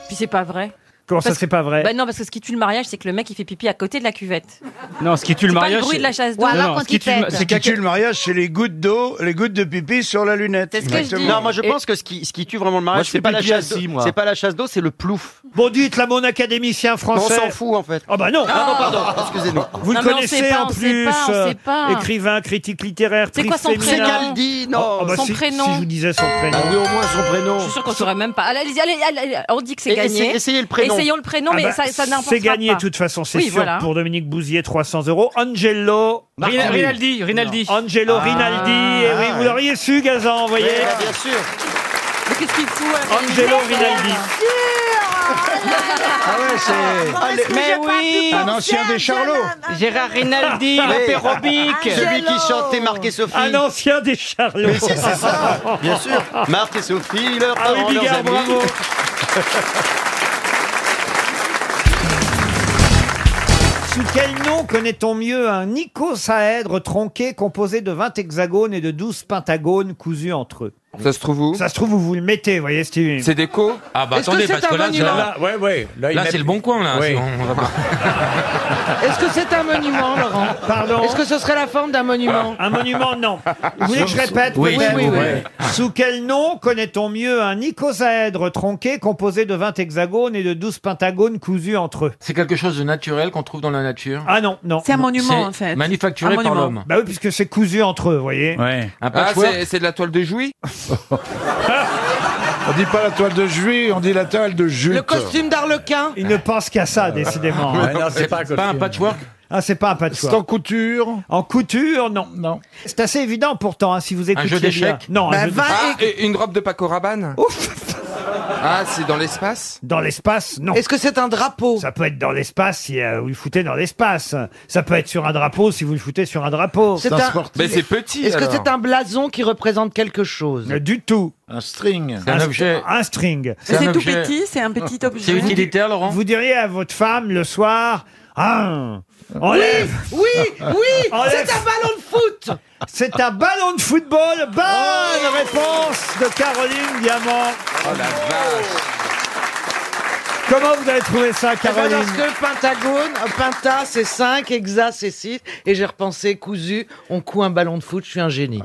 [SPEAKER 14] Puis c'est pas vrai.
[SPEAKER 1] Comment ça, c'est pas vrai
[SPEAKER 14] Bah non, parce que ce qui tue le mariage, c'est que le mec il fait pipi à côté de la cuvette.
[SPEAKER 5] <laughs> Non, ce qui tue le
[SPEAKER 14] C'est pas le
[SPEAKER 5] mariage.
[SPEAKER 14] bruit
[SPEAKER 5] c'est-
[SPEAKER 14] de la chasse d'eau. Ou alors
[SPEAKER 5] Non, non,
[SPEAKER 14] quand
[SPEAKER 5] ce qui
[SPEAKER 14] il
[SPEAKER 5] tue le ma-
[SPEAKER 14] pète.
[SPEAKER 5] c'est
[SPEAKER 17] Ce qui
[SPEAKER 5] quelqu'un-
[SPEAKER 17] tue le mariage, c'est les gouttes d'eau, les gouttes de pipi sur la lunette.
[SPEAKER 13] C'est ce que je dis. Non, moi, je pense
[SPEAKER 17] que ce qui, tue vraiment le
[SPEAKER 13] mariage, Ah, c'est pas la chasse d'eau, c'est pas
[SPEAKER 17] la chasse d'eau, c'est le plouf.
[SPEAKER 1] Bon, dites la mon académicien français.
[SPEAKER 17] On s'en fout,
[SPEAKER 1] en fait. Ah bah non.
[SPEAKER 17] Ah non, pardon, excusez-nous.
[SPEAKER 1] Vous
[SPEAKER 17] Non,
[SPEAKER 1] le
[SPEAKER 17] mais on
[SPEAKER 1] connaissez
[SPEAKER 17] sait pas,
[SPEAKER 1] en
[SPEAKER 17] on sait
[SPEAKER 1] plus,
[SPEAKER 17] pas, on
[SPEAKER 1] euh,
[SPEAKER 17] sait pas.
[SPEAKER 1] écrivain, critique littéraire,
[SPEAKER 14] C'est
[SPEAKER 1] prix
[SPEAKER 14] quoi son
[SPEAKER 1] féminin.
[SPEAKER 14] prénom C'est Galdi, non.
[SPEAKER 1] Ah, ah bah
[SPEAKER 14] Son
[SPEAKER 1] si,
[SPEAKER 14] prénom.
[SPEAKER 1] Si je vous disais son prénom.
[SPEAKER 14] Ah oui, au moins son
[SPEAKER 1] prénom.
[SPEAKER 14] Je suis sûr qu'on saurait même pas. Allez, allez, allez, allez, on dit que c'est
[SPEAKER 1] Et-
[SPEAKER 14] gagné.
[SPEAKER 1] essayez- essayez le prénom.
[SPEAKER 14] Essayons le prénom, mais ça, ça n'importe
[SPEAKER 1] Ah bah, C'est gagné de toute façon, c'est
[SPEAKER 14] oui,
[SPEAKER 1] sûr.
[SPEAKER 14] Voilà.
[SPEAKER 1] Pour Dominique Bouzier, 300 euros. Angelo.
[SPEAKER 5] Rin-
[SPEAKER 1] Marconi.
[SPEAKER 5] Rinaldi, Rinaldi.
[SPEAKER 1] Angelo Rinaldi. Eh oui, vous l'auriez su, Gazan, vous voyez.
[SPEAKER 5] sûr.
[SPEAKER 14] Mais qu'est-ce qu'il fout
[SPEAKER 13] Oh,
[SPEAKER 14] hein,
[SPEAKER 1] Angelo Rinaldi.
[SPEAKER 17] Ah ouais, c'est. mais oui Un ancien des Charlots
[SPEAKER 3] Gérard Rinaldi,
[SPEAKER 17] Oui.
[SPEAKER 3] l'opéra aérobique.
[SPEAKER 13] Ah, Celui qui chantait Marc et Sophie.
[SPEAKER 1] Un ancien des Charlots.
[SPEAKER 13] Mais si, c'est ça, bien sûr. Marc et Sophie, leurs
[SPEAKER 1] Ah oui,
[SPEAKER 13] parents, leurs
[SPEAKER 1] Bigard,
[SPEAKER 13] amis.
[SPEAKER 1] bravo. Sous quel nom connaît-on mieux un icosaèdre tronqué composé de 20 hexagones et de 12 pentagones cousus entre eux
[SPEAKER 7] Ça se trouve où
[SPEAKER 1] Ça se trouve, vous vous le mettez, vous voyez, Stevie.
[SPEAKER 7] C'est des co
[SPEAKER 28] Ah bah attendez, parce que là, c'est-
[SPEAKER 7] là,
[SPEAKER 28] là,
[SPEAKER 7] il a-
[SPEAKER 28] c'est le bon coin, là.
[SPEAKER 7] Oui.
[SPEAKER 28] sinon, on
[SPEAKER 1] <laughs>
[SPEAKER 28] va pas-
[SPEAKER 13] Est-ce que c'est un monument, Laurent
[SPEAKER 1] Pardon
[SPEAKER 13] Est-ce que ce serait la forme d'un monument
[SPEAKER 1] Un monument, non. Vous voulez que je répète peut-être Sous quel nom connaît-on mieux un icosaèdre tronqué composé de 20 hexagones et de 12 pentagones cousus entre eux
[SPEAKER 28] C'est quelque chose de naturel qu'on trouve dans la nature.
[SPEAKER 1] Ah non, non.
[SPEAKER 28] C'est un monument, C'est en fait. manufacturé Un par monument. l'homme.
[SPEAKER 1] Bah oui, puisque c'est cousu entre eux, vous voyez.
[SPEAKER 28] Un
[SPEAKER 7] Ah,
[SPEAKER 28] patchwork.
[SPEAKER 7] c'est- c'est de la toile de Jouy
[SPEAKER 17] On dit pas la toile de Juillet, on dit la toile de Jute.
[SPEAKER 13] Le costume d'Arlequin
[SPEAKER 1] Il ne pense qu'à ça, décidément.
[SPEAKER 17] Ouais, non, c'est pas un costume.
[SPEAKER 1] Ah, c'est pas un patchwork.
[SPEAKER 17] C'est en
[SPEAKER 1] couture En couture, non. Non. C'est assez évident pourtant, hein, si vous écoutez
[SPEAKER 7] Un jeu d'échecs
[SPEAKER 1] Non, un
[SPEAKER 13] Bah,
[SPEAKER 28] Bah,
[SPEAKER 1] jeu d'échecs.
[SPEAKER 7] Ah, et une robe de Paco Rabanne Ah, c'est dans l'espace
[SPEAKER 1] Dans l'espace, non. Est-ce
[SPEAKER 13] que c'est un drapeau
[SPEAKER 1] Ça peut être dans l'espace si euh, vous le foutez dans l'espace. Ça peut être sur un drapeau si vous le foutez sur un drapeau.
[SPEAKER 13] C'est un- Est-ce que c'est un blason qui représente quelque chose
[SPEAKER 1] Mais Euh, Du tout.
[SPEAKER 13] Un string.
[SPEAKER 1] un, objet. Un string.
[SPEAKER 13] C'est C'est un tout objet. petit, c'est un petit objet. C'est utilitaire,
[SPEAKER 1] Laurent Vous diriez à votre femme le soir Ah Enlève <laughs>
[SPEAKER 13] Oui, oui,
[SPEAKER 1] Enlève.
[SPEAKER 13] c'est un ballon de foot.
[SPEAKER 1] C'est un ballon de football Bonne Oh. réponse de Caroline Diamant
[SPEAKER 7] Oh la vache
[SPEAKER 1] Comment vous avez trouvé ça,
[SPEAKER 13] Eh ben,
[SPEAKER 1] Caroline
[SPEAKER 13] parce que pentagone, un penta c'est 5, hexa c'est 6, et j'ai repensé cousu, on coud un ballon de foot, je suis un génie.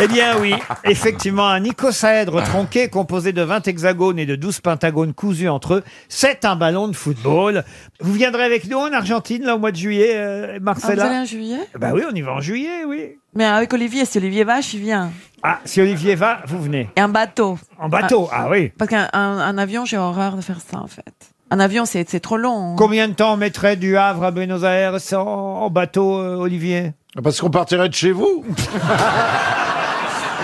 [SPEAKER 1] Eh bien oui, effectivement, un icosaèdre tronqué composé de 20 hexagones et de 12 pentagones cousus entre eux, c'est un ballon de football. Vous viendrez avec nous en Argentine, là, au mois de juillet, euh, Marcella
[SPEAKER 18] Ah, allez en juillet
[SPEAKER 1] Bah oui, on y va en juillet, oui.
[SPEAKER 18] Mais avec Olivier, si Olivier va, je viens.
[SPEAKER 1] Ah, si Olivier va, vous venez.
[SPEAKER 18] Et un bateau.
[SPEAKER 1] En bateau, ah oui.
[SPEAKER 18] Parce qu'un un- un avion, j'ai horreur de faire ça, en fait. Un avion, c'est c'est trop long.
[SPEAKER 1] Combien de temps on mettrait du Havre à Buenos Aires en, en bateau, euh, Olivier Parce qu'on partirait de chez vous.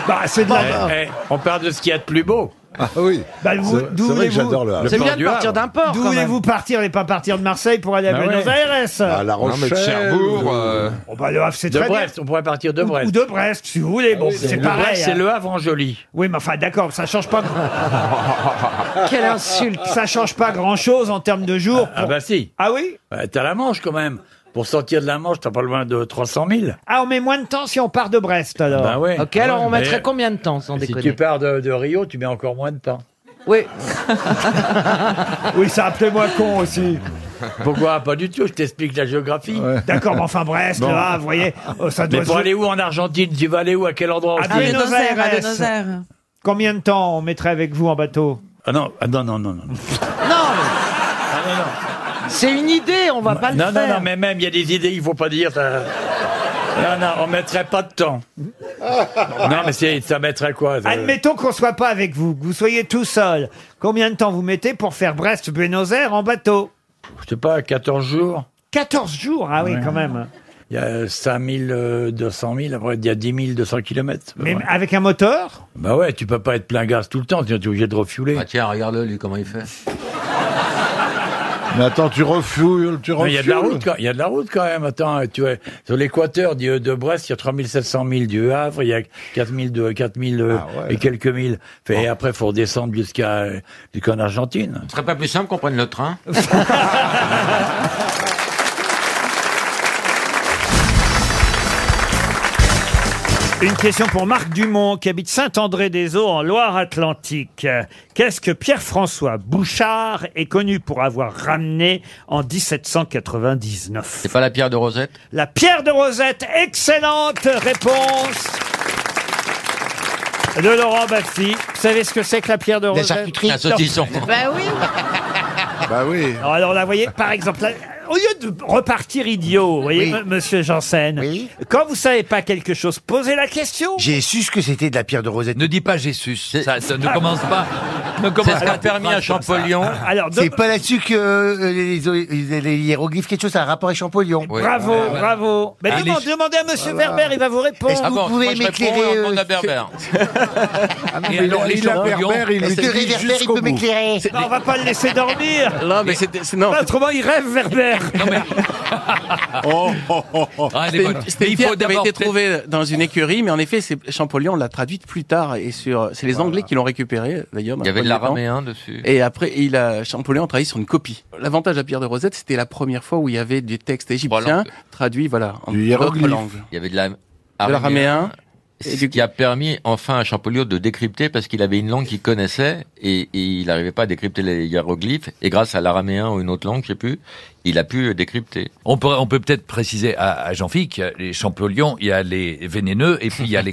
[SPEAKER 1] bah, c'est de la...
[SPEAKER 20] Eh, eh, on parle de ce qu'il y a de plus beau. Ah oui.
[SPEAKER 1] Bah, vous- d'où voulez-vous-
[SPEAKER 13] C'est bien de partir d'un port.
[SPEAKER 1] D'où
[SPEAKER 13] quand même.
[SPEAKER 1] voulez-vous partir et pas partir de Marseille pour aller à
[SPEAKER 20] Bah
[SPEAKER 1] Buenos
[SPEAKER 20] ouais.
[SPEAKER 1] Aires
[SPEAKER 20] La
[SPEAKER 7] Non, mais de Cherbourg.
[SPEAKER 12] <laughs>
[SPEAKER 7] euh,
[SPEAKER 1] Oh, bah, le Havre, c'est
[SPEAKER 20] de
[SPEAKER 1] très
[SPEAKER 20] Brest, on pourrait partir de
[SPEAKER 1] bien. Ou-
[SPEAKER 20] Brest.
[SPEAKER 1] Ou de Brest, si vous voulez. Bon,
[SPEAKER 20] oui,
[SPEAKER 1] c'est
[SPEAKER 20] le
[SPEAKER 1] pareil.
[SPEAKER 20] Brest, c'est
[SPEAKER 1] hein.
[SPEAKER 20] le Havre en joli.
[SPEAKER 1] Oui, mais enfin, d'accord, ça change pas. Quelle insulte Ça change pas grand-chose en termes de jours.
[SPEAKER 20] Ah bah si.
[SPEAKER 1] Ah oui
[SPEAKER 20] T'as la Manche quand même. Pour sortir de la Manche, t'as pas loin de 300 000.
[SPEAKER 1] Ah, on met moins de temps si on part de Brest, alors.
[SPEAKER 20] Bah ouais.
[SPEAKER 13] Ok, alors on
[SPEAKER 20] Mais-
[SPEAKER 13] mettrait combien de temps, sans
[SPEAKER 20] Si
[SPEAKER 13] déconner
[SPEAKER 20] tu pars de, de Rio, tu mets encore moins de temps.
[SPEAKER 13] Oui.
[SPEAKER 1] <laughs> oui, ça appelait-moi con aussi.
[SPEAKER 20] <laughs> Pourquoi Pas du tout, je t'explique la géographie.
[SPEAKER 1] D'accord, mais enfin, Brest,
[SPEAKER 20] Bon.
[SPEAKER 1] le Havre, vous voyez, oh, ça doit
[SPEAKER 20] Mais pour
[SPEAKER 1] se-
[SPEAKER 20] aller où en Argentine Tu vas aller où À quel endroit
[SPEAKER 1] À Ah, Buenos Aires.
[SPEAKER 18] à Buenos Aires.
[SPEAKER 1] Combien de temps on mettrait avec vous en bateau
[SPEAKER 20] Ah non, ah non, non, non. Ah, non.
[SPEAKER 13] C'est une idée, on va pas le
[SPEAKER 20] non,
[SPEAKER 13] faire.
[SPEAKER 20] non, non, mais même, il y a des idées, il faut pas dire. ça. Non, non, on mettrait pas de temps.
[SPEAKER 1] Ah.
[SPEAKER 20] non, mais c'est- ça mettrait quoi ça
[SPEAKER 1] Admettons qu'on soit pas avec vous, que vous soyez tout seul. Combien de temps vous mettez pour faire Brest-Buenos Aires en bateau
[SPEAKER 20] Je sais pas, 14 jours
[SPEAKER 1] 14 jours, ah oui,
[SPEAKER 20] Ouais.
[SPEAKER 1] quand même.
[SPEAKER 20] Il y a 5200 000, après il y a 10 200 kilomètres.
[SPEAKER 1] Mais avec un moteur
[SPEAKER 20] Bah ouais, tu peux pas être plein gaz tout le temps, sinon tu es obligé de refueler. Ah tiens, regarde-le, lui, comment il fait.
[SPEAKER 17] Mais attends, tu refules, tu
[SPEAKER 20] Il y a de la
[SPEAKER 17] refules.
[SPEAKER 20] route, quand- il y a de la route quand même. Attends, tu vois, sur l'équateur du- de Brest, il y a 3700 000 du Havre, il y a 4000 de 4000 euh,
[SPEAKER 17] Ah
[SPEAKER 20] et quelques mille. Fait, Et après, faut redescendre jusqu'à euh, jusqu'en Argentine.
[SPEAKER 1] Ah,
[SPEAKER 28] Ce serait pas plus simple qu'on prenne le train
[SPEAKER 1] Une question pour Marc Dumont qui habite Saint-André-des-Eaux en Loire-Atlantique. Qu'est-ce que Pierre-François Bouchard est connu pour avoir ramené en 1799 C'est
[SPEAKER 2] pas la pierre de Rosette
[SPEAKER 1] La pierre de Rosette, excellente réponse de Laurent Baffi. Vous savez ce que c'est que la pierre de Rosette
[SPEAKER 2] charcuterie Un saucisson.
[SPEAKER 25] Bah oui.
[SPEAKER 1] Bah oui. Alors là, vous voyez, par exemple, là, au lieu de repartir idiot, vous voyez, m- monsieur Janssen, quand vous savez pas quelque chose, posez la question.
[SPEAKER 6] J'ai su ce que c'était de la pierre de Rosette. Ne dis pas j'ai su. Ça,
[SPEAKER 1] ne commence
[SPEAKER 6] <laughs>
[SPEAKER 1] pas- ne commence pas par une phrase comme ça. <laughs>
[SPEAKER 11] Ah,
[SPEAKER 1] Alors, de-
[SPEAKER 6] c'est pas là-dessus que euh, les, les- les hiéroglyphes, quelque chose, ça a un rapport avec Champollion.
[SPEAKER 1] Bravo, bravo. Mais
[SPEAKER 6] Ah,
[SPEAKER 1] demande-
[SPEAKER 6] les-
[SPEAKER 1] Bah, demandez à monsieur
[SPEAKER 6] Voilà.
[SPEAKER 1] Berber, il va vous répondre.
[SPEAKER 6] Est-ce que Ah vous bon, pouvez moi, je réponds et m'éclairer, on demande euh, Ah, à <laughs> Berber.
[SPEAKER 1] mais alors, les champignons, est-ce que les Werber, il peut m'éclairer
[SPEAKER 6] C'est-
[SPEAKER 1] Non, on va pas le laisser <laughs> dormir.
[SPEAKER 6] Non, mais
[SPEAKER 1] c'était...
[SPEAKER 6] c'est- non,
[SPEAKER 1] autrement, il rêve, Werber.
[SPEAKER 29] Oh, oh, oh, oh.
[SPEAKER 1] Ah, elle est bonne.
[SPEAKER 29] C'était
[SPEAKER 1] Il
[SPEAKER 29] une
[SPEAKER 1] faut
[SPEAKER 29] pierre qui avait
[SPEAKER 1] d'abord
[SPEAKER 29] été
[SPEAKER 1] peut-être-
[SPEAKER 29] trouvée dans une écurie, mais en effet, c'est- Champollion l'a traduite plus tard et sur, c'est les Anglais qui l'ont récupérée d'ailleurs. dans
[SPEAKER 28] Il y
[SPEAKER 29] le
[SPEAKER 28] avait de
[SPEAKER 29] premier temps.
[SPEAKER 28] l'araméen
[SPEAKER 1] hein,
[SPEAKER 28] dessus.
[SPEAKER 29] Et après, il a, Champollion a travaillé sur une copie. L'avantage à Pierre de Rosette, c'était la première fois où il y avait des textes égyptiens traduits, voilà, en d'autres langues.
[SPEAKER 28] Il y avait de la-
[SPEAKER 29] l'araméen.
[SPEAKER 28] Ce qui a permis enfin à Champollion de décrypter parce qu'il avait une langue qu'il connaissait et, et il n'arrivait pas à décrypter les hiéroglyphes. Et grâce à l'araméen ou une autre langue, je sais plus, il a pu décrypter.
[SPEAKER 11] On peut, on peut peut-être préciser à, à Jean-Philippe qu'il y a les champignons, il y a les vénéneux et puis il y a <laughs> les...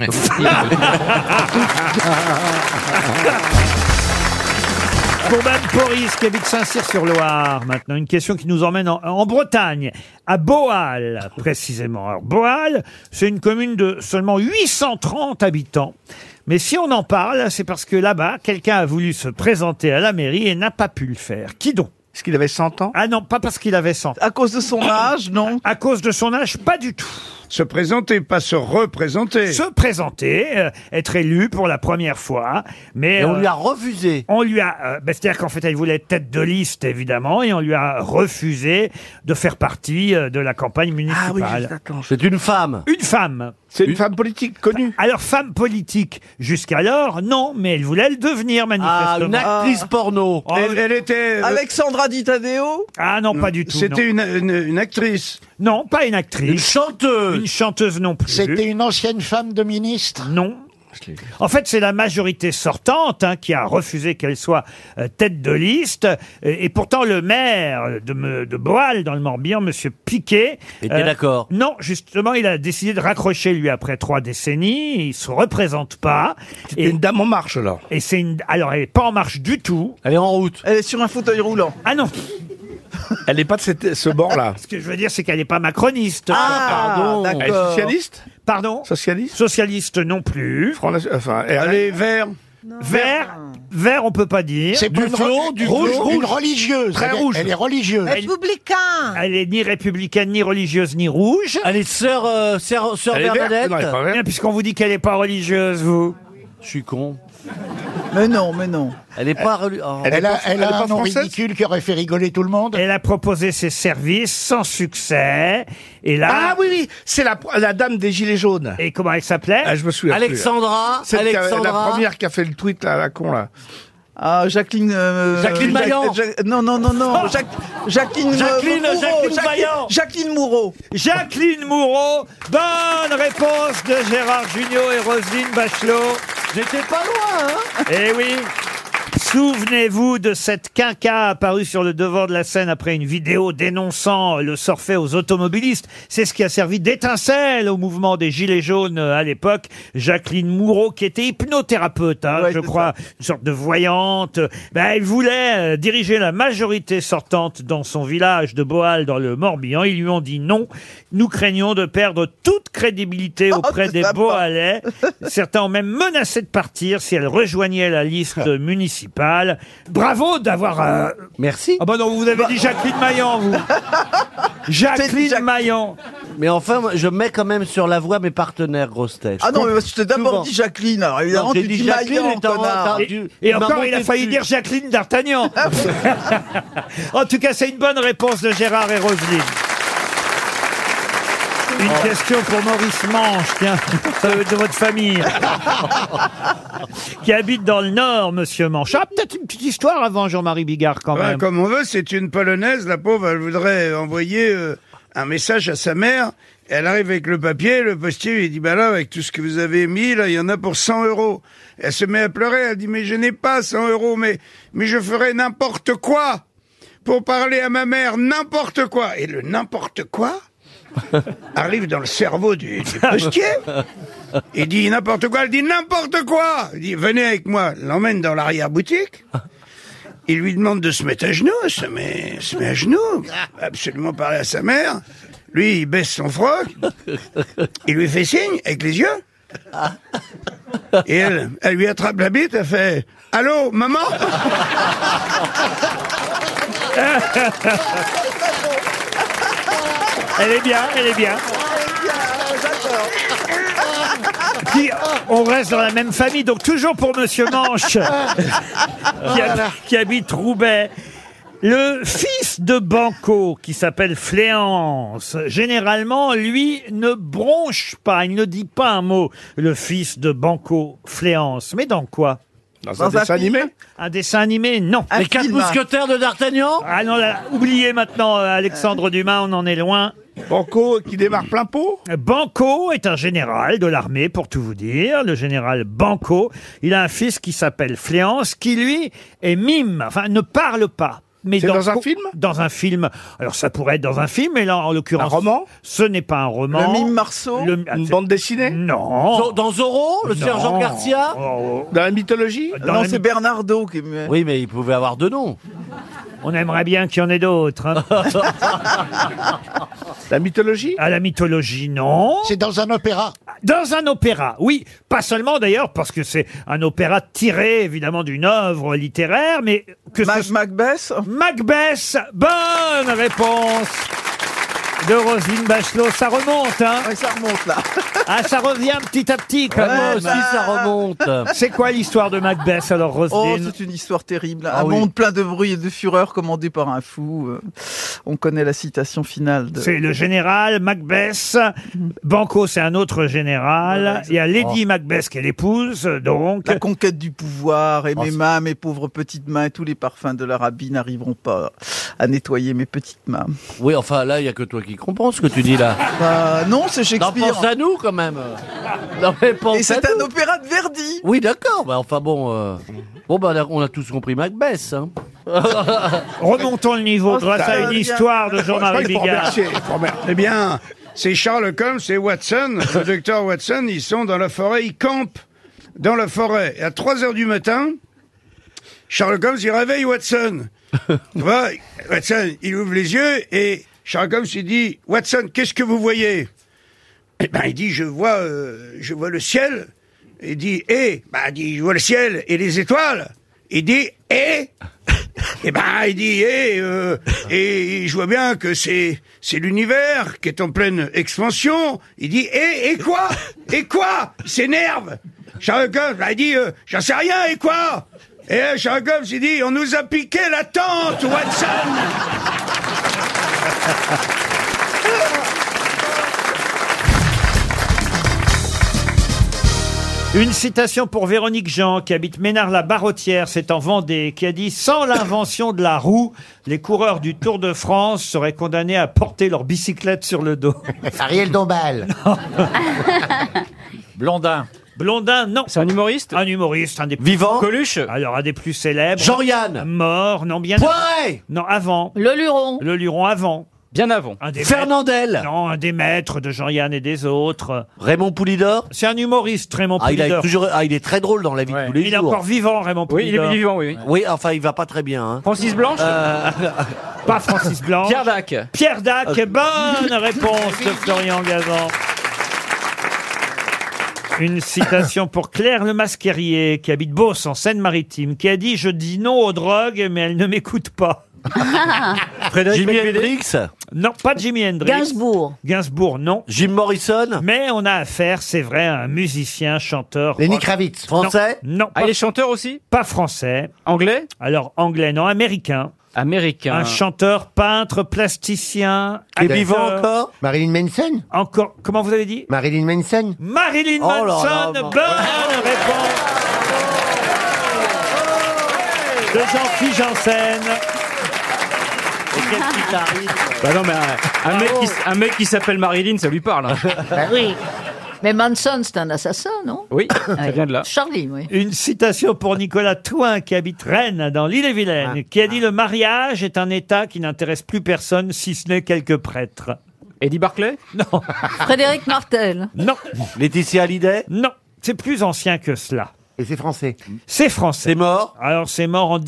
[SPEAKER 1] Pour Mme Poris, qui habite Saint-Cyr-sur-Loire, maintenant, une question qui nous emmène en, en Bretagne, à Boal, précisément. Alors, Boal, c'est une commune de seulement 830 habitants. Mais si on en parle, c'est parce que là-bas, quelqu'un a voulu se présenter à la mairie et n'a pas pu le faire. Qui donc Est-ce qu'il avait 100 ans Ah non, pas parce qu'il avait 100 ans. À cause de son âge, non À cause de son âge, pas du tout.
[SPEAKER 17] Se présenter, pas se représenter.
[SPEAKER 1] Se présenter, euh, être élu pour la première fois, mais
[SPEAKER 6] Et on lui a
[SPEAKER 1] refusé. On lui a, euh, bah, c'est-à-dire qu'en fait, elle voulait être tête de liste évidemment, et on lui a refusé de faire partie euh, de la campagne municipale.
[SPEAKER 6] C'est une femme.
[SPEAKER 1] une femme.
[SPEAKER 6] C'est une femme politique connue.
[SPEAKER 1] Alors femme politique jusqu'alors, non, mais elle voulait le devenir manifestement.
[SPEAKER 6] Ah,
[SPEAKER 1] Oh,
[SPEAKER 6] une actrice
[SPEAKER 1] porno.
[SPEAKER 17] Elle- elle était, euh,
[SPEAKER 1] Alexandra Di Taddeo Ah non, pas du tout.
[SPEAKER 17] C'était
[SPEAKER 1] non.
[SPEAKER 17] une, une- une actrice.
[SPEAKER 1] Non, pas une actrice.
[SPEAKER 17] Une
[SPEAKER 1] chanteuse. Une chanteuse non plus. C'était
[SPEAKER 6] une ancienne femme de ministre
[SPEAKER 1] Non. En fait, c'est la majorité sortante hein, qui a refusé qu'elle soit euh, tête de liste. Et, et pourtant, le maire de, me- de Boal, dans le Morbihan, Monsieur Piquet... euh,
[SPEAKER 6] Était d'accord.
[SPEAKER 1] Non, justement, il a décidé de raccrocher, lui, après trois décennies. Il se représente pas. C'était une dame en marche, là. Et c'est une... Alors, elle n'est pas en marche du tout. Elle est en route. Elle est sur un fauteuil roulant. Ah non
[SPEAKER 6] Elle n'est pas de cette- ce bord-là.
[SPEAKER 1] ce que je veux dire, c'est qu'elle n'est pas macroniste.
[SPEAKER 6] Ah, d'accord. Elle est socialiste
[SPEAKER 1] Pardon Socialiste Socialiste non plus.
[SPEAKER 6] enfin,
[SPEAKER 1] elle est vert. Vert, vert, on peut pas dire.
[SPEAKER 6] C'est pas Du une re- flot, du
[SPEAKER 1] rouge,
[SPEAKER 6] flot.
[SPEAKER 1] rouge.
[SPEAKER 6] Une religieuse.
[SPEAKER 1] Très
[SPEAKER 6] Elle est-
[SPEAKER 1] rouge.
[SPEAKER 6] elle est religieuse.
[SPEAKER 1] Elle, elle est ni républicaine, ni religieuse, ni rouge. Elle est sœur, sœur,
[SPEAKER 6] Elle est verte euh, Bernadette Non, elle est pas verte.
[SPEAKER 1] Puisqu'on vous dit qu'elle n'est pas religieuse, vous. Je suis con. Mais non, mais non.
[SPEAKER 6] Elle est pas relu- oh. Elle a- elle a un nom
[SPEAKER 1] ridicule qui aurait fait rigoler tout le monde. Elle a proposé ses services sans succès. Et là. Ah oui, oui, c'est la, dame des Gilets jaunes. Et comment elle
[SPEAKER 4] Eh,
[SPEAKER 1] s'appelait
[SPEAKER 6] Ah, je me souviens plus.
[SPEAKER 7] Ah,
[SPEAKER 6] Celle qui a- la première qui a fait le tweet là, à la con là.
[SPEAKER 30] Ah, Jacqueline. euh,
[SPEAKER 6] Jacqueline
[SPEAKER 30] Jacques-
[SPEAKER 6] Maillan.
[SPEAKER 30] Jacques- non, non, non, non. Jacques- Jacqueline. euh,
[SPEAKER 6] Jacqueline-
[SPEAKER 30] Moureau,
[SPEAKER 6] Jacqueline Maillan.
[SPEAKER 30] Jacqueline Moureau.
[SPEAKER 1] Jacqueline Moureau. Bonne réponse de Gérard Junior et Roselyne Bachelot. J'étais pas loin, hein Eh oui. Souvenez-vous de cette quinca apparue sur le devant de la scène après une vidéo dénonçant le sort fait aux automobilistes. C'est ce qui a servi d'étincelle au mouvement des Gilets jaunes euh, à l'époque. Jacqueline Moureau, qui était hypnothérapeute, hein, je crois, une sorte de voyante, euh, ben, elle voulait euh, diriger la majorité sortante dans son village de Boal, dans le Morbihan. Ils lui ont dit non. Nous craignons de perdre toute crédibilité auprès des Boalais. Certains ont même menacé de partir si elle rejoignait la liste municipale. Bravo d'avoir.
[SPEAKER 6] Merci.
[SPEAKER 1] Ah bah non, vous avez dit Jacqueline Maillan, vous. Jacqueline Maillan.
[SPEAKER 6] Mais enfin, moi, je mets quand même sur la voie mes partenaires, grosse tête.
[SPEAKER 30] Ah non, mais je t'ai d'abord dit Jacqueline. Alors évidemment,
[SPEAKER 6] Non, j'ai
[SPEAKER 30] tu
[SPEAKER 6] dit
[SPEAKER 30] dis
[SPEAKER 6] Jacqueline
[SPEAKER 30] Maillan,
[SPEAKER 6] et t'as-
[SPEAKER 30] connard.
[SPEAKER 6] t'as-
[SPEAKER 1] Ah. Et, et encore, il a failli dire Jacqueline <laughs> D'Artagnan. en tout cas, c'est une bonne réponse de Gérard et Roselyne. Une question pour Maurice Manche, <laughs> tiens, ça veut de votre famille, qui habite dans le Nord, Monsieur Manche. Ah, peut-être une petite histoire avant Jean-Marie Bigard, quand
[SPEAKER 17] Ouais,
[SPEAKER 1] même.
[SPEAKER 17] comme on veut, c'est une Polonaise, la pauvre, elle voudrait envoyer euh, un message à sa mère Elle arrive avec le papier, le postier lui dit, bah là, avec tout ce que vous avez mis, là, il y en a pour 100 euros. Elle se met à pleurer, elle dit, mais je n'ai pas 100 euros, mais, mais je ferai n'importe quoi pour parler à ma mère, n'importe quoi. Et le
[SPEAKER 1] <laughs>
[SPEAKER 17] n'importe quoi arrive dans le cerveau
[SPEAKER 4] <laughs>
[SPEAKER 17] du, <laughs> du postier. Il dit n'importe quoi, elle dit n'importe quoi. Il dit, venez avec moi, Elle l'emmène dans l'arrière-boutique. Il lui demande de se mettre à genoux, elle se met, se met à genoux, absolument parler à sa mère. Lui, il baisse son froc, il lui fait signe avec les yeux. Et elle, elle lui attrape la bite, elle fait Allô, maman <laughs>
[SPEAKER 1] Elle est bien, elle est bien.
[SPEAKER 6] <laughs>
[SPEAKER 1] Qui- on reste dans la même famille, donc toujours pour Monsieur Manche, qui, hab- qui habite Roubaix. Le fils de Banco, qui s'appelle Fléance, généralement, lui ne bronche pas, il ne dit pas un mot, le fils de Banco, Fléance. Mais dans quoi
[SPEAKER 4] Dans un Dans un dessin film animé
[SPEAKER 1] Un dessin animé, non.
[SPEAKER 4] Un Les Quatre film. Mousquetaires
[SPEAKER 1] de D'Artagnan Ah non, là, oubliez maintenant euh, Alexandre Dumas, on en est loin. Banco euh, qui démarre plein pot Banco est un général de l'armée, pour tout vous dire, le général Banco. Il a un fils qui s'appelle Fléance, qui lui est mime, enfin ne parle pas. Mais
[SPEAKER 4] C'est dans un film
[SPEAKER 1] Dans un film. Alors ça pourrait être dans un film, mais là en l'occurrence. Un roman Ce n'est pas un roman.
[SPEAKER 4] Le mime
[SPEAKER 1] Marceau Une bande dessinée Non.
[SPEAKER 4] Zo- Dans Zorro, le
[SPEAKER 1] Non. Oh.
[SPEAKER 4] sergent Garcia Dans la mythologie
[SPEAKER 1] Dans la myth-
[SPEAKER 4] Bernardo qui Oui, mais il pouvait avoir deux noms.
[SPEAKER 1] On aimerait bien qu'il y en ait d'autres. hein. <laughs> La mythologie À Ah, la mythologie, non. C'est dans un opéra. Dans un opéra, oui. Pas seulement d'ailleurs, parce que c'est un opéra tiré évidemment d'une œuvre littéraire, mais que Macbeth Macbeth Bonne réponse de Roselyne Bachelot. Ça remonte, hein ça remonte là. bah. ah, ça revient petit à petit quand
[SPEAKER 4] Ouais,
[SPEAKER 1] même.
[SPEAKER 4] moi aussi, ça remonte.
[SPEAKER 1] C'est quoi l'histoire de Macbeth alors,
[SPEAKER 30] bah. Oh,
[SPEAKER 1] Roselyne
[SPEAKER 30] c'est une histoire terrible.
[SPEAKER 1] Ah
[SPEAKER 30] un
[SPEAKER 1] oui.
[SPEAKER 30] monde plein de bruit et de fureur commandé par un fou. euh, On connaît la citation finale. De... Mm-hmm.
[SPEAKER 1] C'est le général Macbeth. Banco, c'est un autre général. Ah Il y a Lady
[SPEAKER 30] Oh.
[SPEAKER 1] Macbeth qui est l'épouse, euh, donc.
[SPEAKER 30] La conquête du pouvoir et
[SPEAKER 1] Oh,
[SPEAKER 30] mes
[SPEAKER 1] c'est-
[SPEAKER 30] mains, mes pauvres petites mains et tous les parfums de l'Arabie n'arriveront pas à nettoyer mes petites mains.
[SPEAKER 4] Oui, enfin là, il n'y a que toi qui comprends ce que tu dis là.
[SPEAKER 30] Bah, non, c'est Shakespeare.
[SPEAKER 4] pense à nous quand même. Non, mais pense
[SPEAKER 30] Et
[SPEAKER 4] à
[SPEAKER 30] c'est un
[SPEAKER 4] nous.
[SPEAKER 30] opéra de Verdi.
[SPEAKER 4] Oui, d'accord. Bah, enfin bon, euh, bon bah, là, on a tous compris Macbeth.
[SPEAKER 9] <laughs>
[SPEAKER 4] Hein.
[SPEAKER 1] Remontons le niveau
[SPEAKER 5] Oh,
[SPEAKER 4] grâce à une histoire de Jean-Marie Bigard.
[SPEAKER 17] Eh bien, c'est Sherlock Holmes et Watson, le docteur Watson, ils sont dans la forêt, ils campent dans la forêt. Et à 3 heures du matin, Sherlock Holmes, il réveille Watson. tu vois, Watson, il ouvre les yeux et Sherlock Holmes, il dit, Watson, qu'est-ce que vous voyez Eh ben, il dit, je vois, euh, je vois le ciel. Il dit, eh, bah, il dit, je vois le ciel et les étoiles. Il dit, eh, eh ben, il dit, eh, euh, et je vois bien que c'est, c'est l'univers qui est en pleine expansion. Il dit, eh, et quoi? Et quoi? Il s'énerve. Sherlock Holmes, bah, il dit, euh, j'en sais rien, et quoi? Et euh, Sherlock Holmes, il dit, on nous a piqué la tente, Watson!
[SPEAKER 1] Une citation pour Véronique Jean, qui habite Ménard-la-Barrotière, c'est en Vendée, qui a dit « Sans l'invention de la roue, les coureurs du Tour de France seraient condamnés à porter leur bicyclette sur le dos. » Ariel Dombal. Blondin. Blondin, non. C'est un humoriste Un humoriste, un des plus... Vivant Coluche Alors, un des plus célèbres. Jean-Yann Mort, non, bien... Poiret Non, avant. Le Luron Le Luron, avant. Bien avant. Un des Fernandel Non, un des maîtres de Jean-Yann et des autres. Raymond Poulidor C'est un humoriste, Raymond
[SPEAKER 9] Ah, il, a
[SPEAKER 1] Poulidor.
[SPEAKER 9] toujours, ah, il est très drôle dans la vie de tous les
[SPEAKER 1] Il est
[SPEAKER 9] jours.
[SPEAKER 1] encore vivant, Raymond Poulidor.
[SPEAKER 9] Oui, enfin, il va pas très bien. hein.
[SPEAKER 1] Francis Blanche
[SPEAKER 9] Euh,
[SPEAKER 1] <laughs> Pas Francis Blanche.
[SPEAKER 9] Pierre
[SPEAKER 1] Dac. Pierre Dac,
[SPEAKER 9] Euh.
[SPEAKER 1] bonne <laughs> réponse de Florian Gazan. Une citation pour Claire Le Masquerier, qui habite Beauce, en Seine-Maritime, qui a dit « Je dis non aux drogues, mais elles ne m'écoutent pas.
[SPEAKER 9] Frédéric Jimi Becbédé
[SPEAKER 1] Hendrix Non, pas Jimi Hendrix. Gainsbourg. Gainsbourg, non. Jim Morrison Mais on a affaire, c'est vrai, à un musicien, chanteur.
[SPEAKER 5] Lenny
[SPEAKER 1] rock-
[SPEAKER 5] Kravitz.
[SPEAKER 1] Non,
[SPEAKER 5] Français
[SPEAKER 1] Non.
[SPEAKER 5] Ah, il est
[SPEAKER 1] chanteur aussi Pas français. Anglais Alors, anglais, non, américain. Américain. Un chanteur, peintre, plasticien.
[SPEAKER 6] Et
[SPEAKER 1] acteur.
[SPEAKER 6] vivant encore Marilyn Manson
[SPEAKER 1] euh, Encore. Comment vous avez dit
[SPEAKER 6] Marilyn Manson
[SPEAKER 1] Marilyn
[SPEAKER 6] Oh là
[SPEAKER 1] Manson,
[SPEAKER 6] là,
[SPEAKER 1] bonne
[SPEAKER 6] bon.
[SPEAKER 1] réponse de Jean-Philippe Janssen.
[SPEAKER 31] qu'est-ce qui t'arrive
[SPEAKER 5] Bah non, mais un, un mec qui, s- un mec qui s'appelle Marilyn, ça lui parle. hein. <laughs>
[SPEAKER 25] Oui. Mais Manson, c'est un assassin, non <coughs>
[SPEAKER 5] Oui, ça
[SPEAKER 25] Ouais.
[SPEAKER 5] vient de là.
[SPEAKER 25] Charlie, oui.
[SPEAKER 1] Une citation pour Nicolas Touin, qui habite Rennes, dans l'île-et-Vilaine, qui a dit Le mariage est un état qui n'intéresse plus personne, si ce n'est quelques prêtres.
[SPEAKER 5] Eddie Barclay
[SPEAKER 1] Non.
[SPEAKER 25] Frédéric Martel.
[SPEAKER 1] <laughs> Non. Laetitia Hallyday Non. C'est plus ancien que cela. Et c'est français C'est français. C'est mort Alors, c'est mort en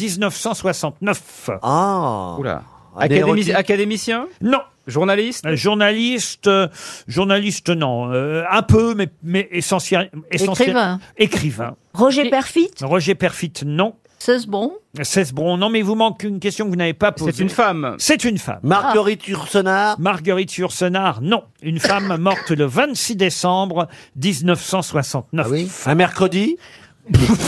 [SPEAKER 1] 1969. Ah
[SPEAKER 5] Oula. Académici- académicien
[SPEAKER 1] Non.
[SPEAKER 5] Journaliste
[SPEAKER 1] Journaliste, euh, journaliste non. Euh, un peu, mais, mais essentiel, essentiel-
[SPEAKER 25] Écrivain.
[SPEAKER 1] Écrivain.
[SPEAKER 25] Roger Perfit
[SPEAKER 1] Roger Perfit, non.
[SPEAKER 25] Cesbron
[SPEAKER 1] Cesbron, non, mais il vous manque une question que vous n'avez pas posée.
[SPEAKER 5] C'est une femme.
[SPEAKER 1] C'est une femme.
[SPEAKER 5] Marguerite
[SPEAKER 1] Ursenard Marguerite Ursenard, non. Une femme morte le 26 décembre 1969. Ah Un mercredi <laughs>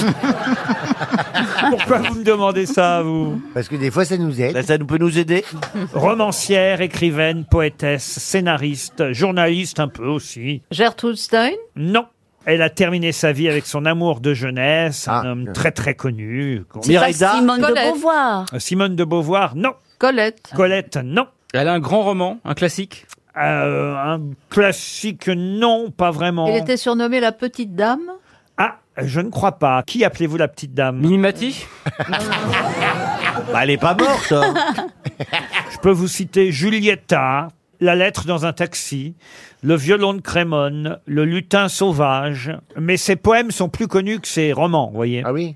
[SPEAKER 1] Pourquoi vous me demandez ça, vous
[SPEAKER 32] Parce que des fois, ça nous aide.
[SPEAKER 5] Bah,
[SPEAKER 32] ça peut nous aider.
[SPEAKER 1] Romancière, écrivaine, poétesse, scénariste, journaliste un peu aussi.
[SPEAKER 25] Gertrude Stein
[SPEAKER 1] Non. Elle a terminé sa vie avec son amour de jeunesse,
[SPEAKER 32] Ah.
[SPEAKER 1] un homme très très connu.
[SPEAKER 25] C'est pas Simone de
[SPEAKER 1] Colette.
[SPEAKER 25] Beauvoir.
[SPEAKER 1] Simone de Beauvoir, non.
[SPEAKER 25] Colette.
[SPEAKER 1] Colette, non. Euh,
[SPEAKER 5] Elle a un grand roman, un classique
[SPEAKER 1] Un classique, non, pas vraiment.
[SPEAKER 25] Elle était surnommée la petite dame.
[SPEAKER 1] Ah, je ne crois pas. Qui appelez-vous la petite dame <laughs> Minimati
[SPEAKER 5] elle est pas
[SPEAKER 1] morte,
[SPEAKER 8] <laughs>
[SPEAKER 1] hein. Je peux vous citer Julietta, La lettre dans un taxi, Le violon de Crémone, Le lutin sauvage. Mais ses poèmes sont plus connus que ses romans, vous voyez. Ah oui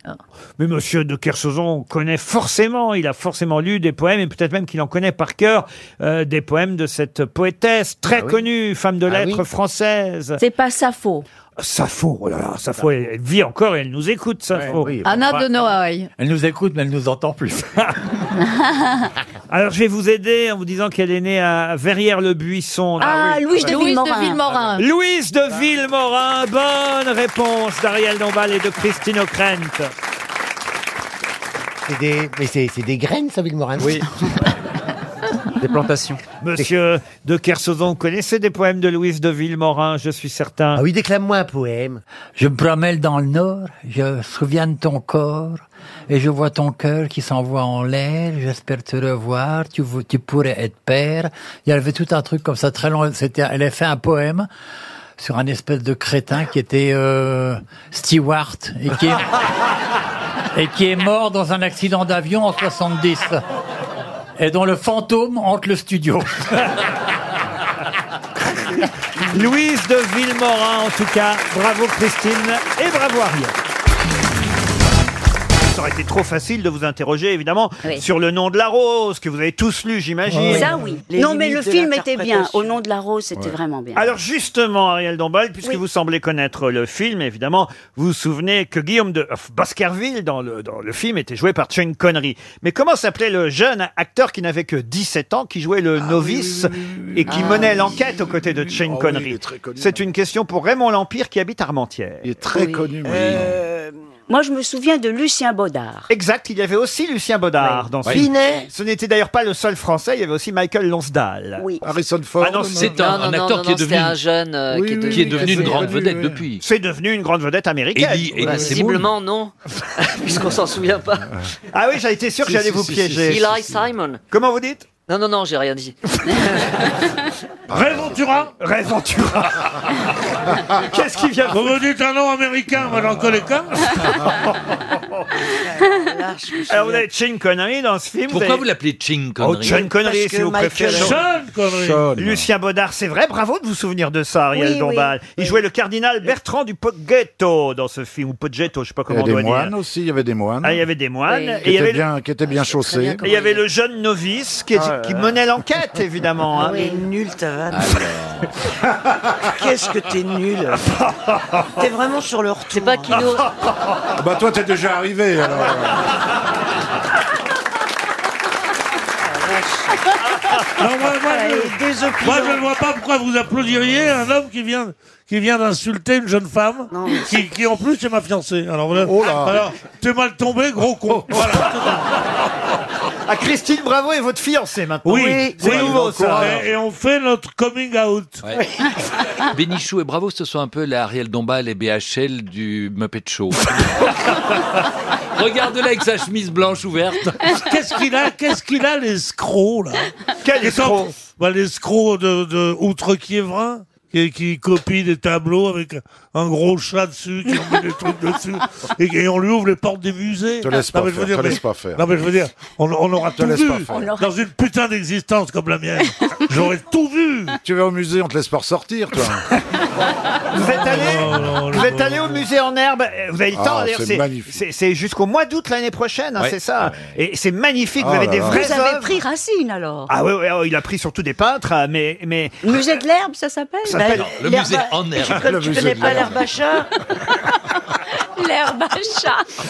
[SPEAKER 1] Mais monsieur de Kersauzon connaît forcément, il a forcément lu des poèmes, et peut-être même qu'il en connaît par cœur, euh, des poèmes de cette poétesse très connue, femme de lettres française.
[SPEAKER 25] C'est pas Sappho.
[SPEAKER 1] Sappho, oh là là, Sappho, elle, elle vit encore et elle nous écoute, Sappho.
[SPEAKER 25] Anna de
[SPEAKER 1] <laughs>
[SPEAKER 25] Noailles.
[SPEAKER 1] bah. Elle nous écoute, mais elle nous entend <laughs> plus. Alors, je vais vous aider en vous disant qu'elle est née à Verrières-le-Buisson.
[SPEAKER 25] Ah, Louise de Villemorin.
[SPEAKER 1] Louise de Villemorin. Bonne réponse d'Ariel Dombal et de Christine O'Krent.
[SPEAKER 32] C'est des, mais c'est, c'est des graines, ça, Villemorin <laughs>
[SPEAKER 5] Oui. Des plantations.
[SPEAKER 1] Monsieur de Kersauzon, vous connaissez des poèmes de Louise de Villemorin, je suis certain.
[SPEAKER 32] Ah oui, déclame-moi un poème.
[SPEAKER 20] Je me promène dans le nord, je me souviens de ton corps, et je vois ton cœur qui s'envoie en l'air, j'espère te revoir, tu, vou- tu pourrais être père. Il y avait tout un truc comme ça très long, c'était, elle a fait un poème sur un espèce de crétin qui était euh, Stewart, et qui, est, et qui est mort dans un accident d'avion en 70, et dont le fantôme hante le studio.
[SPEAKER 1] Louise de Villemorin, en tout cas. Bravo Christine et bravo Ariel. Ça aurait été trop facile de vous interroger, évidemment,
[SPEAKER 10] Oui.
[SPEAKER 1] sur le nom de la rose, que vous avez tous lu, j'imagine.
[SPEAKER 10] Ça, oui. non, mais le film était bien. Au nom de la rose, c'était
[SPEAKER 1] Ouais.
[SPEAKER 10] vraiment bien.
[SPEAKER 1] Alors justement, Ariel Dombal, puisque vous semblez connaître le film, évidemment, vous vous souvenez que Guillaume de euh, Baskerville, dans le, dans le film, était joué par Sean Connery. Mais comment s'appelait le jeune acteur qui n'avait que 17 ans, qui jouait le novice et qui
[SPEAKER 4] Ah
[SPEAKER 1] menait
[SPEAKER 4] oui.
[SPEAKER 1] l'enquête aux côtés de Sean
[SPEAKER 4] Ah oui, il
[SPEAKER 1] Connery
[SPEAKER 4] est très connu. hein.
[SPEAKER 1] C'est une question pour Raymond L'Empire qui habite Armentières. Il est
[SPEAKER 4] très Oui. connu, oui.
[SPEAKER 10] Euh, moi, je me souviens de Lucien Baudard.
[SPEAKER 1] Exact, il y avait aussi Lucien Baudard dans ce
[SPEAKER 10] Oui.
[SPEAKER 1] film.
[SPEAKER 10] Binet.
[SPEAKER 1] Ce n'était d'ailleurs pas le seul français, il y avait aussi Michael Lonsdale.
[SPEAKER 10] Oui.
[SPEAKER 1] Harrison Ford.
[SPEAKER 4] Ah non, c'est un- Non, non, un non, acteur non, qui est non, devenu- c'est un jeune, euh, Oui, qui est oui, devenu- oui, qui est devenu une grande connu, vedette oui. depuis.
[SPEAKER 1] C'est devenu une grande vedette américaine.
[SPEAKER 4] Eddie- Eddie Bah, Seymour.
[SPEAKER 1] <laughs>
[SPEAKER 4] visiblement, non. Puisqu'on s'en souvient pas.
[SPEAKER 1] Ah oui, j'avais été sûr que
[SPEAKER 4] Si,
[SPEAKER 1] j'allais
[SPEAKER 4] si,
[SPEAKER 1] vous
[SPEAKER 4] si,
[SPEAKER 1] piéger.
[SPEAKER 4] si, si. Eli Simon.
[SPEAKER 1] Comment vous dites
[SPEAKER 4] Non, non, non, j'ai rien dit.
[SPEAKER 1] Réventura Réventura <laughs> Qu'est-ce qui vient
[SPEAKER 7] Vous me dites un nom américain, moi j'en connais
[SPEAKER 4] <laughs>
[SPEAKER 7] qu'un.
[SPEAKER 4] Ah,
[SPEAKER 1] Alors vous avez Chin Connery dans ce film.
[SPEAKER 7] Pourquoi
[SPEAKER 1] avez-
[SPEAKER 7] vous l'appelez Ching
[SPEAKER 1] Oh,
[SPEAKER 7] Connery
[SPEAKER 1] Sean Connery, si vous préférez.
[SPEAKER 7] Sean Connery.
[SPEAKER 1] Lucien Baudard, c'est vrai, bravo de vous souvenir de ça, Ariel
[SPEAKER 10] Oui,
[SPEAKER 1] Dombal.
[SPEAKER 10] oui.
[SPEAKER 1] Il jouait le cardinal Bertrand du Poggetto dans ce film, ou Poggetto, je sais pas
[SPEAKER 12] Il y
[SPEAKER 1] comment
[SPEAKER 12] a
[SPEAKER 1] on
[SPEAKER 12] des
[SPEAKER 1] doit
[SPEAKER 12] moines
[SPEAKER 1] dire.
[SPEAKER 12] aussi, il y avait des moines.
[SPEAKER 1] Ah, il y avait des moines.
[SPEAKER 12] Qui
[SPEAKER 1] Et
[SPEAKER 12] étaient
[SPEAKER 1] il y avait le-
[SPEAKER 12] bien, qui étaient
[SPEAKER 9] Ah,
[SPEAKER 12] bien Ah chaussés.
[SPEAKER 1] Et il y avait le jeune novice qui, est- qui menait l'enquête, évidemment.
[SPEAKER 9] <laughs>
[SPEAKER 1] hein.
[SPEAKER 9] nul ta vanne. <laughs> Qu'est-ce que t'es
[SPEAKER 1] <laughs>
[SPEAKER 9] nul T'es vraiment sur le retour. C'est pas qui <laughs>
[SPEAKER 12] Ah bah toi, t'es déjà
[SPEAKER 1] Ah,
[SPEAKER 12] arrivé. alors.
[SPEAKER 7] Non, moi, moi,
[SPEAKER 9] je,
[SPEAKER 7] moi, je ne vois pas pourquoi vous applaudiriez un homme qui vient, qui vient d'insulter une jeune femme, qui, qui, en plus est
[SPEAKER 1] Oh
[SPEAKER 7] ma fiancée. Alors, voilà. alors t'es mal tombé, gros con. Voilà.
[SPEAKER 1] Ah, Christine Bravo est votre fiancée maintenant.
[SPEAKER 7] Oui,
[SPEAKER 1] c'est
[SPEAKER 7] oui,
[SPEAKER 1] nouveau ça.
[SPEAKER 7] Et, et on fait notre coming out.
[SPEAKER 11] Ouais. <laughs> Bénichou et Bravo, ce sont un peu la Ariel Dombal et BHL du Muppet Show. Regarde-la avec sa chemise blanche ouverte.
[SPEAKER 7] Qu'est-ce qu'il a, qu'est-ce qu'il a, l'escroc, là
[SPEAKER 1] Quel
[SPEAKER 7] escroc bah, L'escroc de, de Outre-Quiévrin, qui, qui copie des tableaux avec un gros chat dessus, qui en met des trucs dessus, et, et on lui ouvre les portes des musées.
[SPEAKER 12] Te laisse
[SPEAKER 7] Non,
[SPEAKER 12] pas
[SPEAKER 7] mais je veux
[SPEAKER 12] faire, te
[SPEAKER 7] mais-
[SPEAKER 12] laisse pas faire.
[SPEAKER 7] Non, mais je veux dire, on, on aura
[SPEAKER 12] Te
[SPEAKER 7] tout
[SPEAKER 12] laisse
[SPEAKER 7] vu.
[SPEAKER 12] pas faire. On
[SPEAKER 7] Dans une putain d'existence comme la mienne, j'aurais tout vu.
[SPEAKER 12] Tu vas au musée, on te laisse pas ressortir, toi.
[SPEAKER 1] Vous êtes allé, vous êtes allé au musée en herbe, euh, vous avez le temps.
[SPEAKER 12] Ah,
[SPEAKER 1] d'ailleurs,
[SPEAKER 12] c'est
[SPEAKER 1] c'est-
[SPEAKER 12] magnifique.
[SPEAKER 1] c'est- C'est jusqu'au mois d'août l'année prochaine, hein,
[SPEAKER 12] Ouais.
[SPEAKER 1] c'est ça. Et c'est magnifique, vous
[SPEAKER 12] Ah
[SPEAKER 1] avez
[SPEAKER 12] là
[SPEAKER 1] des
[SPEAKER 12] là.
[SPEAKER 1] vraies
[SPEAKER 9] Vous avez
[SPEAKER 1] œuvres.
[SPEAKER 9] pris Racine alors
[SPEAKER 1] Ah oui, oui, oui, il a pris surtout des peintres, ah, mais mais <laughs>
[SPEAKER 9] Musée de l'herbe, ça s'appelle
[SPEAKER 10] Ben,
[SPEAKER 1] Ça s'appelle- Non, le
[SPEAKER 9] l'herbe-
[SPEAKER 1] musée en herbe.
[SPEAKER 9] Tu
[SPEAKER 10] <laughs>
[SPEAKER 9] connais-
[SPEAKER 1] Le
[SPEAKER 9] Tu
[SPEAKER 1] musée
[SPEAKER 9] connais
[SPEAKER 1] de
[SPEAKER 9] pas
[SPEAKER 1] l'herbe.
[SPEAKER 9] l'herbe à chat
[SPEAKER 5] L'herbe à chat.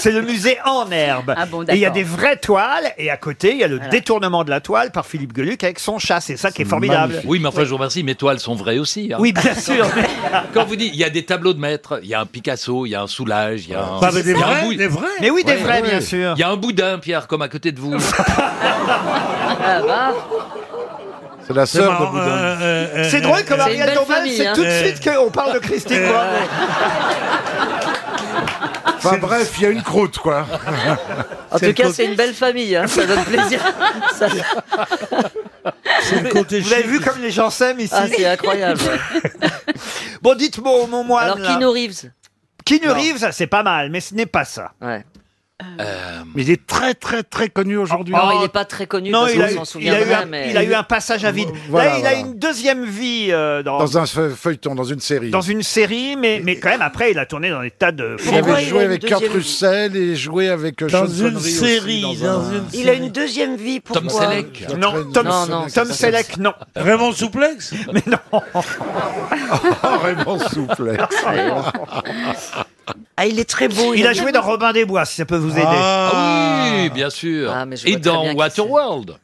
[SPEAKER 1] c'est le musée en herbe.
[SPEAKER 5] Ah bon,
[SPEAKER 1] et il y a
[SPEAKER 5] d'accord.
[SPEAKER 1] des vraies toiles, et à côté, il y a le détournement de la toile par Philippe Gueluc avec son chat. C'est ça qui est formidable.
[SPEAKER 11] Oui, mais enfin, je vous remercie, mes toiles sont vraies aussi. hein.
[SPEAKER 1] Oui, bien sûr.
[SPEAKER 11] <laughs> Quand vous dites, il y a des tableaux de maître, il y a un Picasso, il y a un Soulage, il y a un.
[SPEAKER 7] Bah, mais des
[SPEAKER 11] il y a un
[SPEAKER 7] vrais,
[SPEAKER 11] Bou-
[SPEAKER 7] des vrais.
[SPEAKER 1] Mais oui, des
[SPEAKER 11] Ouais,
[SPEAKER 1] vrais,
[SPEAKER 11] ouais.
[SPEAKER 1] bien sûr.
[SPEAKER 11] Il y a un Boudin, Pierre, comme à côté de vous.
[SPEAKER 5] Ah, bah.
[SPEAKER 12] C'est la sœur de
[SPEAKER 11] marrant,
[SPEAKER 12] Boudin.
[SPEAKER 11] euh, euh, euh,
[SPEAKER 1] C'est drôle comme
[SPEAKER 12] C'est une
[SPEAKER 1] Ariel
[SPEAKER 12] belle
[SPEAKER 1] Dombal,
[SPEAKER 12] famille,
[SPEAKER 1] c'est
[SPEAKER 12] hein.
[SPEAKER 1] tout de
[SPEAKER 12] Euh.
[SPEAKER 1] suite qu'on parle de Christine Bravo.
[SPEAKER 12] Enfin bref, il y a une croûte, quoi.
[SPEAKER 5] En tout cas, c'est une belle famille, hein, ça donne plaisir. Ça-
[SPEAKER 1] Vous avez vu comme les gens s'aiment ici
[SPEAKER 5] Ah, c'est incroyable.
[SPEAKER 1] <laughs> Bon, dites-moi, mon moine.
[SPEAKER 5] Alors,
[SPEAKER 1] là.
[SPEAKER 5] Keanu Reeves.
[SPEAKER 1] Keanu
[SPEAKER 5] Non.
[SPEAKER 1] Reeves, ça, c'est pas mal, mais ce n'est pas ça.
[SPEAKER 12] Euh, Mais il est très très très connu aujourd'hui.
[SPEAKER 5] Oh, il n'est pas très connu,
[SPEAKER 1] Non,
[SPEAKER 5] parce
[SPEAKER 1] il
[SPEAKER 5] qu'on
[SPEAKER 1] a, eu-
[SPEAKER 5] s'en
[SPEAKER 1] il a eu
[SPEAKER 5] souviendrait,
[SPEAKER 1] un,
[SPEAKER 5] mais...
[SPEAKER 1] il a eu un passage à vide.
[SPEAKER 12] Voilà,
[SPEAKER 1] Là, il
[SPEAKER 12] voilà.
[SPEAKER 1] a une deuxième vie euh, dans,
[SPEAKER 12] Dans un feu- feuilleton, dans une série.
[SPEAKER 1] dans une série, mais, mais quand même, après, il a tourné dans des tas de
[SPEAKER 12] Il avait joué avec Kurt Russell et joué avec euh,
[SPEAKER 1] Dans
[SPEAKER 12] Sean
[SPEAKER 1] une
[SPEAKER 12] Connery aussi,
[SPEAKER 1] série, dans
[SPEAKER 12] un-
[SPEAKER 1] une
[SPEAKER 9] Il a une deuxième vie, pourquoi
[SPEAKER 1] Non, Tom,
[SPEAKER 9] Non, non,
[SPEAKER 1] Tom
[SPEAKER 9] c'est-
[SPEAKER 1] Selleck, non.
[SPEAKER 7] Raymond Souplex
[SPEAKER 1] <laughs> Mais
[SPEAKER 5] <laughs>
[SPEAKER 1] non.
[SPEAKER 12] <laughs> Raymond Souplex.
[SPEAKER 1] Ah, il est très beau. Il,
[SPEAKER 9] il
[SPEAKER 1] a
[SPEAKER 9] est
[SPEAKER 1] joué
[SPEAKER 9] bien.
[SPEAKER 1] dans Robin des Bois, si ça peut vous aider.
[SPEAKER 11] Ah oui, bien sûr.
[SPEAKER 1] je
[SPEAKER 11] Et
[SPEAKER 1] vois très
[SPEAKER 11] dans
[SPEAKER 1] bien qui
[SPEAKER 11] Waterworld.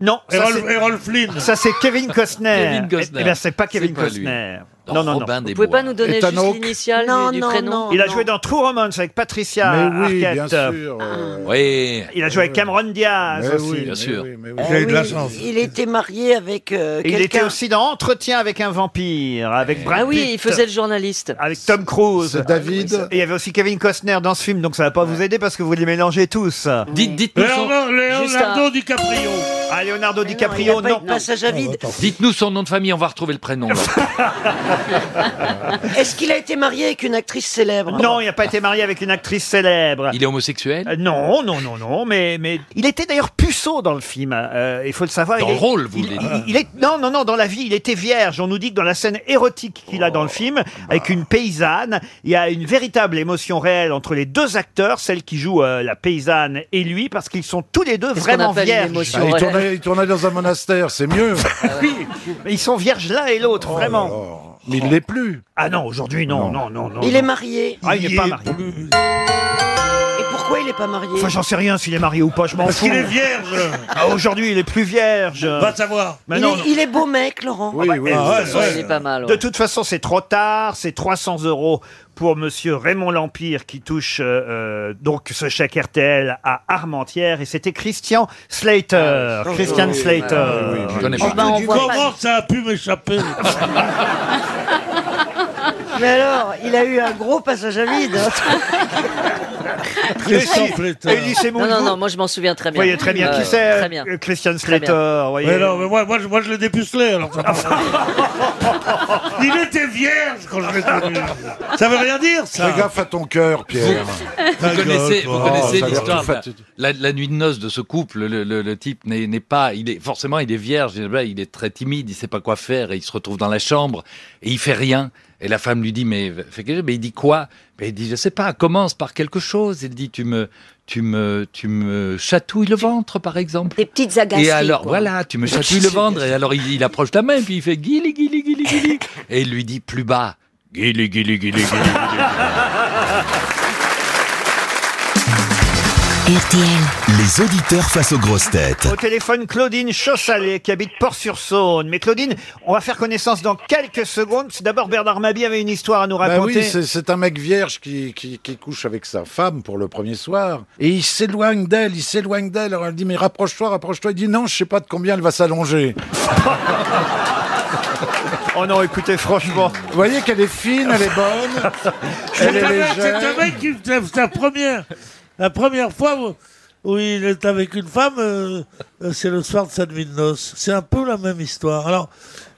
[SPEAKER 1] Non, ça,
[SPEAKER 11] Errol-
[SPEAKER 1] c'est-
[SPEAKER 7] Errol Flynn.
[SPEAKER 1] Ça c'est Kevin Costner.
[SPEAKER 11] Kevin Costner.
[SPEAKER 1] Eh bien c'est pas
[SPEAKER 11] C'est
[SPEAKER 1] Kevin
[SPEAKER 11] pas lui.
[SPEAKER 1] Costner.
[SPEAKER 11] Dans
[SPEAKER 1] non non non.
[SPEAKER 11] Robin des
[SPEAKER 5] Vous pouvez pas nous donner juste l'initiale
[SPEAKER 9] Non,
[SPEAKER 5] du, du
[SPEAKER 9] non,
[SPEAKER 5] prénom
[SPEAKER 9] non.
[SPEAKER 1] Il a joué dans True Romance avec Patricia
[SPEAKER 12] Mais oui, bien
[SPEAKER 1] Arquette.
[SPEAKER 12] sûr. euh,
[SPEAKER 11] Oui.
[SPEAKER 1] Il a joué avec Cameron Diaz
[SPEAKER 12] Mais
[SPEAKER 1] aussi. Eh
[SPEAKER 12] oui, Bien mais
[SPEAKER 11] sûr.
[SPEAKER 12] J'ai
[SPEAKER 9] Ah
[SPEAKER 12] eu de la
[SPEAKER 9] oui,
[SPEAKER 12] chance.
[SPEAKER 9] Il était marié avec euh,
[SPEAKER 1] Et il était
[SPEAKER 9] quelqu'un.
[SPEAKER 1] aussi dans Entretien avec un vampire, avec Brad
[SPEAKER 5] Ah oui,
[SPEAKER 1] Pitt,
[SPEAKER 5] il faisait le journaliste.
[SPEAKER 1] avec Tom Cruise. Ah
[SPEAKER 12] Eh. C'est David.
[SPEAKER 1] Et il y avait aussi Kevin Costner dans ce film, donc ça va pas vous aider parce que vous les mélangez tous.
[SPEAKER 11] Dites, dites-nous
[SPEAKER 7] Léonardo, Leonardo DiCaprio.
[SPEAKER 1] Ah, Leonardo
[SPEAKER 9] DiCaprio,
[SPEAKER 1] non.
[SPEAKER 9] Passage à vide.
[SPEAKER 11] Dites-nous son nom de famille, on va retrouver le prénom. là.
[SPEAKER 9] Est-ce qu'il a été marié avec une actrice célèbre
[SPEAKER 1] Ah Non, il n'a pas été marié avec une actrice célèbre.
[SPEAKER 11] Il est homosexuel
[SPEAKER 1] Euh, Non, non, non, non, mais, mais il était d'ailleurs puceau dans le film. euh, il faut le savoir.
[SPEAKER 11] Dans
[SPEAKER 1] il
[SPEAKER 11] le
[SPEAKER 1] est-
[SPEAKER 11] rôle, vous
[SPEAKER 1] il,
[SPEAKER 11] voulez
[SPEAKER 1] il-
[SPEAKER 11] dire.
[SPEAKER 1] il est non, non, non, dans la vie, il était vierge. On nous dit que dans la scène érotique qu'il a dans
[SPEAKER 11] Oh.
[SPEAKER 1] le film,
[SPEAKER 11] Ah.
[SPEAKER 1] avec une paysanne, il y a une véritable émotion réelle entre les deux acteurs, celle qui joue euh, la paysanne et lui, parce qu'ils sont tous les deux
[SPEAKER 5] Qu'est-ce qu'on
[SPEAKER 1] vraiment
[SPEAKER 5] appelle une
[SPEAKER 1] vierges. Bah,
[SPEAKER 5] émotion Ah
[SPEAKER 12] Ah, il, tournait, il tournait dans un monastère, c'est mieux.
[SPEAKER 1] Oui, mais ils sont vierges l'un et l'autre,
[SPEAKER 11] Oh.
[SPEAKER 1] vraiment.
[SPEAKER 12] Mais il l'est plus.
[SPEAKER 1] Ah non, aujourd'hui, non, non, non, non.
[SPEAKER 9] Il
[SPEAKER 1] non.
[SPEAKER 9] est marié.
[SPEAKER 1] Ah, il n'est pas marié.
[SPEAKER 9] Et pourquoi il n'est pas marié
[SPEAKER 1] Enfin, j'en sais rien s'il est marié ou pas, je m'en
[SPEAKER 7] Parce
[SPEAKER 1] fous.
[SPEAKER 7] qu'il est vierge.
[SPEAKER 1] Ah, aujourd'hui, il est plus vierge.
[SPEAKER 7] Va savoir.
[SPEAKER 1] Mais
[SPEAKER 9] il,
[SPEAKER 1] non,
[SPEAKER 9] est,
[SPEAKER 1] non.
[SPEAKER 9] il est beau mec, Laurent.
[SPEAKER 12] oui.
[SPEAKER 7] Ah, ouais,
[SPEAKER 5] Ouais,
[SPEAKER 7] ouais.
[SPEAKER 5] il est pas mal. ouais.
[SPEAKER 1] De toute façon, c'est trop tard. C'est 300 euros pour Monsieur Raymond Lampire qui touche euh, euh, donc ce chèque RTL à Armentières. Et c'était Christian Slater.
[SPEAKER 5] Ah oui.
[SPEAKER 1] Christian
[SPEAKER 5] Oui, oui,
[SPEAKER 1] Slater.
[SPEAKER 5] oui, oui, je connais pas. Oh, bah, on voit
[SPEAKER 7] Comment ça a pu
[SPEAKER 12] <laughs>
[SPEAKER 7] m'échapper
[SPEAKER 9] Mais alors, il a eu un gros passage à vide.
[SPEAKER 7] Christian Slater.
[SPEAKER 1] Elie Semoun,
[SPEAKER 5] Non, non,
[SPEAKER 1] vous
[SPEAKER 5] non, moi je m'en souviens très bien.
[SPEAKER 1] voyez très bien
[SPEAKER 5] Euh,
[SPEAKER 1] qui c'est.
[SPEAKER 5] Très bien.
[SPEAKER 1] euh, Christian
[SPEAKER 5] Très bien.
[SPEAKER 1] Slater. vous voyez.
[SPEAKER 7] Mais non, mais moi, moi, je- moi je l'ai dépucelé alors. ça va. Il était vierge quand je l'ai connu. Ça veut rien dire ça.
[SPEAKER 12] Fais gaffe à ton cœur, Pierre.
[SPEAKER 11] Vous connaissez, vous
[SPEAKER 12] Oh,
[SPEAKER 11] connaissez
[SPEAKER 12] ça a l'air
[SPEAKER 11] l'histoire,
[SPEAKER 12] tout
[SPEAKER 11] la,
[SPEAKER 12] fatigué.
[SPEAKER 11] la- la nuit de noces de ce couple. Le, le- le type n'est n'est pas, il est forcément, il est vierge. et là, Il est très timide, il sait pas quoi faire. Et il se retrouve dans la chambre et il fait rien. Et la femme lui dit mais fais quelque chose. Mais il dit quoi Mais il dit je sais pas. Commence par quelque chose. Il dit tu me, tu me, tu me chatouilles le ventre par exemple.
[SPEAKER 9] Des petites agaceries.
[SPEAKER 11] Et alors,
[SPEAKER 9] quoi.
[SPEAKER 11] voilà, tu me chatouilles le ventre. Et alors, il, il approche la main, puis il fait guili, guili, guili, guili. Et il lui dit plus bas, guili, guili, guili, guili. guili.
[SPEAKER 1] RTL.
[SPEAKER 33] Les auditeurs face aux grosses têtes.
[SPEAKER 1] Au téléphone, Claudine Chaussalet, qui habite Port-sur-Saône. Mais Claudine, on va faire connaissance dans quelques secondes. C'est D'abord, Bernard Mabie avait une histoire à nous
[SPEAKER 12] Bah
[SPEAKER 1] raconter.
[SPEAKER 12] oui, c'est- c'est un mec vierge qui, qui- qui couche avec sa femme pour le premier soir. Et il s'éloigne d'elle, il s'éloigne d'elle. Alors elle dit, mais rapproche-toi, rapproche-toi. Il dit, non, je sais pas de combien elle va s'allonger.
[SPEAKER 1] oh non, écoutez, franchement.
[SPEAKER 12] Vous voyez qu'elle est fine, elle est bonne.
[SPEAKER 7] <laughs> C'est un,
[SPEAKER 12] elle est
[SPEAKER 7] mec- c'est
[SPEAKER 12] légère.
[SPEAKER 7] un mec qui c'est la première, la première fois où, où il est avec une femme, euh, euh, c'est le soir de sa nuit de noces. C'est un peu la même histoire. Alors,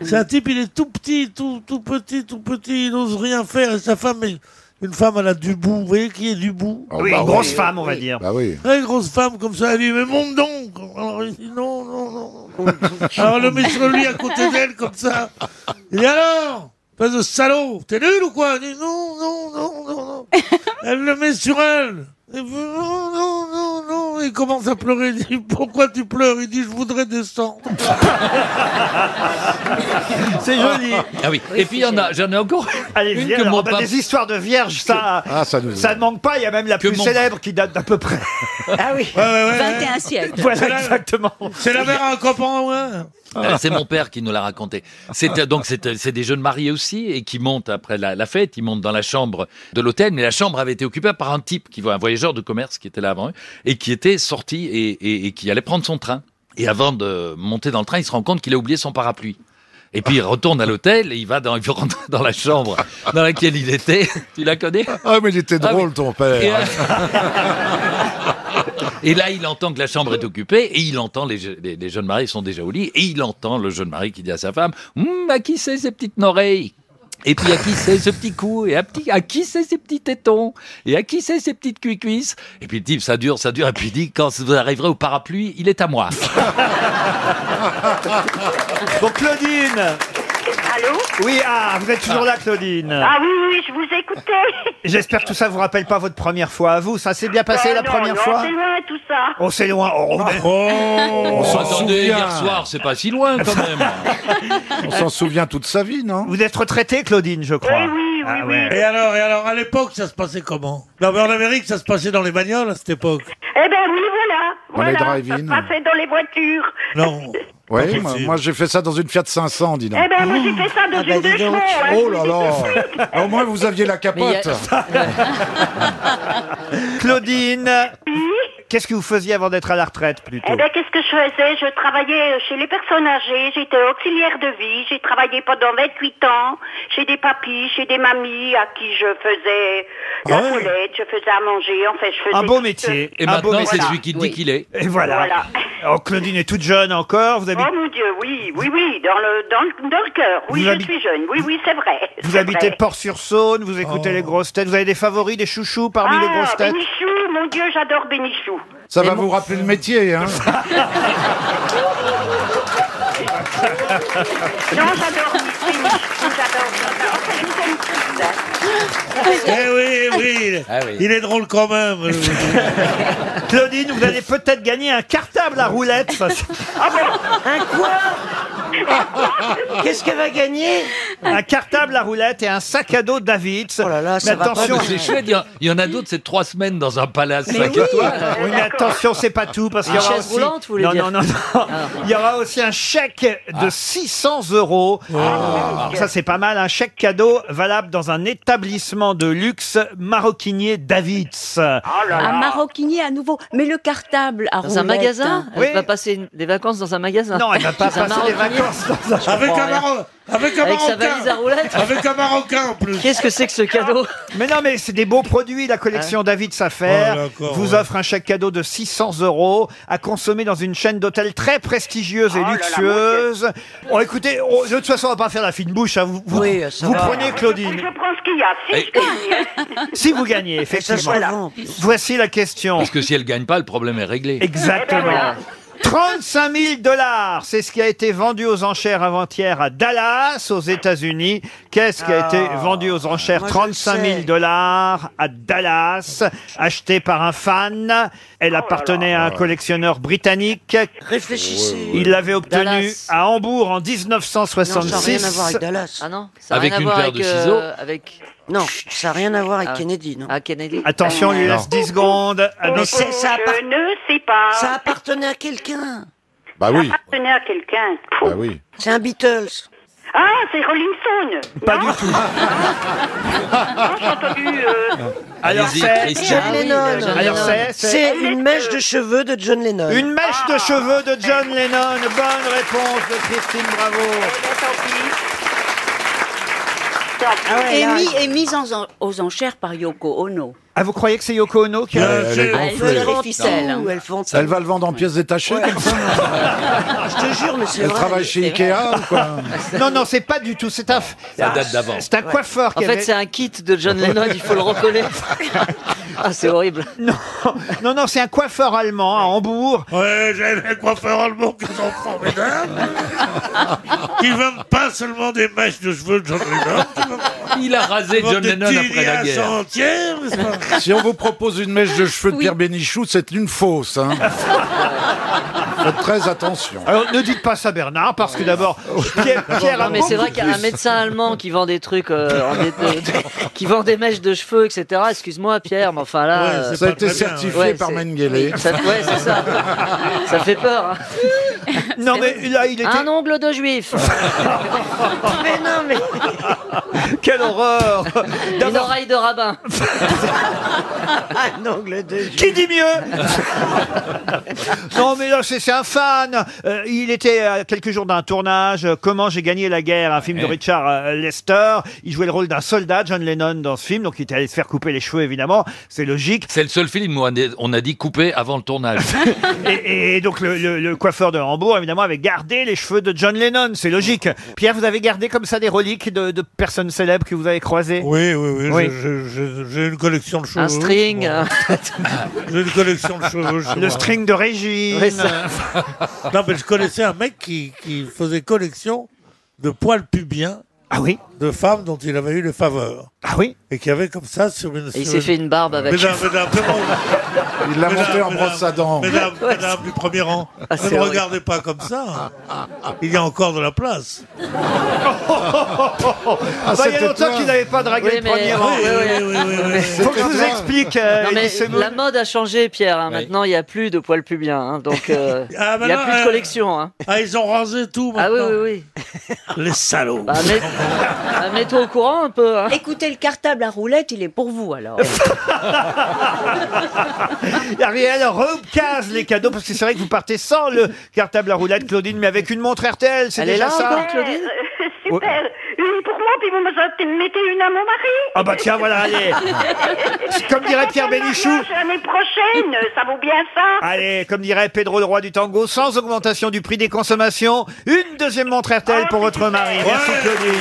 [SPEAKER 7] c'est un type, il est tout petit, tout, tout petit, tout petit, il n'ose rien faire. Et sa femme est une femme à la Dubout. Vous voyez qui est Dubout
[SPEAKER 12] Oh, bah oui, oui, oui. Bah oui.
[SPEAKER 7] Très grosse femme comme ça, elle dit, mais monte donc Alors il dit, non, non, non. alors le met sur le lit à côté d'elle, comme ça. Il dit, alors Espèce de salaud, t'es nul ou quoi Elle dit, non, non, non, non, non. Elle le met sur elle. Il fait, non, non, non, non. Il commence à pleurer. Il dit, pourquoi tu pleures Il dit, je voudrais descendre.
[SPEAKER 1] C'est joli.
[SPEAKER 11] Ah oui. Et puis il y en a, j'en ai encore
[SPEAKER 1] Allez,
[SPEAKER 11] une
[SPEAKER 1] vierge,
[SPEAKER 11] que mon
[SPEAKER 1] alors, bah,
[SPEAKER 11] papa-
[SPEAKER 1] des histoires de vierges, ça,
[SPEAKER 12] Ah, ça nous-
[SPEAKER 1] ça ne manque pas. Il y a même la plus
[SPEAKER 12] mon-
[SPEAKER 1] célèbre qui date d'à peu près.
[SPEAKER 9] Ah oui.
[SPEAKER 7] Ouais, ouais, ouais.
[SPEAKER 9] 21 siècle.
[SPEAKER 1] Voilà, exactement.
[SPEAKER 7] C'est la mère à un copain, ouais.
[SPEAKER 11] Euh, C'est mon père qui nous l'a raconté. C'est, euh, donc c'est, euh, c'est des jeunes mariés aussi et qui montent après la, la fête, ils montent dans la chambre de l'hôtel, mais la chambre avait été occupée par un type, qui, un voyageur de commerce qui était là avant eux et qui était sorti et, et- et qui allait prendre son train. Et avant de monter dans le train, il se rend compte qu'il a oublié son parapluie. Et puis il retourne à l'hôtel et il va dans, il <laughs> rentre dans la chambre dans laquelle il était. Tu la connais
[SPEAKER 12] Ah, mais il était
[SPEAKER 11] Ah oui.
[SPEAKER 12] drôle, ton père.
[SPEAKER 11] Et, euh, et là, il entend que la chambre est occupée et il entend les, je- les- les jeunes mariés sont déjà au lit et il entend le jeune mari qui dit à sa femme Hum, À qui c'est ces petites oreilles et puis à qui c'est ce petit cou Et à, petit, à qui c'est ces petits tétons Et à qui c'est ces petites cuisses Et puis le type, ça dure, ça dure. Et puis il dit, quand vous arriverez au parapluie, il est
[SPEAKER 1] <laughs>
[SPEAKER 11] à moi.
[SPEAKER 1] Bon, Claudine. Allô Oui, ah, vous êtes toujours là, Claudine.
[SPEAKER 8] Ah oui, oui, je vous écoutais.
[SPEAKER 1] J'espère que tout ça vous rappelle pas votre première fois à vous. Ça s'est bien passé
[SPEAKER 8] Ah
[SPEAKER 1] la
[SPEAKER 8] non,
[SPEAKER 1] première
[SPEAKER 8] non,
[SPEAKER 1] fois
[SPEAKER 8] C'est loin tout ça.
[SPEAKER 1] On s'est loin. Oh, mais-
[SPEAKER 8] On
[SPEAKER 1] s'en
[SPEAKER 11] Attendez,
[SPEAKER 1] souvient.
[SPEAKER 11] hier soir, c'est pas si loin
[SPEAKER 1] <laughs>
[SPEAKER 11] quand même.
[SPEAKER 12] On s'en souvient toute sa vie, non
[SPEAKER 1] Vous êtes retraité, Claudine, je crois. Ah ouais.
[SPEAKER 7] Et alors, et alors, à l'époque, ça se passait comment Non, mais en Amérique, ça se passait dans les bagnoles à cette époque.
[SPEAKER 8] Eh ben oui, voilà.
[SPEAKER 12] Dans les
[SPEAKER 8] voilà,
[SPEAKER 12] drive-in.
[SPEAKER 8] Ça se passait dans les voitures.
[SPEAKER 7] Non.
[SPEAKER 12] Oui, moi, moi, j'ai fait ça dans une Fiat 500, dis donc.
[SPEAKER 8] Eh ben, moi, j'ai fait ça
[SPEAKER 1] Ah, bah,
[SPEAKER 8] dans une deux chevaux. hein,
[SPEAKER 12] Oh
[SPEAKER 8] je
[SPEAKER 12] là
[SPEAKER 8] vous dis tout de
[SPEAKER 12] là Au moins, vous aviez la capote.
[SPEAKER 1] <laughs> Claudine, qu'est-ce que vous faisiez avant d'être à la retraite, plutôt
[SPEAKER 8] Eh bien, qu'est-ce que je faisais Je travaillais chez les personnes âgées, j'étais auxiliaire de vie, j'ai travaillé pendant 28 ans chez des papis, chez des mamies à qui je faisais la
[SPEAKER 1] Ah ouais.
[SPEAKER 8] toilette, je faisais à manger, enfin je faisais...
[SPEAKER 1] Un beau
[SPEAKER 8] tout
[SPEAKER 1] métier.
[SPEAKER 8] ce-
[SPEAKER 1] Un beau métier.
[SPEAKER 8] Oui.
[SPEAKER 1] Et voilà.
[SPEAKER 8] Voilà.
[SPEAKER 1] Oh, Claudine est toute jeune encore. Vous, habitez-
[SPEAKER 8] Oh mon Dieu, oui, oui, oui, dans le, dans le, dans le cœur. Oui,
[SPEAKER 1] Vous
[SPEAKER 8] je
[SPEAKER 1] habite-
[SPEAKER 8] suis jeune, oui, oui, c'est vrai.
[SPEAKER 1] vous
[SPEAKER 8] c'est
[SPEAKER 1] habitez
[SPEAKER 8] vrai.
[SPEAKER 1] Port-sur-Saône, vous
[SPEAKER 12] Oh.
[SPEAKER 1] écoutez les grosses têtes. Vous avez des favoris, des chouchous parmi les grosses
[SPEAKER 8] Ah,
[SPEAKER 1] têtes
[SPEAKER 8] Bénichou, mon Dieu, j'adore Bénichou.
[SPEAKER 12] Ça va vous rappeler le métier, hein
[SPEAKER 8] Non, j'adore Bénichou, j'adore, j'adore. Je vous aime tous, hein.
[SPEAKER 7] Eh oui, oui. Il est drôle quand même.
[SPEAKER 1] Claudine, vous allez peut-être gagner un cartable à roulette. Ça, c'est-
[SPEAKER 9] Un quoi Qu'est-ce qu'elle va gagner
[SPEAKER 1] un cartable à roulette et un sac à dos David. Oh là là,
[SPEAKER 8] ça va pas,
[SPEAKER 1] attention,
[SPEAKER 8] mais
[SPEAKER 11] C'est chouette, il y en- il y, en a d'autres, c'est trois semaines dans un palace
[SPEAKER 1] Mais
[SPEAKER 11] cinq
[SPEAKER 1] oui. euh,
[SPEAKER 11] étoiles.
[SPEAKER 1] Oui, mais attention, c'est pas tout parce qu'il y
[SPEAKER 11] Une
[SPEAKER 1] aura
[SPEAKER 11] chaise
[SPEAKER 1] aussi.
[SPEAKER 11] roulante, vous voulez
[SPEAKER 1] non,
[SPEAKER 11] dire Ah.
[SPEAKER 1] non, non, non. Il y aura aussi un chèque de 600
[SPEAKER 11] Ah,
[SPEAKER 1] euros. Alors Ça, c'est pas mal. Un chèque cadeau valable dans un établissement de luxe maroquinier Davids.
[SPEAKER 11] Ah
[SPEAKER 10] Un maroquinier à nouveau. Mais le cartable à
[SPEAKER 4] Dans un
[SPEAKER 10] roulette,
[SPEAKER 4] magasin
[SPEAKER 10] hein.
[SPEAKER 4] Elle va passer une- des vacances dans un magasin.
[SPEAKER 10] Non, elle va pas
[SPEAKER 4] Dans un
[SPEAKER 10] passer des
[SPEAKER 4] maroquinier.
[SPEAKER 1] vacances
[SPEAKER 4] Je
[SPEAKER 7] Avec
[SPEAKER 10] hein.
[SPEAKER 4] comprends
[SPEAKER 7] un,
[SPEAKER 4] rien.
[SPEAKER 7] Maro- avec un
[SPEAKER 4] Avec sa
[SPEAKER 7] Marocain.
[SPEAKER 4] valise à roulettes.
[SPEAKER 7] Avec un <laughs> Marocain en plus.
[SPEAKER 4] Qu'est-ce que c'est que ce cadeau Hein
[SPEAKER 1] Mais non, mais c'est des beaux produits, la collection David Safer
[SPEAKER 7] Oh, d'accord,
[SPEAKER 1] vous
[SPEAKER 7] ouais.
[SPEAKER 1] offre un chèque cadeau de 600 euros à consommer dans une chaîne d'hôtels très prestigieuse
[SPEAKER 8] Oh
[SPEAKER 1] et luxueuse. Bon, écoutez, on- de toute façon, on va pas faire la fine bouche. hein. Vous, vous, vous
[SPEAKER 8] va.
[SPEAKER 1] prenez Claudine.
[SPEAKER 8] Je prends ce qu'il y a. Si je gagne, hein.
[SPEAKER 1] Si vous gagnez, effectivement.
[SPEAKER 8] Voilà.
[SPEAKER 1] Voici la question.
[SPEAKER 11] Parce que si elle gagne pas, le problème est réglé.
[SPEAKER 1] <laughs> Exactement. 35 000 dollars, c'est ce qui a été vendu aux enchères avant-hier à Dallas, aux États-Unis. Qu'est-ce qui a été
[SPEAKER 5] Ah.
[SPEAKER 1] vendu aux enchères
[SPEAKER 34] moi, je
[SPEAKER 1] 35 000
[SPEAKER 34] sais.
[SPEAKER 1] dollars à Dallas, acheté par un fan.
[SPEAKER 5] Oh
[SPEAKER 1] Elle appartenait à un collectionneur britannique.
[SPEAKER 5] Réfléchissez.
[SPEAKER 1] Il l'avait obtenu
[SPEAKER 5] Dallas.
[SPEAKER 1] à Hambourg en
[SPEAKER 5] Non, ça n'a rien à voir
[SPEAKER 1] 1966.
[SPEAKER 5] avec Dallas.
[SPEAKER 4] Ah non, ça n'a
[SPEAKER 1] Avec
[SPEAKER 4] rien à
[SPEAKER 1] une
[SPEAKER 4] voir
[SPEAKER 1] paire de
[SPEAKER 4] avec, euh, avec
[SPEAKER 35] Non, ça n'a rien à voir avec Kennedy, non Ah, Kennedy
[SPEAKER 1] Attention, on lui laisse 10 secondes.
[SPEAKER 8] Oh,
[SPEAKER 1] à
[SPEAKER 35] Mais
[SPEAKER 1] notre-
[SPEAKER 35] c'est- ça
[SPEAKER 8] Je ne sais pas.
[SPEAKER 35] Ça appartenait à quelqu'un.
[SPEAKER 12] Bah oui,
[SPEAKER 8] Ça appartenait à quelqu'un.
[SPEAKER 12] bah oui.
[SPEAKER 35] C'est un Beatles.
[SPEAKER 8] Ah, c'est Rolling Stone.
[SPEAKER 1] Pas du tout.
[SPEAKER 8] Non, ah, j'ai entendu. euh,
[SPEAKER 1] Alors
[SPEAKER 8] Allez-y,
[SPEAKER 1] c'est
[SPEAKER 8] Christian.
[SPEAKER 35] John Lennon.
[SPEAKER 1] Alors c'est-
[SPEAKER 35] C'est une mèche de cheveux de John Lennon.
[SPEAKER 1] Une mèche de cheveux de John Lennon. Bonne réponse de Christine Bravo.
[SPEAKER 10] et,
[SPEAKER 1] Ah, là.
[SPEAKER 10] mis, et mis en- en- aux enchères par Yoko Ono.
[SPEAKER 1] Ah, vous croyez que c'est Yoko Ono qui
[SPEAKER 12] Euh, Elle est
[SPEAKER 10] Elle fait les ficelles. hein.
[SPEAKER 12] Elle va le vendre en pièces détachées comme ça
[SPEAKER 1] Ah,
[SPEAKER 35] Je te jure, mais c'est
[SPEAKER 12] Elle
[SPEAKER 35] vrai.
[SPEAKER 12] travaille chez Ikea ou quoi
[SPEAKER 1] <laughs> Non, non, c'est pas du tout. C'est un.
[SPEAKER 12] Ça date d'avant.
[SPEAKER 1] C'est un
[SPEAKER 9] Ouais.
[SPEAKER 1] coiffeur qui
[SPEAKER 9] En fait,
[SPEAKER 1] avait-
[SPEAKER 9] c'est un kit de
[SPEAKER 1] <laughs>
[SPEAKER 9] John Lennon, il faut le recoller. ah, c'est horrible.
[SPEAKER 1] Non, non, c'est un coiffeur allemand à Hambourg.
[SPEAKER 7] Ouais, j'avais un coiffeur allemand qui est enfant, mesdames. Qui vend pas seulement des mèches de cheveux de John Lennon.
[SPEAKER 11] <laughs> Il a rasé John Lennon après la guerre.
[SPEAKER 7] entière, n'est-ce pas
[SPEAKER 12] Si on vous propose une mèche de cheveux de Pierre Bénichou, c'est une
[SPEAKER 1] <laughs>
[SPEAKER 12] fausse. Hein. Faites très attention.
[SPEAKER 1] Alors ne dites pas ça, Bernard, parce que d'abord, Pierre, Pierre a
[SPEAKER 9] non, mais c'est vrai
[SPEAKER 1] beaucoup
[SPEAKER 9] qu'un
[SPEAKER 1] plus. Ah,
[SPEAKER 9] médecin allemand qui vend des trucs, euh, en dé- de- <laughs> qui vend des mèches de cheveux, etc. Excuse-moi, Pierre, mais enfin là.
[SPEAKER 12] Ouais,
[SPEAKER 9] euh,
[SPEAKER 12] ça a été certifié
[SPEAKER 9] Ouais,
[SPEAKER 12] par
[SPEAKER 9] c'est-
[SPEAKER 12] Mengele.
[SPEAKER 9] Ça, ouais, c'est ça. ça fait peur. hein.
[SPEAKER 1] Non, mais là, il était.
[SPEAKER 9] Un ongle de
[SPEAKER 1] <laughs>
[SPEAKER 9] juif. mais non, mais
[SPEAKER 1] <laughs> Quelle horreur
[SPEAKER 9] une oreille de rabbin.
[SPEAKER 35] <laughs> Un angle de
[SPEAKER 1] Qui dit mieux <laughs> Non, mais là, c'est c'est un fan. Euh, il était à quelques jours d'un tournage. euh, Comment j'ai gagné la guerre, un film de
[SPEAKER 11] Ouais.
[SPEAKER 1] Richard euh, Lester. Il jouait le rôle d'un soldat, John Lennon, dans ce film. Donc, il était allé se faire couper les cheveux, évidemment. C'est logique.
[SPEAKER 11] C'est le seul film où on a- on a dit couper avant
[SPEAKER 1] <laughs>
[SPEAKER 11] le tournage.
[SPEAKER 1] Et, et donc, le, le- le coiffeur de Hambourg, évidemment, avait gardé les cheveux de John Lennon. C'est logique. Pierre, vous avez gardé comme ça des reliques de, de personnes célèbres que vous avez croisées
[SPEAKER 7] Oui, oui, oui.
[SPEAKER 1] Oui.
[SPEAKER 7] je- je- je- J'ai une collection de cheveux.
[SPEAKER 9] Un string.
[SPEAKER 7] Bon.
[SPEAKER 9] un- <laughs>
[SPEAKER 7] J'ai une collection de cheveux. chez
[SPEAKER 1] Le
[SPEAKER 7] moi.
[SPEAKER 1] string de Régine.
[SPEAKER 7] Ouais, ça- <laughs> non, mais je connaissais un mec qui, qui faisait collection de poils pubiens.
[SPEAKER 1] Ah oui
[SPEAKER 7] De femmes dont il avait eu les faveurs.
[SPEAKER 1] Ah oui
[SPEAKER 7] Et qui avait comme ça sur une.
[SPEAKER 9] Et il
[SPEAKER 7] sur
[SPEAKER 9] s'est fait une barbe avec.
[SPEAKER 7] Mesdames, mesdames, vraiment.
[SPEAKER 12] Il l'a
[SPEAKER 7] Mesdames,
[SPEAKER 12] monté en
[SPEAKER 7] mesdames,
[SPEAKER 12] brosse à dents.
[SPEAKER 7] Mesdames, mesdames du premier rang,
[SPEAKER 9] Ah,
[SPEAKER 7] ne
[SPEAKER 9] c'est
[SPEAKER 7] me
[SPEAKER 9] horrible.
[SPEAKER 7] regardez pas comme ça. hein. Il y a encore de la place.
[SPEAKER 1] Ah, bah, il y a
[SPEAKER 7] c'était
[SPEAKER 1] longtemps
[SPEAKER 7] toi.
[SPEAKER 1] qu'il n'avait pas dragué
[SPEAKER 9] Oui,
[SPEAKER 1] le premier
[SPEAKER 9] mais-
[SPEAKER 1] rang.
[SPEAKER 7] Oui, oui, oui, oui,
[SPEAKER 35] Euh,
[SPEAKER 7] oui, oui.
[SPEAKER 1] Faut que je vous
[SPEAKER 7] C'était
[SPEAKER 1] explique. euh,
[SPEAKER 9] Non, mais
[SPEAKER 1] Elie Semoun.
[SPEAKER 9] la mode a changé, Pierre. hein. Maintenant, il n'y a plus de poils pubiens. hein. Donc, euh, il
[SPEAKER 7] Ah, bah
[SPEAKER 9] n'y a
[SPEAKER 7] non,
[SPEAKER 9] plus de
[SPEAKER 7] euh,
[SPEAKER 9] collection. hein.
[SPEAKER 7] <laughs> Ah, ils ont rasé tout
[SPEAKER 9] Ah
[SPEAKER 7] maintenant.
[SPEAKER 9] oui, oui, oui.
[SPEAKER 7] Les salauds.
[SPEAKER 9] Bah, mets- bah, Mets-toi au courant un peu. hein.
[SPEAKER 10] Écoutez, le cartable à roulette, il est pour vous <laughs> alors.
[SPEAKER 1] Ariel recase les cadeaux parce que c'est vrai que vous partez sans le cartable à roulette, Claudine, mais avec une montre RTL, c'est
[SPEAKER 9] Elle est
[SPEAKER 1] déjà
[SPEAKER 9] là
[SPEAKER 1] ça.
[SPEAKER 9] encore, Claudine
[SPEAKER 8] euh, <laughs> Super. Une pour moi, puis vous me mettez une à mon mari.
[SPEAKER 1] Ah bah tiens, voilà,
[SPEAKER 8] <laughs>
[SPEAKER 1] allez. Comme dirait Pierre Bénichou.
[SPEAKER 8] Mariage hein, L'année prochaine, ça vaut bien ça.
[SPEAKER 1] Allez, comme dirait Pedro le roi du tango, sans augmentation du prix des consommations, une deuxième montre
[SPEAKER 8] Ah,
[SPEAKER 1] RTL pour votre mari. Merci Claudine.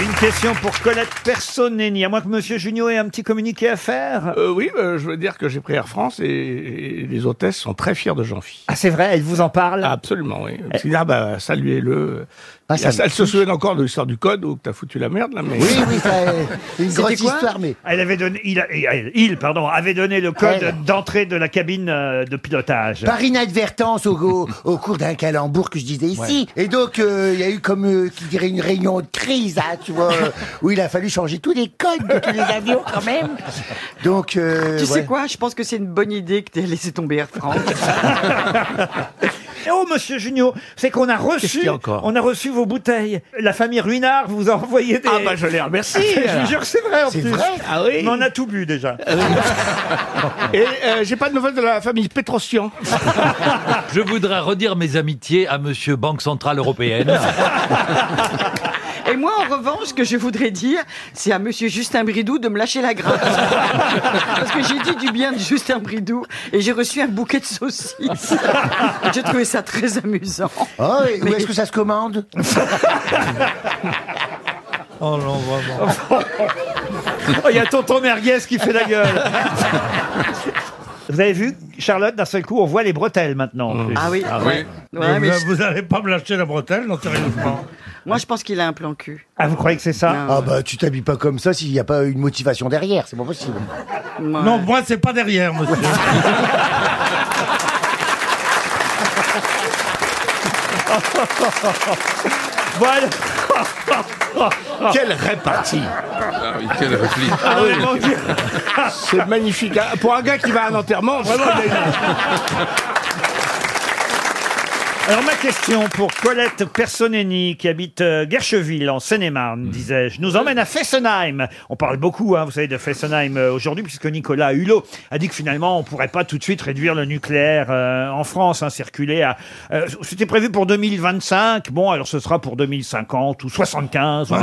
[SPEAKER 1] Une question pour Colette Personneni, à moins que Monsieur Junio ait un petit communiqué à faire.
[SPEAKER 5] Euh, oui, je veux dire que j'ai pris Air France et, les hôtesses sont très fiers de Jean-Phi.
[SPEAKER 1] Ah c'est vrai, elle vous en parle Eh.
[SPEAKER 5] Absolument, oui. Ah, bah, saluez-le.
[SPEAKER 6] Ah, ça
[SPEAKER 5] elle,
[SPEAKER 6] me
[SPEAKER 5] elle se souvient encore de l'histoire du code où t'as foutu la merde, là, mais...
[SPEAKER 6] Oui, oui, ça,
[SPEAKER 5] <laughs>
[SPEAKER 6] euh, une
[SPEAKER 1] C'était
[SPEAKER 6] grosse
[SPEAKER 1] quoi
[SPEAKER 6] histoire, mais.
[SPEAKER 1] Elle avait donné, il, a- il- il, pardon, avait donné le code
[SPEAKER 6] Elle.
[SPEAKER 1] d'entrée de la cabine euh, de pilotage.
[SPEAKER 6] Par inadvertance, au, go- au cours d'un calembour que je disais ici. Et donc, euh, il y a eu comme, euh, qui dirait, une réunion de crise, hein, tu
[SPEAKER 1] <laughs>
[SPEAKER 6] vois, euh, où il a fallu changer tous les codes de tous les avions, quand même. Donc, euh,
[SPEAKER 13] Tu
[SPEAKER 6] ouais.
[SPEAKER 13] sais quoi Je pense que c'est une bonne idée que t'aies laissé tomber Air France.
[SPEAKER 1] Et Oh, monsieur Junio, c'est qu'on a
[SPEAKER 5] Qu'est-ce
[SPEAKER 1] reçu,
[SPEAKER 5] qu'il y a encore
[SPEAKER 1] on a reçu vos bouteilles. La famille Ruinard vous a envoyé des.
[SPEAKER 5] Ah, bah, je les remercie,
[SPEAKER 1] <laughs> je vous
[SPEAKER 5] alors.
[SPEAKER 1] jure que c'est vrai Euh, en
[SPEAKER 5] C'est
[SPEAKER 1] plus.
[SPEAKER 5] vrai Ah oui.
[SPEAKER 1] Mais on a tout bu <laughs> déjà.
[SPEAKER 5] Et euh, j'ai pas de nouvelles de la famille Petrosyan.
[SPEAKER 11] Je voudrais redire mes amitiés à Monsieur Banque Centrale
[SPEAKER 1] <laughs>
[SPEAKER 11] Européenne.
[SPEAKER 1] Ah,
[SPEAKER 13] Et moi, en revanche, ce que je voudrais dire, c'est à Monsieur Justin Bridou de me lâcher la grappe. <laughs> Parce que j'ai dit du bien de Justin Bridou et j'ai reçu un bouquet de saucisses. Et <laughs> J'ai trouvé ça très amusant.
[SPEAKER 6] Oh, et où est-ce que ça se commande
[SPEAKER 7] Oh non, vraiment.
[SPEAKER 1] <laughs>
[SPEAKER 13] <laughs>
[SPEAKER 1] Oh, il y a tonton Merguez qui fait la
[SPEAKER 5] <laughs>
[SPEAKER 1] gueule. Vous avez vu, Charlotte, d'un seul coup, on voit les bretelles maintenant.
[SPEAKER 5] Mmh.
[SPEAKER 1] en plus.
[SPEAKER 13] Ah oui. Ah oui. Ouais,
[SPEAKER 7] Mais
[SPEAKER 13] mais
[SPEAKER 7] vous-
[SPEAKER 13] je-
[SPEAKER 7] vous n'allez pas me lâcher la bretelle, non, <laughs> sérieusement.
[SPEAKER 13] Moi, je pense qu'il a un plan cul.
[SPEAKER 1] <laughs> Ah, vous croyez que c'est ça
[SPEAKER 6] Ah, bah, tu t'habilles pas comme ça s'il n'y a pas une motivation derrière, c'est pas possible.
[SPEAKER 7] Non, moi, c'est pas derrière, monsieur.
[SPEAKER 28] <laughs>
[SPEAKER 1] <laughs>
[SPEAKER 5] <laughs>
[SPEAKER 1] Bon, alors-
[SPEAKER 28] Quelle répartie
[SPEAKER 13] Ah oui, quelle réplique.
[SPEAKER 28] Ah oui, mon Dieu. C'est magnifique. hein. Pour un gars qui va à un enterrement, vraiment, il a une-
[SPEAKER 1] Alors ma question pour Colette Personeni qui habite euh, Guercheville en Seine-et-Marne, disais-je, nous emmène à Fessenheim. On parle beaucoup, hein, vous savez, de Fessenheim euh, aujourd'hui puisque Nicolas Hulot a dit que finalement on pourrait pas tout de suite réduire le nucléaire euh, en France, hein, circuler à. euh, C'était prévu pour 2025. Bon, alors ce sera pour 2050 ou 75. ou-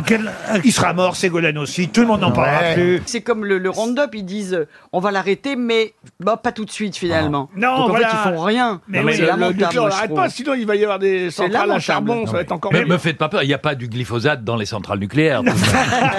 [SPEAKER 1] Il sera mort, Ségolène aussi. Tout le monde n'en parlera plus.
[SPEAKER 14] C'est comme le, le Roundup, ils disent euh, on va l'arrêter, mais bah, pas tout de suite finalement.
[SPEAKER 28] Non,
[SPEAKER 14] Donc, en
[SPEAKER 28] voilà.
[SPEAKER 14] fait, ils font rien.
[SPEAKER 28] Mais,
[SPEAKER 14] Donc,
[SPEAKER 28] oui,
[SPEAKER 14] c'est
[SPEAKER 28] le- le
[SPEAKER 14] lamentable,
[SPEAKER 28] nucléaire, on
[SPEAKER 14] moi, je
[SPEAKER 28] l'arrête
[SPEAKER 14] trouve.
[SPEAKER 28] pas, sinon il va y avoir des
[SPEAKER 14] C'est
[SPEAKER 28] centrales à
[SPEAKER 14] lamentable.
[SPEAKER 28] charbon, ça va être encore
[SPEAKER 11] Mais
[SPEAKER 28] mieux.
[SPEAKER 11] me faites pas peur, il n'y a pas du glyphosate dans les centrales nucléaires. tout ça.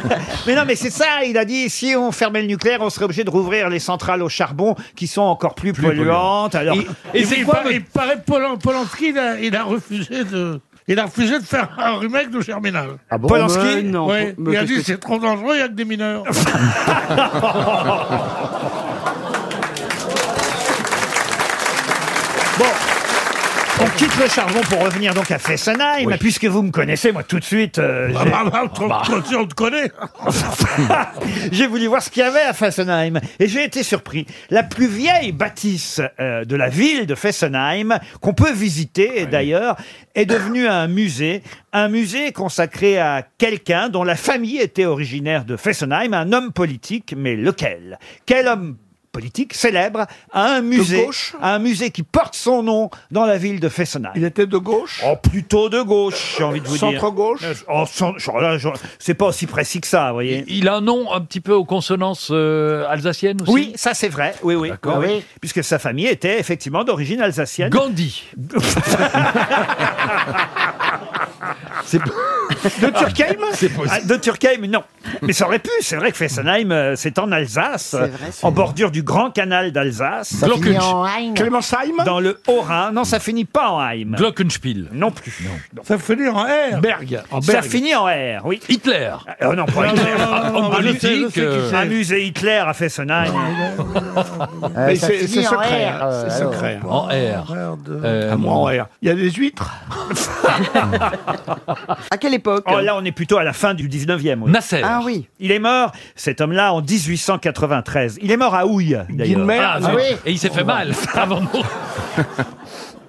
[SPEAKER 1] Mais non, mais c'est ça, il a dit, si on fermait le nucléaire, on serait obligé de rouvrir les centrales au charbon qui sont encore plus, polluantes. Alors,
[SPEAKER 36] Et c'est quoi
[SPEAKER 1] votre-
[SPEAKER 36] Il paraît Polan- Polanski, il a, il a refusé de. Il a refusé de faire un remake de Germinal.
[SPEAKER 1] Ah bon Polanski Mais non,
[SPEAKER 36] Ouais,
[SPEAKER 1] mais
[SPEAKER 36] Il a
[SPEAKER 1] qu'est-ce
[SPEAKER 36] dit
[SPEAKER 1] que-
[SPEAKER 36] c'est trop dangereux, il y a que des
[SPEAKER 1] <laughs>
[SPEAKER 36] mineurs. <laughs>
[SPEAKER 1] <laughs> On quitte le charbon pour revenir donc à Fessenheim, puisque vous me connaissez, moi tout de suite. euh, j'ai-
[SPEAKER 36] on te connaît.
[SPEAKER 1] <laughs> j'ai voulu voir ce qu'il y avait à Fessenheim et j'ai été surpris. La plus vieille bâtisse euh, de la ville de Fessenheim, qu'on peut visiter et d'ailleurs, est devenue un musée. Un musée consacré à quelqu'un dont la famille était originaire de Fessenheim, un homme politique, mais lequel Quel homme politique célèbre à un musée, à un musée qui porte son nom dans la ville de Fessenheim. Il
[SPEAKER 28] était de gauche
[SPEAKER 1] Oh, plutôt de gauche, j'ai envie de vous dire.
[SPEAKER 28] Centre-gauche
[SPEAKER 1] Euh, oh, cent- genre là, genre, c'est pas aussi précis que ça, vous voyez.
[SPEAKER 11] Il a un nom un petit peu aux consonances euh, alsaciennes aussi
[SPEAKER 1] Oui, ça c'est vrai. Oui, oui.
[SPEAKER 11] D'accord.
[SPEAKER 1] oui, oui. Puisque sa famille était effectivement d'origine alsacienne. <laughs>
[SPEAKER 11] Gandhi.
[SPEAKER 1] De
[SPEAKER 11] <laughs>
[SPEAKER 1] Turkheim
[SPEAKER 28] C'est possible.
[SPEAKER 1] Ah, De Turkheim, non. Mais ça aurait pu. C'est vrai que Fessenheim, euh, c'est en Alsace, euh, en bordure du grand canal d'Alsace.
[SPEAKER 28] Ça finit Glockensch- en Heim
[SPEAKER 1] Clémensheim Dans le Haut-Rhin. Non, ça finit pas en Heim.
[SPEAKER 11] Glockenspiel.
[SPEAKER 1] Non plus.
[SPEAKER 36] Ça finit en R.
[SPEAKER 1] Berg.
[SPEAKER 28] En
[SPEAKER 1] Ça
[SPEAKER 28] Berg.
[SPEAKER 1] finit en R, oui.
[SPEAKER 11] Hitler.
[SPEAKER 1] Oh non, pas
[SPEAKER 28] Non,
[SPEAKER 1] Hitler. Ah,
[SPEAKER 28] non, non, non,
[SPEAKER 1] Un
[SPEAKER 28] non, je sais, je
[SPEAKER 1] musée-
[SPEAKER 28] sais qui c'est.
[SPEAKER 1] Un musée Hitler à Fessenheim.
[SPEAKER 28] Mais c'est c'est secret. hein,
[SPEAKER 1] euh,
[SPEAKER 28] C'est
[SPEAKER 1] alors.
[SPEAKER 28] secret. hein.
[SPEAKER 1] En
[SPEAKER 11] R.
[SPEAKER 28] Euh, à moi en R. Il y a des huîtres
[SPEAKER 1] <laughs> À quelle époque Oh, Là, on est plutôt à la fin du 19e. oui.
[SPEAKER 11] Nasser. Ah
[SPEAKER 1] oui. Il est mort, cet homme-là, en 1893. Il est mort à Houille, d'ailleurs.
[SPEAKER 28] Guilmer, Ah, ah oui. oui.
[SPEAKER 11] Et il s'est fait
[SPEAKER 1] Oh,
[SPEAKER 11] mal
[SPEAKER 1] bah.
[SPEAKER 11] <laughs> avant nous.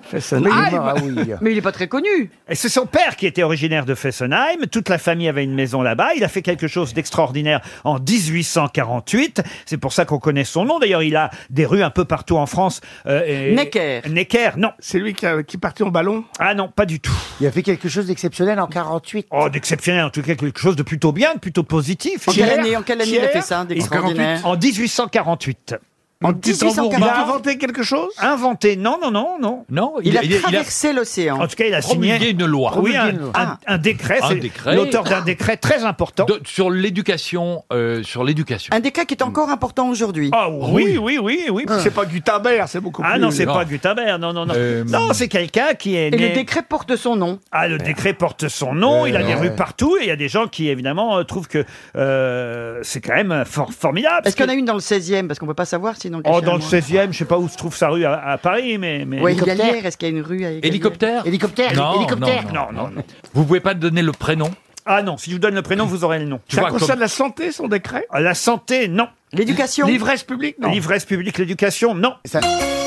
[SPEAKER 1] Fessenheim
[SPEAKER 28] Ah, il est mort à
[SPEAKER 1] Mais il n'est pas très connu. Et c'est son père qui était originaire de Fessenheim. Toute la famille avait une maison là-bas. Il a fait quelque chose d'extraordinaire en 1848. C'est pour ça qu'on connaît son nom. D'ailleurs, il a des rues un peu partout en France. euh, et-
[SPEAKER 28] Necker.
[SPEAKER 1] Necker, non.
[SPEAKER 28] C'est lui qui, a- qui partait en ballon
[SPEAKER 1] Ah non, pas du tout.
[SPEAKER 28] Il a fait quelque chose d'exceptionnel en 48.
[SPEAKER 1] Oh, d'exceptionnel, en tout cas quelque chose de plutôt bien, de plutôt positif.
[SPEAKER 14] En quelle
[SPEAKER 1] Pierre-
[SPEAKER 14] année- en quelle année il a
[SPEAKER 1] Pierre-
[SPEAKER 14] fait ça, d'extraordinaire
[SPEAKER 1] En 1848.
[SPEAKER 28] En
[SPEAKER 14] 1848.
[SPEAKER 1] Il a inventé quelque chose Inventé, non, non, non, non.
[SPEAKER 11] Non,
[SPEAKER 14] Il, a, traversé l'océan.
[SPEAKER 1] En tout cas, il a signé
[SPEAKER 11] une loi.
[SPEAKER 1] Oui, un,
[SPEAKER 11] Promulgué une loi.
[SPEAKER 1] un- un décret. Ah.
[SPEAKER 11] Un
[SPEAKER 1] c'est
[SPEAKER 11] décret.
[SPEAKER 1] L'auteur d'un décret très important.
[SPEAKER 11] De- sur l'éducation, euh, sur l'éducation.
[SPEAKER 14] Un décret qui est encore important aujourd'hui.
[SPEAKER 1] Ah oui, oui, oui, oui.
[SPEAKER 28] C'est pas Gutenberg, c'est beaucoup plus.
[SPEAKER 1] Ah non, c'est
[SPEAKER 11] Non.
[SPEAKER 1] pas Gutenberg, non, non, non. Non, c'est quelqu'un qui est
[SPEAKER 14] Et le
[SPEAKER 1] né...
[SPEAKER 14] décret porte son nom.
[SPEAKER 1] Ah, le décret porte son nom,
[SPEAKER 14] Ouais,
[SPEAKER 1] il a des
[SPEAKER 14] ouais.
[SPEAKER 1] rues partout, et il y a des gens qui, évidemment, euh, trouvent que euh, c'est quand même for- formidable.
[SPEAKER 14] Est-ce qu'il y en a une dans le 16e Parce qu'on ne peut pas savoir sinon.
[SPEAKER 1] Oh, dans le 16e, je sais pas où se trouve sa rue à, à Paris, mais... mais...
[SPEAKER 14] Oui, Galière, est-ce qu'il y a une rue à Galière
[SPEAKER 11] Hélicoptère
[SPEAKER 14] Hélicoptère
[SPEAKER 11] Non, non, non, Vous pouvez pas donner le prénom
[SPEAKER 1] Ah non, si je vous donne le prénom, vous aurez le nom.
[SPEAKER 11] Tu vois, comme-
[SPEAKER 1] la santé, son décret La santé, non. L'éducation
[SPEAKER 28] L'ivresse publique, non.
[SPEAKER 1] L'ivresse publique, l'éducation, non.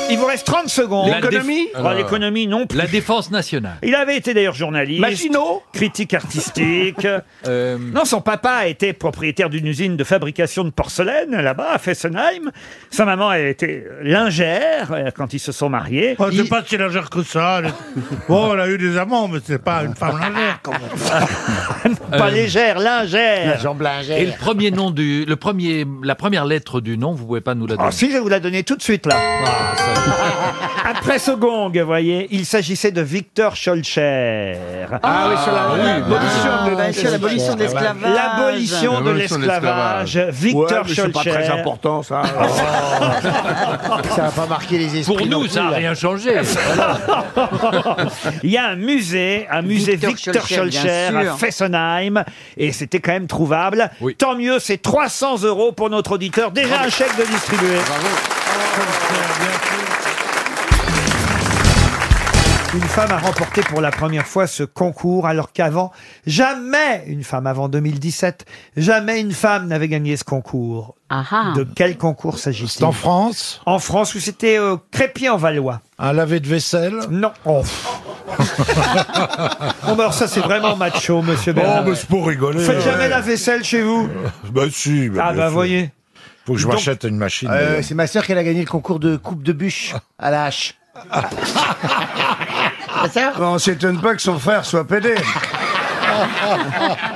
[SPEAKER 1] Il vous reste 30 secondes.
[SPEAKER 11] La déf- Euh,
[SPEAKER 1] Oh, L'économie, non.
[SPEAKER 11] La défense nationale.
[SPEAKER 1] Il avait été d'ailleurs journaliste.
[SPEAKER 28] Maginot
[SPEAKER 1] Critique <laughs> artistique. Euh, Non, son papa était propriétaire d'une usine de fabrication de porcelaine là-bas, à Fessenheim. Sa maman, elle était lingère euh, quand ils se sont mariés.
[SPEAKER 36] Oh, c'est pas si légère que ça. elle est- Bon, elle a eu des amants, mais c'est pas une femme légère quand
[SPEAKER 1] <laughs>
[SPEAKER 36] même. Euh.
[SPEAKER 1] Pas légère, lingère.
[SPEAKER 11] Et le premier nom du, le premier, la première lettre du nom, vous pouvez pas nous la donner.
[SPEAKER 1] Ah si, je vais vous la donner tout de suite là. Après ce gong, vous voyez, il s'agissait de Victor Scholcher.
[SPEAKER 28] Ah oui, sur la- Ah, l'abolition oui. de-
[SPEAKER 1] Ah,
[SPEAKER 28] sur l'abolition de l'esclavage.
[SPEAKER 1] L'abolition de
[SPEAKER 28] L'abolition de l'esclavage.
[SPEAKER 1] l'esclavage. Victor Oh.
[SPEAKER 28] Ouais, mais c'est
[SPEAKER 1] Scholcher.
[SPEAKER 28] pas très important, ça. <laughs>
[SPEAKER 1] ça n'a pas marqué les
[SPEAKER 28] esprits Pour nous, non ça plus, a là. rien changé.
[SPEAKER 1] <laughs> Il y a un musée, un musée
[SPEAKER 28] Victor
[SPEAKER 1] Victor
[SPEAKER 28] Schœlcher, bien
[SPEAKER 1] Scholcher à
[SPEAKER 28] sûr.
[SPEAKER 1] Fessenheim, et c'était quand même trouvable. Tant mieux, c'est 300 euros pour notre auditeur. Déjà un chèque de
[SPEAKER 28] Euh,
[SPEAKER 1] distribué. Une femme a remporté pour la première fois ce concours, alors qu'avant, jamais une femme, avant 2017, jamais une femme n'avait gagné ce concours. De quel concours s'agit-il
[SPEAKER 12] C'est en France
[SPEAKER 1] En France, où c'était euh, Crépier-en-Valois.
[SPEAKER 12] Un lavé de vaisselle
[SPEAKER 1] Non.
[SPEAKER 12] <laughs>
[SPEAKER 1] Oh. Bon, bah, alors ça, c'est vraiment macho, monsieur Bernard.
[SPEAKER 12] Oh, mais c'est pour <laughs> rigoler.
[SPEAKER 1] Faites
[SPEAKER 12] ouais.
[SPEAKER 1] jamais la vaisselle chez vous
[SPEAKER 12] Bah si. bah,
[SPEAKER 1] Ah,
[SPEAKER 12] bien
[SPEAKER 1] bah,
[SPEAKER 12] sûr.
[SPEAKER 1] voyez.
[SPEAKER 12] Faut que je
[SPEAKER 1] Donc-
[SPEAKER 12] m'achète une machine.
[SPEAKER 6] Euh,
[SPEAKER 12] d'ailleurs.
[SPEAKER 6] c'est ma sœur qui elle a gagné le concours de coupe de bûche à
[SPEAKER 28] <laughs>
[SPEAKER 6] la hache.
[SPEAKER 28] Ah, bah,
[SPEAKER 17] On s'étonne pas que son frère soit pédé.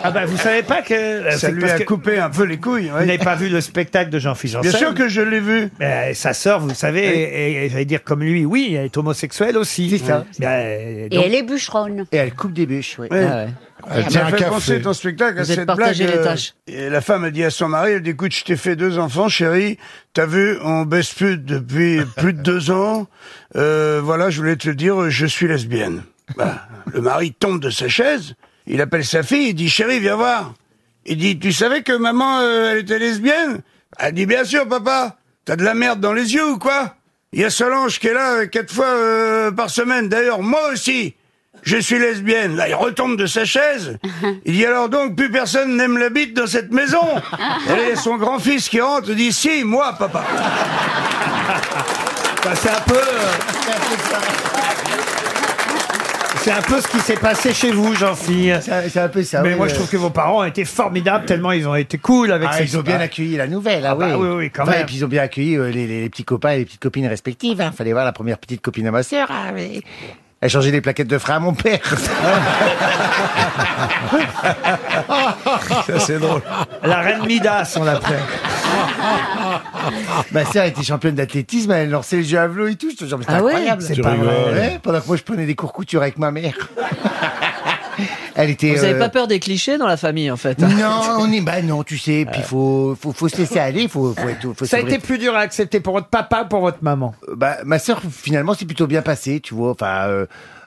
[SPEAKER 1] Ah bah vous savez
[SPEAKER 17] <laughs>
[SPEAKER 1] pas que
[SPEAKER 17] Ça
[SPEAKER 1] c'est
[SPEAKER 17] lui
[SPEAKER 1] parce
[SPEAKER 17] a
[SPEAKER 1] que-
[SPEAKER 17] coupé un peu les couilles.
[SPEAKER 1] Vous n'avez pas vu le spectacle de Jean-Philippe
[SPEAKER 17] Bien sûr que je l'ai vu.
[SPEAKER 1] Mais sa sœur, vous le savez,
[SPEAKER 17] Oui.
[SPEAKER 1] et, et j'allais dire comme lui, oui, elle est homosexuelle aussi. Ben, C'est
[SPEAKER 17] ça.
[SPEAKER 10] Et elle est bûcheronne.
[SPEAKER 6] Et elle coupe des bûches, oui.
[SPEAKER 17] Ouais. Elle
[SPEAKER 6] tient
[SPEAKER 17] m'a
[SPEAKER 6] un
[SPEAKER 17] fait
[SPEAKER 6] café.
[SPEAKER 17] penser ton spectacle à
[SPEAKER 6] Vous êtes
[SPEAKER 17] cette blague.
[SPEAKER 6] partagé les
[SPEAKER 17] euh,
[SPEAKER 6] tâches.
[SPEAKER 17] et la femme a dit à son mari, elle dit, écoute, je t'ai fait deux enfants, chérie. T'as vu, on baisse
[SPEAKER 6] <laughs>
[SPEAKER 17] plus depuis plus de deux ans. Euh, voilà, je voulais te dire, je suis lesbienne. Bah, le mari tombe de sa chaise. Il appelle sa fille, il dit, chérie, viens voir. Il dit, tu savais que maman, euh, elle était lesbienne Elle dit, bien sûr, papa. T'as de la merde dans les yeux ou quoi Il y a Solange qui est là euh, quatre fois euh, par semaine. D'ailleurs, moi aussi. Je suis lesbienne. Là, il retombe de sa <laughs> chaise. Il dit alors donc, plus personne n'aime la bite dans cette maison. Et là, son grand-fils qui rentre dit si, moi, papa.
[SPEAKER 1] Bah, c'est un peu. euh, C'est un peu ce qui s'est passé chez vous, Jean-Philippe.
[SPEAKER 6] C'est un peu ça.
[SPEAKER 1] Mais
[SPEAKER 6] oui,
[SPEAKER 1] moi,
[SPEAKER 6] euh.
[SPEAKER 1] je trouve que vos parents ont été formidables tellement ils ont été cool avec
[SPEAKER 6] Ah,
[SPEAKER 1] cette-
[SPEAKER 6] ils ont bien accueilli la nouvelle, ah, oui.
[SPEAKER 1] bah oui, oui, quand même.
[SPEAKER 6] Et puis ils ont bien accueilli euh, les, les- les petits copains et les petites copines respectives. Hein. Fallait voir la première petite copine à ma sœur. ah, mais- Elle changeait les plaquettes de frein à mon père.
[SPEAKER 1] Ça, c'est drôle. La reine Midas, on l'appelait.
[SPEAKER 6] <laughs> Ma sœur était championne d'athlétisme, elle lançait les jeux à vélo et tout. Je te jure, mais c'est
[SPEAKER 1] Ah ouais
[SPEAKER 6] incroyable.
[SPEAKER 1] Tu rigoles.
[SPEAKER 6] Ouais, pendant que moi, je prenais des cours couture avec ma mère. elle était.
[SPEAKER 13] Vous avez
[SPEAKER 6] euh,
[SPEAKER 13] pas peur des clichés dans la famille, en fait hein
[SPEAKER 6] Non, on est bah non, tu sais. Puis faut faut faut se laisser aller, faut faut être. Faut
[SPEAKER 1] Euh. Ça a
[SPEAKER 6] s'ouvrir.
[SPEAKER 1] été plus dur à accepter pour votre papa ou pour votre maman
[SPEAKER 6] Euh, Bah ma sœur finalement c'est plutôt bien passé, tu vois. Enfin euh,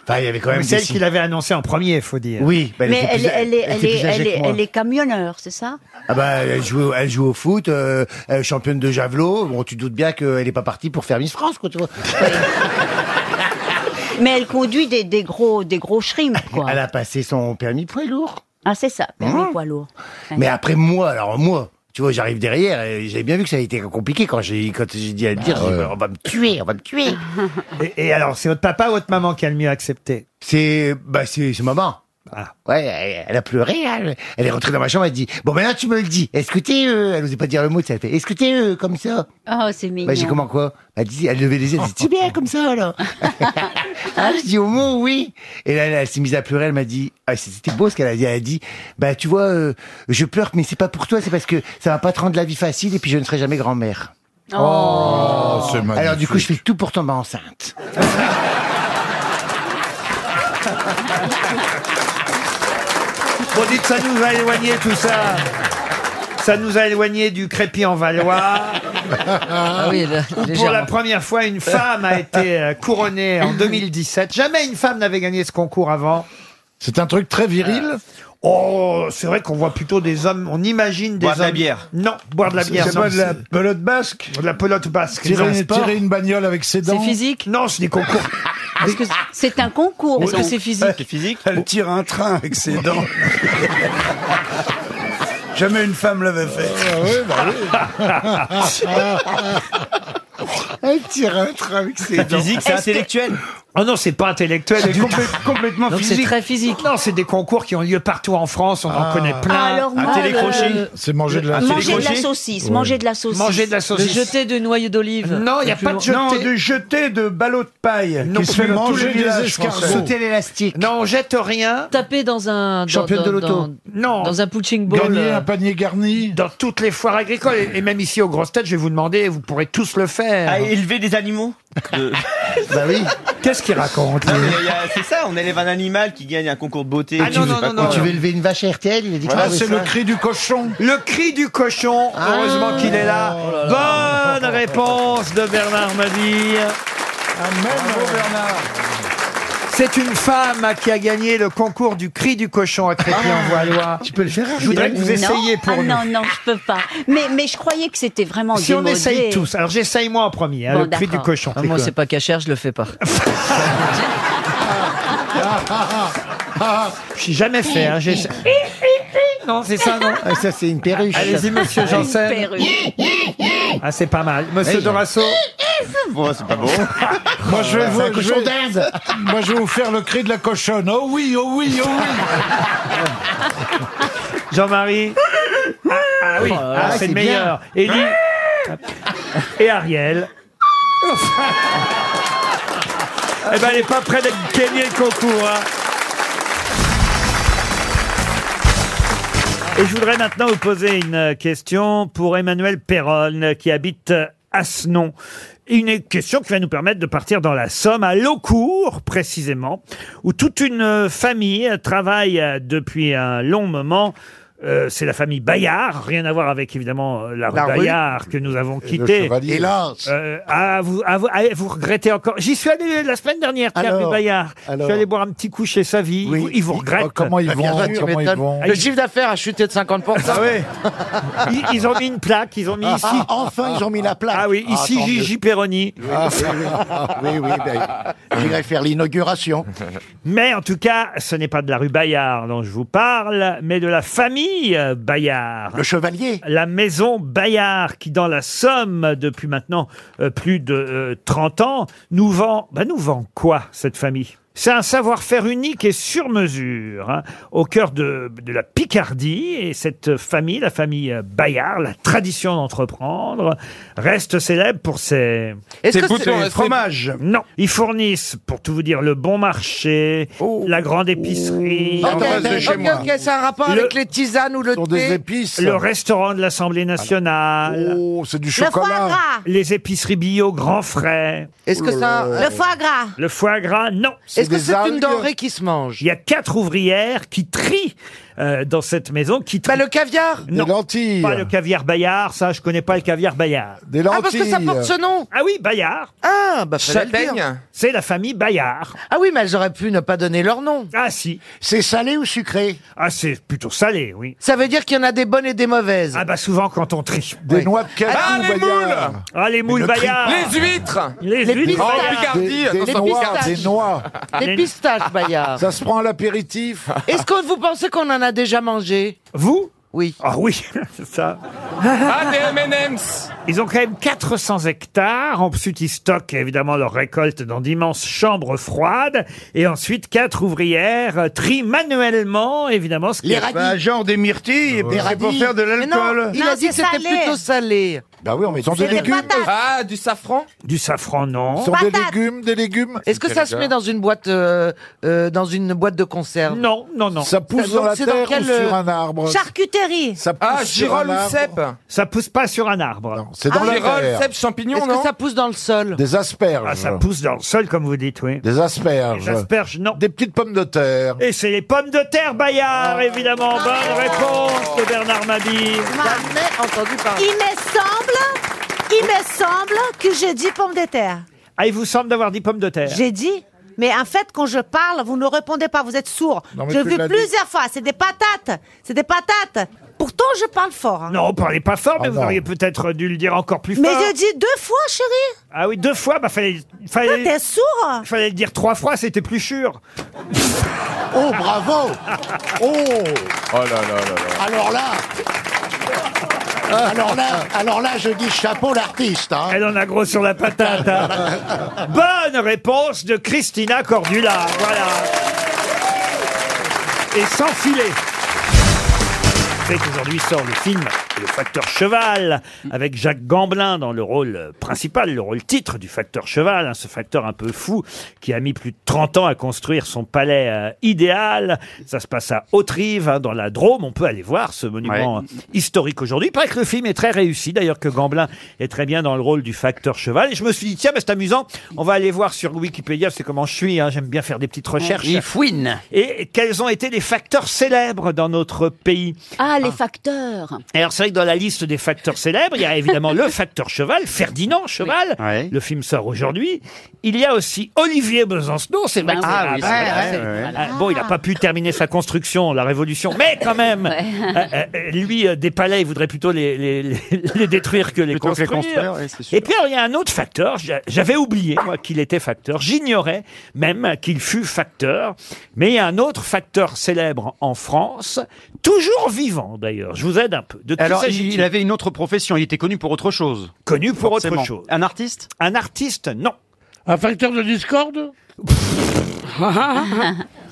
[SPEAKER 6] enfin il y avait quand même.
[SPEAKER 1] Mais c'est
[SPEAKER 6] des
[SPEAKER 1] elle
[SPEAKER 6] signes.
[SPEAKER 1] qui l'avait annoncé en premier, faut dire.
[SPEAKER 6] Oui, bah,
[SPEAKER 10] Mais
[SPEAKER 6] était
[SPEAKER 10] elle,
[SPEAKER 6] plus-
[SPEAKER 10] est- elle est, elle
[SPEAKER 6] était
[SPEAKER 10] est,
[SPEAKER 6] plus âgée
[SPEAKER 10] elle
[SPEAKER 6] que
[SPEAKER 10] est,
[SPEAKER 6] moi.
[SPEAKER 10] elle est camionneur, c'est ça
[SPEAKER 6] Ah bah elle joue elle joue au foot, euh, euh, championne de javelot. Bon tu te doutes bien qu'elle n'est pas partie pour faire Miss France quoi, tu vois.
[SPEAKER 10] <laughs> Mais elle conduit des, des gros, des gros shrimps, quoi.
[SPEAKER 6] Elle a passé son permis poids lourd.
[SPEAKER 10] Ah, c'est ça, permis poids lourd.
[SPEAKER 6] Mais après moi, alors moi, tu vois, j'arrive derrière et j'avais bien vu que ça a été compliqué quand j'ai quand j'ai dit à le dire, j'ai dit, bah, on va me tuer, on va me tuer.
[SPEAKER 1] Et, et alors, c'est votre papa ou votre maman qui a le mieux accepté
[SPEAKER 6] C'est bah c'est c'est maman. Ouais, elle, elle a pleuré. Elle, elle est rentrée dans ma chambre. Elle dit bon maintenant tu me le dis. Est-ce que t'es euh, Elle n'osait pas dire le mot. Ça a fait est-ce que t'es euh, comme ça
[SPEAKER 10] Oh, c'est mignon.
[SPEAKER 6] Bah j'ai dit, comment quoi Elle dit elle levait les yeux. Elle dit t'es bien comme ça alors. ah je dis au moins oui. Et là elle, elle s'est mise à pleurer. Elle m'a dit ah, c'était beau ce qu'elle a dit. Elle a dit bah tu vois euh, je pleure mais c'est pas pour toi c'est parce que ça va pas te rendre la vie facile et puis je ne serai jamais grand-mère.
[SPEAKER 12] Oh, c'est
[SPEAKER 6] Alors du
[SPEAKER 12] magnifique. <laughs>
[SPEAKER 6] coup je fais tout pour
[SPEAKER 1] <laughs>
[SPEAKER 6] tomber enceinte.
[SPEAKER 1] Bon, dites, ça nous a éloigné tout ça. Ça nous a éloigné du crépi en Valois.
[SPEAKER 13] Ah oui, là,
[SPEAKER 1] Où pour
[SPEAKER 13] légèrement.
[SPEAKER 1] la première fois, une femme a été euh, couronnée en 2017. Jamais une femme n'avait gagné ce concours avant. Euh,
[SPEAKER 12] C'est un truc très viril.
[SPEAKER 1] Oh, c'est vrai qu'on voit plutôt des hommes, on imagine des
[SPEAKER 17] Boire de
[SPEAKER 1] hommes.
[SPEAKER 17] la bière.
[SPEAKER 1] Non, boire de la
[SPEAKER 17] C'est
[SPEAKER 1] bière. non.
[SPEAKER 17] pas de la
[SPEAKER 1] pelote basque De la pelote basque.
[SPEAKER 12] Tirer,
[SPEAKER 1] non.
[SPEAKER 12] une- tirer une bagnole avec ses dents.
[SPEAKER 1] Non, c'est des concours.
[SPEAKER 10] C'est un concours.
[SPEAKER 17] Est-ce que
[SPEAKER 10] donc.
[SPEAKER 17] c'est
[SPEAKER 13] physique
[SPEAKER 17] physique Elle tire un train avec ses
[SPEAKER 1] <laughs>
[SPEAKER 17] dents. Jamais une femme l'avait fait.
[SPEAKER 1] Ah bah
[SPEAKER 17] <laughs>
[SPEAKER 6] Elle tire un train avec ses
[SPEAKER 17] C'est physique, c'est Est-ce que-
[SPEAKER 6] Ah,
[SPEAKER 1] intellectuel. Oh non, c'est pas intellectuel, c'est complè- complètement
[SPEAKER 17] Donc c'est
[SPEAKER 1] physique. très physique. Non, c'est des concours qui ont lieu partout en France, on
[SPEAKER 5] Ah.
[SPEAKER 1] en connaît plein.
[SPEAKER 10] Ah, Alors moi, le-
[SPEAKER 12] C'est manger
[SPEAKER 13] Ah.
[SPEAKER 12] de la
[SPEAKER 10] Manger de la saucisse, manger de la saucisse.
[SPEAKER 1] Manger de la saucisse.
[SPEAKER 13] Le jeter de noyau d'olive.
[SPEAKER 1] Non, il y a pas de jeter.
[SPEAKER 17] Non, de jeter de ballots de paille.
[SPEAKER 1] Non,
[SPEAKER 17] qui se fait dans tous
[SPEAKER 1] manger
[SPEAKER 17] les
[SPEAKER 1] des
[SPEAKER 17] villages
[SPEAKER 1] escargots.
[SPEAKER 17] français.
[SPEAKER 1] Sauter
[SPEAKER 6] l'élastique.
[SPEAKER 1] Non, on jette rien.
[SPEAKER 13] Taper dans un. dans-
[SPEAKER 1] Championne de
[SPEAKER 13] dans-
[SPEAKER 1] l'auto.
[SPEAKER 13] dans-
[SPEAKER 1] Non.
[SPEAKER 13] Dans un punching ball. euh,
[SPEAKER 1] panier garni. Dans toutes les foires agricoles. Et- Et même ici, aux grosses têtes, je vais vous demander, vous pourrez tous le faire.
[SPEAKER 5] À Ah, élever
[SPEAKER 1] <laughs>
[SPEAKER 5] des animaux
[SPEAKER 6] Bah oui.
[SPEAKER 1] Qu'est-ce qu'il raconte
[SPEAKER 5] Non, mais il y a- C'est ça, on élève un animal qui gagne un concours de beauté.
[SPEAKER 1] Ah non, non, non, non.
[SPEAKER 6] Tu veux lever une vache RTL Il a dit que
[SPEAKER 1] Voilà,
[SPEAKER 6] tu
[SPEAKER 1] c'est
[SPEAKER 6] trouvais
[SPEAKER 1] le
[SPEAKER 6] ça.
[SPEAKER 1] cri du cochon. Le cri du cochon. Heureusement
[SPEAKER 6] Ah.
[SPEAKER 1] qu'il est là. Bonne réponse de Bernard Mabille.
[SPEAKER 12] Bravo, Bernard.
[SPEAKER 1] C'est une femme qui a gagné le concours du cri du cochon à
[SPEAKER 5] Ah.
[SPEAKER 1] Crépy-en-Valois. Tu peux le faire Je voudrais que vous
[SPEAKER 10] Non.
[SPEAKER 1] essayiez pour
[SPEAKER 10] ah,
[SPEAKER 1] nous.
[SPEAKER 10] Non, non, je peux pas. Mais, mais je croyais que c'était vraiment
[SPEAKER 1] Si on
[SPEAKER 10] démodé.
[SPEAKER 1] essaye tous. Alors j'essaye moi en premier, hein,
[SPEAKER 10] Bon,
[SPEAKER 1] le cri du
[SPEAKER 10] d'accord.
[SPEAKER 1] cochon. <laughs>
[SPEAKER 13] <laughs> Ah, moi, c'est pas cachère, je le fais pas.
[SPEAKER 1] ah, Je suis jamais fait. hein, j'ai- non, c'est ça, non
[SPEAKER 19] Ça, c'est une perruche.
[SPEAKER 1] Allez-y, monsieur Janssen. Une Ah, c'est pas mal. Monsieur
[SPEAKER 12] Oui,
[SPEAKER 1] Dorasso.
[SPEAKER 12] Bon, c'est pas bon. Moi, je vais,
[SPEAKER 1] C'est
[SPEAKER 12] vous,
[SPEAKER 1] un
[SPEAKER 12] je
[SPEAKER 1] cochon
[SPEAKER 12] vais- Moi, je vais vous faire le cri de la cochonne. Oh oui, oh oui, oh oui.
[SPEAKER 1] Jean-Marie. Ah, ah oui,
[SPEAKER 12] Oh là
[SPEAKER 1] ah,
[SPEAKER 12] là,
[SPEAKER 1] c'est le
[SPEAKER 12] c'est bien.
[SPEAKER 1] meilleur. Élie. Et Ariel. Eh ben, elle n'est pas près d'être gagnée le concours. hein. Et je voudrais maintenant vous poser une question pour Emmanuel Perron, qui habite Asnon. Une question qui va nous permettre de partir dans la Somme, à Laucourt précisément, où toute une famille travaille depuis un long moment. Euh, c'est la famille Bayard, rien à voir avec évidemment la rue
[SPEAKER 28] La rue.
[SPEAKER 1] Bayard que nous avons
[SPEAKER 28] Et le
[SPEAKER 1] quittée.
[SPEAKER 28] Chevalier. Hélas.
[SPEAKER 1] Euh, ah, vous, ah, vous, ah, vous regrettez encore. J'y suis allé la semaine dernière, Pierre
[SPEAKER 28] Alors,
[SPEAKER 1] du Bayard. Je
[SPEAKER 28] alors. Oh,
[SPEAKER 1] suis allé boire un petit coup chez Savy. vie. Ils vous regrettent.
[SPEAKER 28] Le chiffre d'affaires a chuté de 50%. Ah oui
[SPEAKER 1] <laughs> Ils, ils ont mis une plaque, ils ont mis ici.
[SPEAKER 28] Ah, enfin, ils ont mis la plaque.
[SPEAKER 1] Ah oui,
[SPEAKER 28] Ah,
[SPEAKER 1] ici
[SPEAKER 28] tant mieux.
[SPEAKER 1] Gigi Perroni.
[SPEAKER 28] Ah, oui,
[SPEAKER 1] <laughs>
[SPEAKER 28] oui. Oui, oui, ben, j'irai
[SPEAKER 1] faire l'inauguration. Mais en tout cas, ce n'est pas de la rue Bayard dont je vous parle, mais de la famille euh, Bayard. Le chevalier. La maison Bayard qui, dans la Somme, depuis maintenant euh, plus de euh, 30 ans, nous vend, bah, nous vend quoi, cette famille c'est un savoir-faire unique et sur mesure hein, au cœur de, de la Picardie. Et cette famille, la famille euh, Bayard, la tradition d'entreprendre, reste célèbre pour ses,
[SPEAKER 4] Est-ce Ses que boutons, c'est- est-ce que-
[SPEAKER 1] fromages. Non, ils fournissent, pour tout vous dire, le bon marché, la grande épicerie.
[SPEAKER 28] Ok, ok, ok, c'est un rapport
[SPEAKER 1] Le-
[SPEAKER 28] avec les tisanes ou le thé.
[SPEAKER 1] Le restaurant de l'Assemblée nationale. Oh, c'est du
[SPEAKER 28] chocolat. foie gras.
[SPEAKER 1] Les épiceries bio, grands frais.
[SPEAKER 28] Est-ce que ça- Le foie
[SPEAKER 1] gras. Le foie gras, non.
[SPEAKER 28] Est-ce que c'est une denrée qui se mange
[SPEAKER 1] Il y a quatre ouvrières qui trient euh, dans cette maison. Qui trient. le caviar Non. lentilles. Pas le caviar Bayard, ça, je connais pas le caviar Bayard. Des
[SPEAKER 28] Ah, parce que ça porte ce nom
[SPEAKER 1] Ah oui, Bayard.
[SPEAKER 28] Ah, bah fallait le dire.
[SPEAKER 1] C'est la famille Bayard.
[SPEAKER 28] Ah oui, mais elles auraient pu ne pas donner leur nom.
[SPEAKER 1] Ah si.
[SPEAKER 28] C'est salé ou sucré
[SPEAKER 1] Ah, c'est plutôt salé, oui.
[SPEAKER 28] Ça veut dire qu'il y en a des bonnes et des mauvaises.
[SPEAKER 1] Ah bah souvent quand on triche.
[SPEAKER 28] Des noix de cajou,
[SPEAKER 1] Ah, les
[SPEAKER 28] Bayard.
[SPEAKER 1] moules Ah, les moules
[SPEAKER 28] Mais ne crie pas.
[SPEAKER 1] Bayard
[SPEAKER 28] Les
[SPEAKER 1] huîtres Les,
[SPEAKER 28] Les
[SPEAKER 1] huîtres
[SPEAKER 28] pistaches.
[SPEAKER 13] Oh,
[SPEAKER 28] En Picardie, Des- des attention, noix, Picardie.
[SPEAKER 12] Des noix.
[SPEAKER 28] Des pistaches, Bayard.
[SPEAKER 12] Ça se prend à l'apéritif. Ah,
[SPEAKER 28] Est-ce que vous pensez qu'on en a déjà mangé
[SPEAKER 1] Vous
[SPEAKER 28] Oui.
[SPEAKER 1] Ah oui, <laughs> c'est ça.
[SPEAKER 12] Ah,
[SPEAKER 1] Ils ont quand même 400 hectares. Ensuite, ils stockent évidemment leur récolte dans d'immenses chambres froides. Et ensuite, quatre ouvrières euh, trient manuellement, évidemment, ce qui est-
[SPEAKER 4] Bah, genre des
[SPEAKER 28] Eh,
[SPEAKER 4] myrtilles, et puis c'est pour faire de l'alcool.
[SPEAKER 28] Il a dit que c'était plutôt salé.
[SPEAKER 12] Bah oui, on met
[SPEAKER 28] C'est des patates.
[SPEAKER 12] Ah, du safran
[SPEAKER 1] Du safran, non.
[SPEAKER 12] Sur des
[SPEAKER 28] Patates.
[SPEAKER 12] légumes, des légumes.
[SPEAKER 28] Est-ce que ça se met dans une boîte, euh, euh, dans une boîte de conserve
[SPEAKER 1] Non, non, non.
[SPEAKER 12] Ça pousse dans la terre ou sur un arbre
[SPEAKER 28] euh, Charcuterie.
[SPEAKER 12] Ça pousse Ah, sur girole un ou arbre. cèpe
[SPEAKER 1] Ça pousse pas sur un arbre.
[SPEAKER 12] c'est dans Ah, la girole, terre. cèpe,
[SPEAKER 1] champignons,
[SPEAKER 28] Est-ce que ça pousse dans le sol
[SPEAKER 12] Des asperges.
[SPEAKER 1] Ah, ça pousse dans le sol, comme vous dites, oui.
[SPEAKER 12] Des asperges.
[SPEAKER 1] Des asperges, non.
[SPEAKER 12] Des petites pommes de terre.
[SPEAKER 1] Et c'est les pommes de terre, Bayard, évidemment. Bonne réponse de Bernard Mabille.
[SPEAKER 28] Jamais entendu parler.
[SPEAKER 26] Il me semble, il me semble que j'ai dit pomme de terre.
[SPEAKER 1] Ah, il vous semble d'avoir dit pommes de terre.
[SPEAKER 26] J'ai dit. Mais en fait, quand je parle, vous ne répondez pas, vous êtes sourd.
[SPEAKER 1] Non, mais
[SPEAKER 26] J'ai
[SPEAKER 1] tu
[SPEAKER 26] vu
[SPEAKER 1] l'as dit.
[SPEAKER 26] plusieurs fois, c'est des patates, c'est des patates. Pourtant, je parle fort. hein.
[SPEAKER 1] Non, parlez pas fort, mais
[SPEAKER 12] Ah,
[SPEAKER 1] vous
[SPEAKER 12] non.
[SPEAKER 1] auriez peut-être dû le dire encore plus fort.
[SPEAKER 26] Mais j'ai dit deux fois, chérie.
[SPEAKER 1] Ah oui, deux fois, bah fallait. fallait
[SPEAKER 26] Toi, t'es sourd
[SPEAKER 1] Fallait le dire trois fois, c'était plus sûr.
[SPEAKER 19] Oh,
[SPEAKER 1] <laughs>
[SPEAKER 19] bravo Oh
[SPEAKER 5] Oh là là là là.
[SPEAKER 19] Alors là alors là, alors là, je dis chapeau l'artiste. Hein.
[SPEAKER 1] Ah. Elle en a gros sur la
[SPEAKER 19] <laughs>
[SPEAKER 1] patate. hein. Bonne réponse de Christina Cordula. Voilà. Et sans filet. Vous savez qu'aujourd'hui sort le film Le Facteur Cheval, avec Jacques Gamblin dans le rôle principal, le rôle titre du Facteur Cheval, hein, ce facteur un peu fou qui a mis plus de 30 ans à construire son palais euh, idéal. Ça se passe à Autrive, hein, dans la Drôme. On peut aller voir ce monument euh, historique aujourd'hui. Il paraît que le film est très réussi, d'ailleurs que Gamblin est très bien dans le rôle du Facteur Cheval. Et je me suis dit, tiens, mais c'est amusant, on va aller voir sur Wikipédia, c'est comment je suis, hein, j'aime bien faire des petites recherches.
[SPEAKER 37] Il fouine.
[SPEAKER 1] Et quels ont été les facteurs célèbres dans notre pays
[SPEAKER 10] Ah, les facteurs.
[SPEAKER 1] et alors, c'est vrai vrai que dans la liste des facteurs célèbres, il y a évidemment le facteur cheval, Ferdinand Cheval. Le film sort aujourd'hui. Il y a aussi Olivier Besancenot, c'est vrai. que
[SPEAKER 5] Ah oui,
[SPEAKER 1] c'est-
[SPEAKER 5] c'est vrai,
[SPEAKER 1] ah,
[SPEAKER 5] c'est-
[SPEAKER 1] ouais, ouais.
[SPEAKER 5] voilà.
[SPEAKER 1] Ah, Bon, il n'a pas pu terminer sa construction, la Révolution, mais quand même,
[SPEAKER 5] Ouais.
[SPEAKER 1] euh, euh, lui, euh, des palais, il voudrait plutôt les, les- les- les détruire que les
[SPEAKER 5] Plutôt que les
[SPEAKER 1] construire.
[SPEAKER 5] construire, ouais, c'est sûr.
[SPEAKER 1] Et puis, alors, il y a un autre facteur, j'a- j'avais oublié moi, qu'il était facteur, j'ignorais même qu'il fut facteur, mais il y a un autre facteur célèbre en France, toujours vivant d'ailleurs, je vous aide un peu. De qui
[SPEAKER 5] Alors, il,
[SPEAKER 1] s'agit-il
[SPEAKER 5] il avait une autre profession, il était connu pour autre chose.
[SPEAKER 1] Connu pour autre
[SPEAKER 5] Forcément.
[SPEAKER 1] chose.
[SPEAKER 5] Un artiste
[SPEAKER 1] Un artiste, non.
[SPEAKER 36] Un facteur de discorde
[SPEAKER 5] <laughs>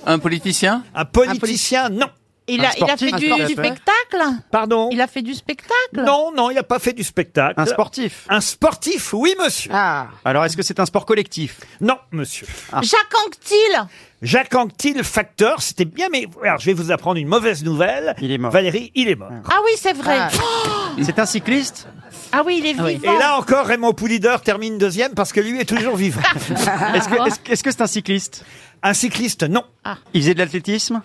[SPEAKER 5] Un politicien
[SPEAKER 1] Un politicien, non.
[SPEAKER 16] Il a, il a fait du, du spectacle
[SPEAKER 1] Pardon
[SPEAKER 16] Il a fait du spectacle
[SPEAKER 1] Non, non, il n'a pas fait du spectacle.
[SPEAKER 5] Un sportif Ah.
[SPEAKER 1] Un sportif, oui, monsieur.
[SPEAKER 5] Alors, est-ce que c'est un sport collectif Ah.
[SPEAKER 1] Non, monsieur.
[SPEAKER 16] Jacques Anquetil
[SPEAKER 1] Jacques Anquetil, facteur, c'était bien, mais alors, je vais vous apprendre une mauvaise nouvelle. Il est mort. Valérie, il est mort.
[SPEAKER 16] Ah oui, c'est vrai.
[SPEAKER 1] Ah.
[SPEAKER 16] Oh
[SPEAKER 1] C'est un cycliste
[SPEAKER 16] Ah oui, il est vivant.
[SPEAKER 1] Et là encore, Raymond Poulidor termine deuxième parce que lui est toujours vivant.
[SPEAKER 5] <laughs> Est-ce que- est-ce
[SPEAKER 1] c'est un cycliste Un cycliste, non.
[SPEAKER 16] Ah.
[SPEAKER 5] Il faisait de l'athlétisme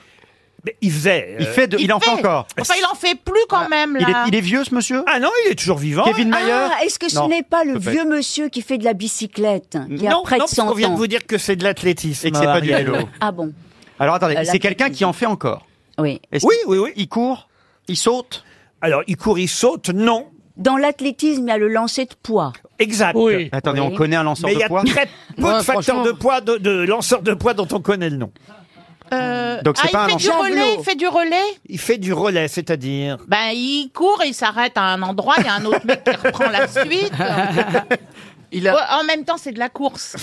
[SPEAKER 1] Mais il faisait.
[SPEAKER 6] Euh,
[SPEAKER 1] euh,
[SPEAKER 5] Il fait de- il en fait encore.
[SPEAKER 16] Enfin, il en fait plus quand même, là.
[SPEAKER 5] Il est, il est vieux, ce monsieur
[SPEAKER 1] Ah non, il est toujours vivant.
[SPEAKER 5] Kevin Mayer
[SPEAKER 10] Ah, est-ce que ce
[SPEAKER 5] Non,
[SPEAKER 10] n'est pas le
[SPEAKER 5] peut-être.
[SPEAKER 10] vieux monsieur qui fait de la bicyclette qui a
[SPEAKER 5] Non,
[SPEAKER 10] près
[SPEAKER 5] non,
[SPEAKER 10] de 100
[SPEAKER 5] on vient de
[SPEAKER 10] ans
[SPEAKER 5] vous
[SPEAKER 1] dire que c'est de l'athlétisme.
[SPEAKER 5] Et que c'est pas du
[SPEAKER 1] <laughs>
[SPEAKER 10] Ariel.
[SPEAKER 1] Oh.
[SPEAKER 5] vélo.
[SPEAKER 10] Ah bon
[SPEAKER 5] Alors, attendez,
[SPEAKER 10] Euh, la-
[SPEAKER 5] c'est quelqu'un qui en fait encore
[SPEAKER 10] Oui.
[SPEAKER 1] Oui, oui, oui.
[SPEAKER 5] Il court Il saute
[SPEAKER 1] Alors, il court, il saute, non.
[SPEAKER 10] Dans l'athlétisme, il y a le lancer de poids.
[SPEAKER 1] Exact.
[SPEAKER 5] Attendez, on
[SPEAKER 10] Oui.
[SPEAKER 5] connaît un lanceur
[SPEAKER 1] Mais il y
[SPEAKER 5] de
[SPEAKER 1] a
[SPEAKER 5] poids
[SPEAKER 1] très peu de facteurs de poids, de, de lanceurs de poids dont on connaît le nom.
[SPEAKER 16] Euh,
[SPEAKER 1] Donc, c'est pas un
[SPEAKER 16] ah, il fait du
[SPEAKER 1] javelot.
[SPEAKER 16] relais, il fait du relais
[SPEAKER 1] Il fait du relais, c'est-à-dire.
[SPEAKER 16] Ben, il court et il s'arrête à un endroit, il y a un autre mec qui reprend la
[SPEAKER 5] <laughs>
[SPEAKER 16] suite. Ouais, en même temps, c'est de
[SPEAKER 10] <laughs>
[SPEAKER 16] la course.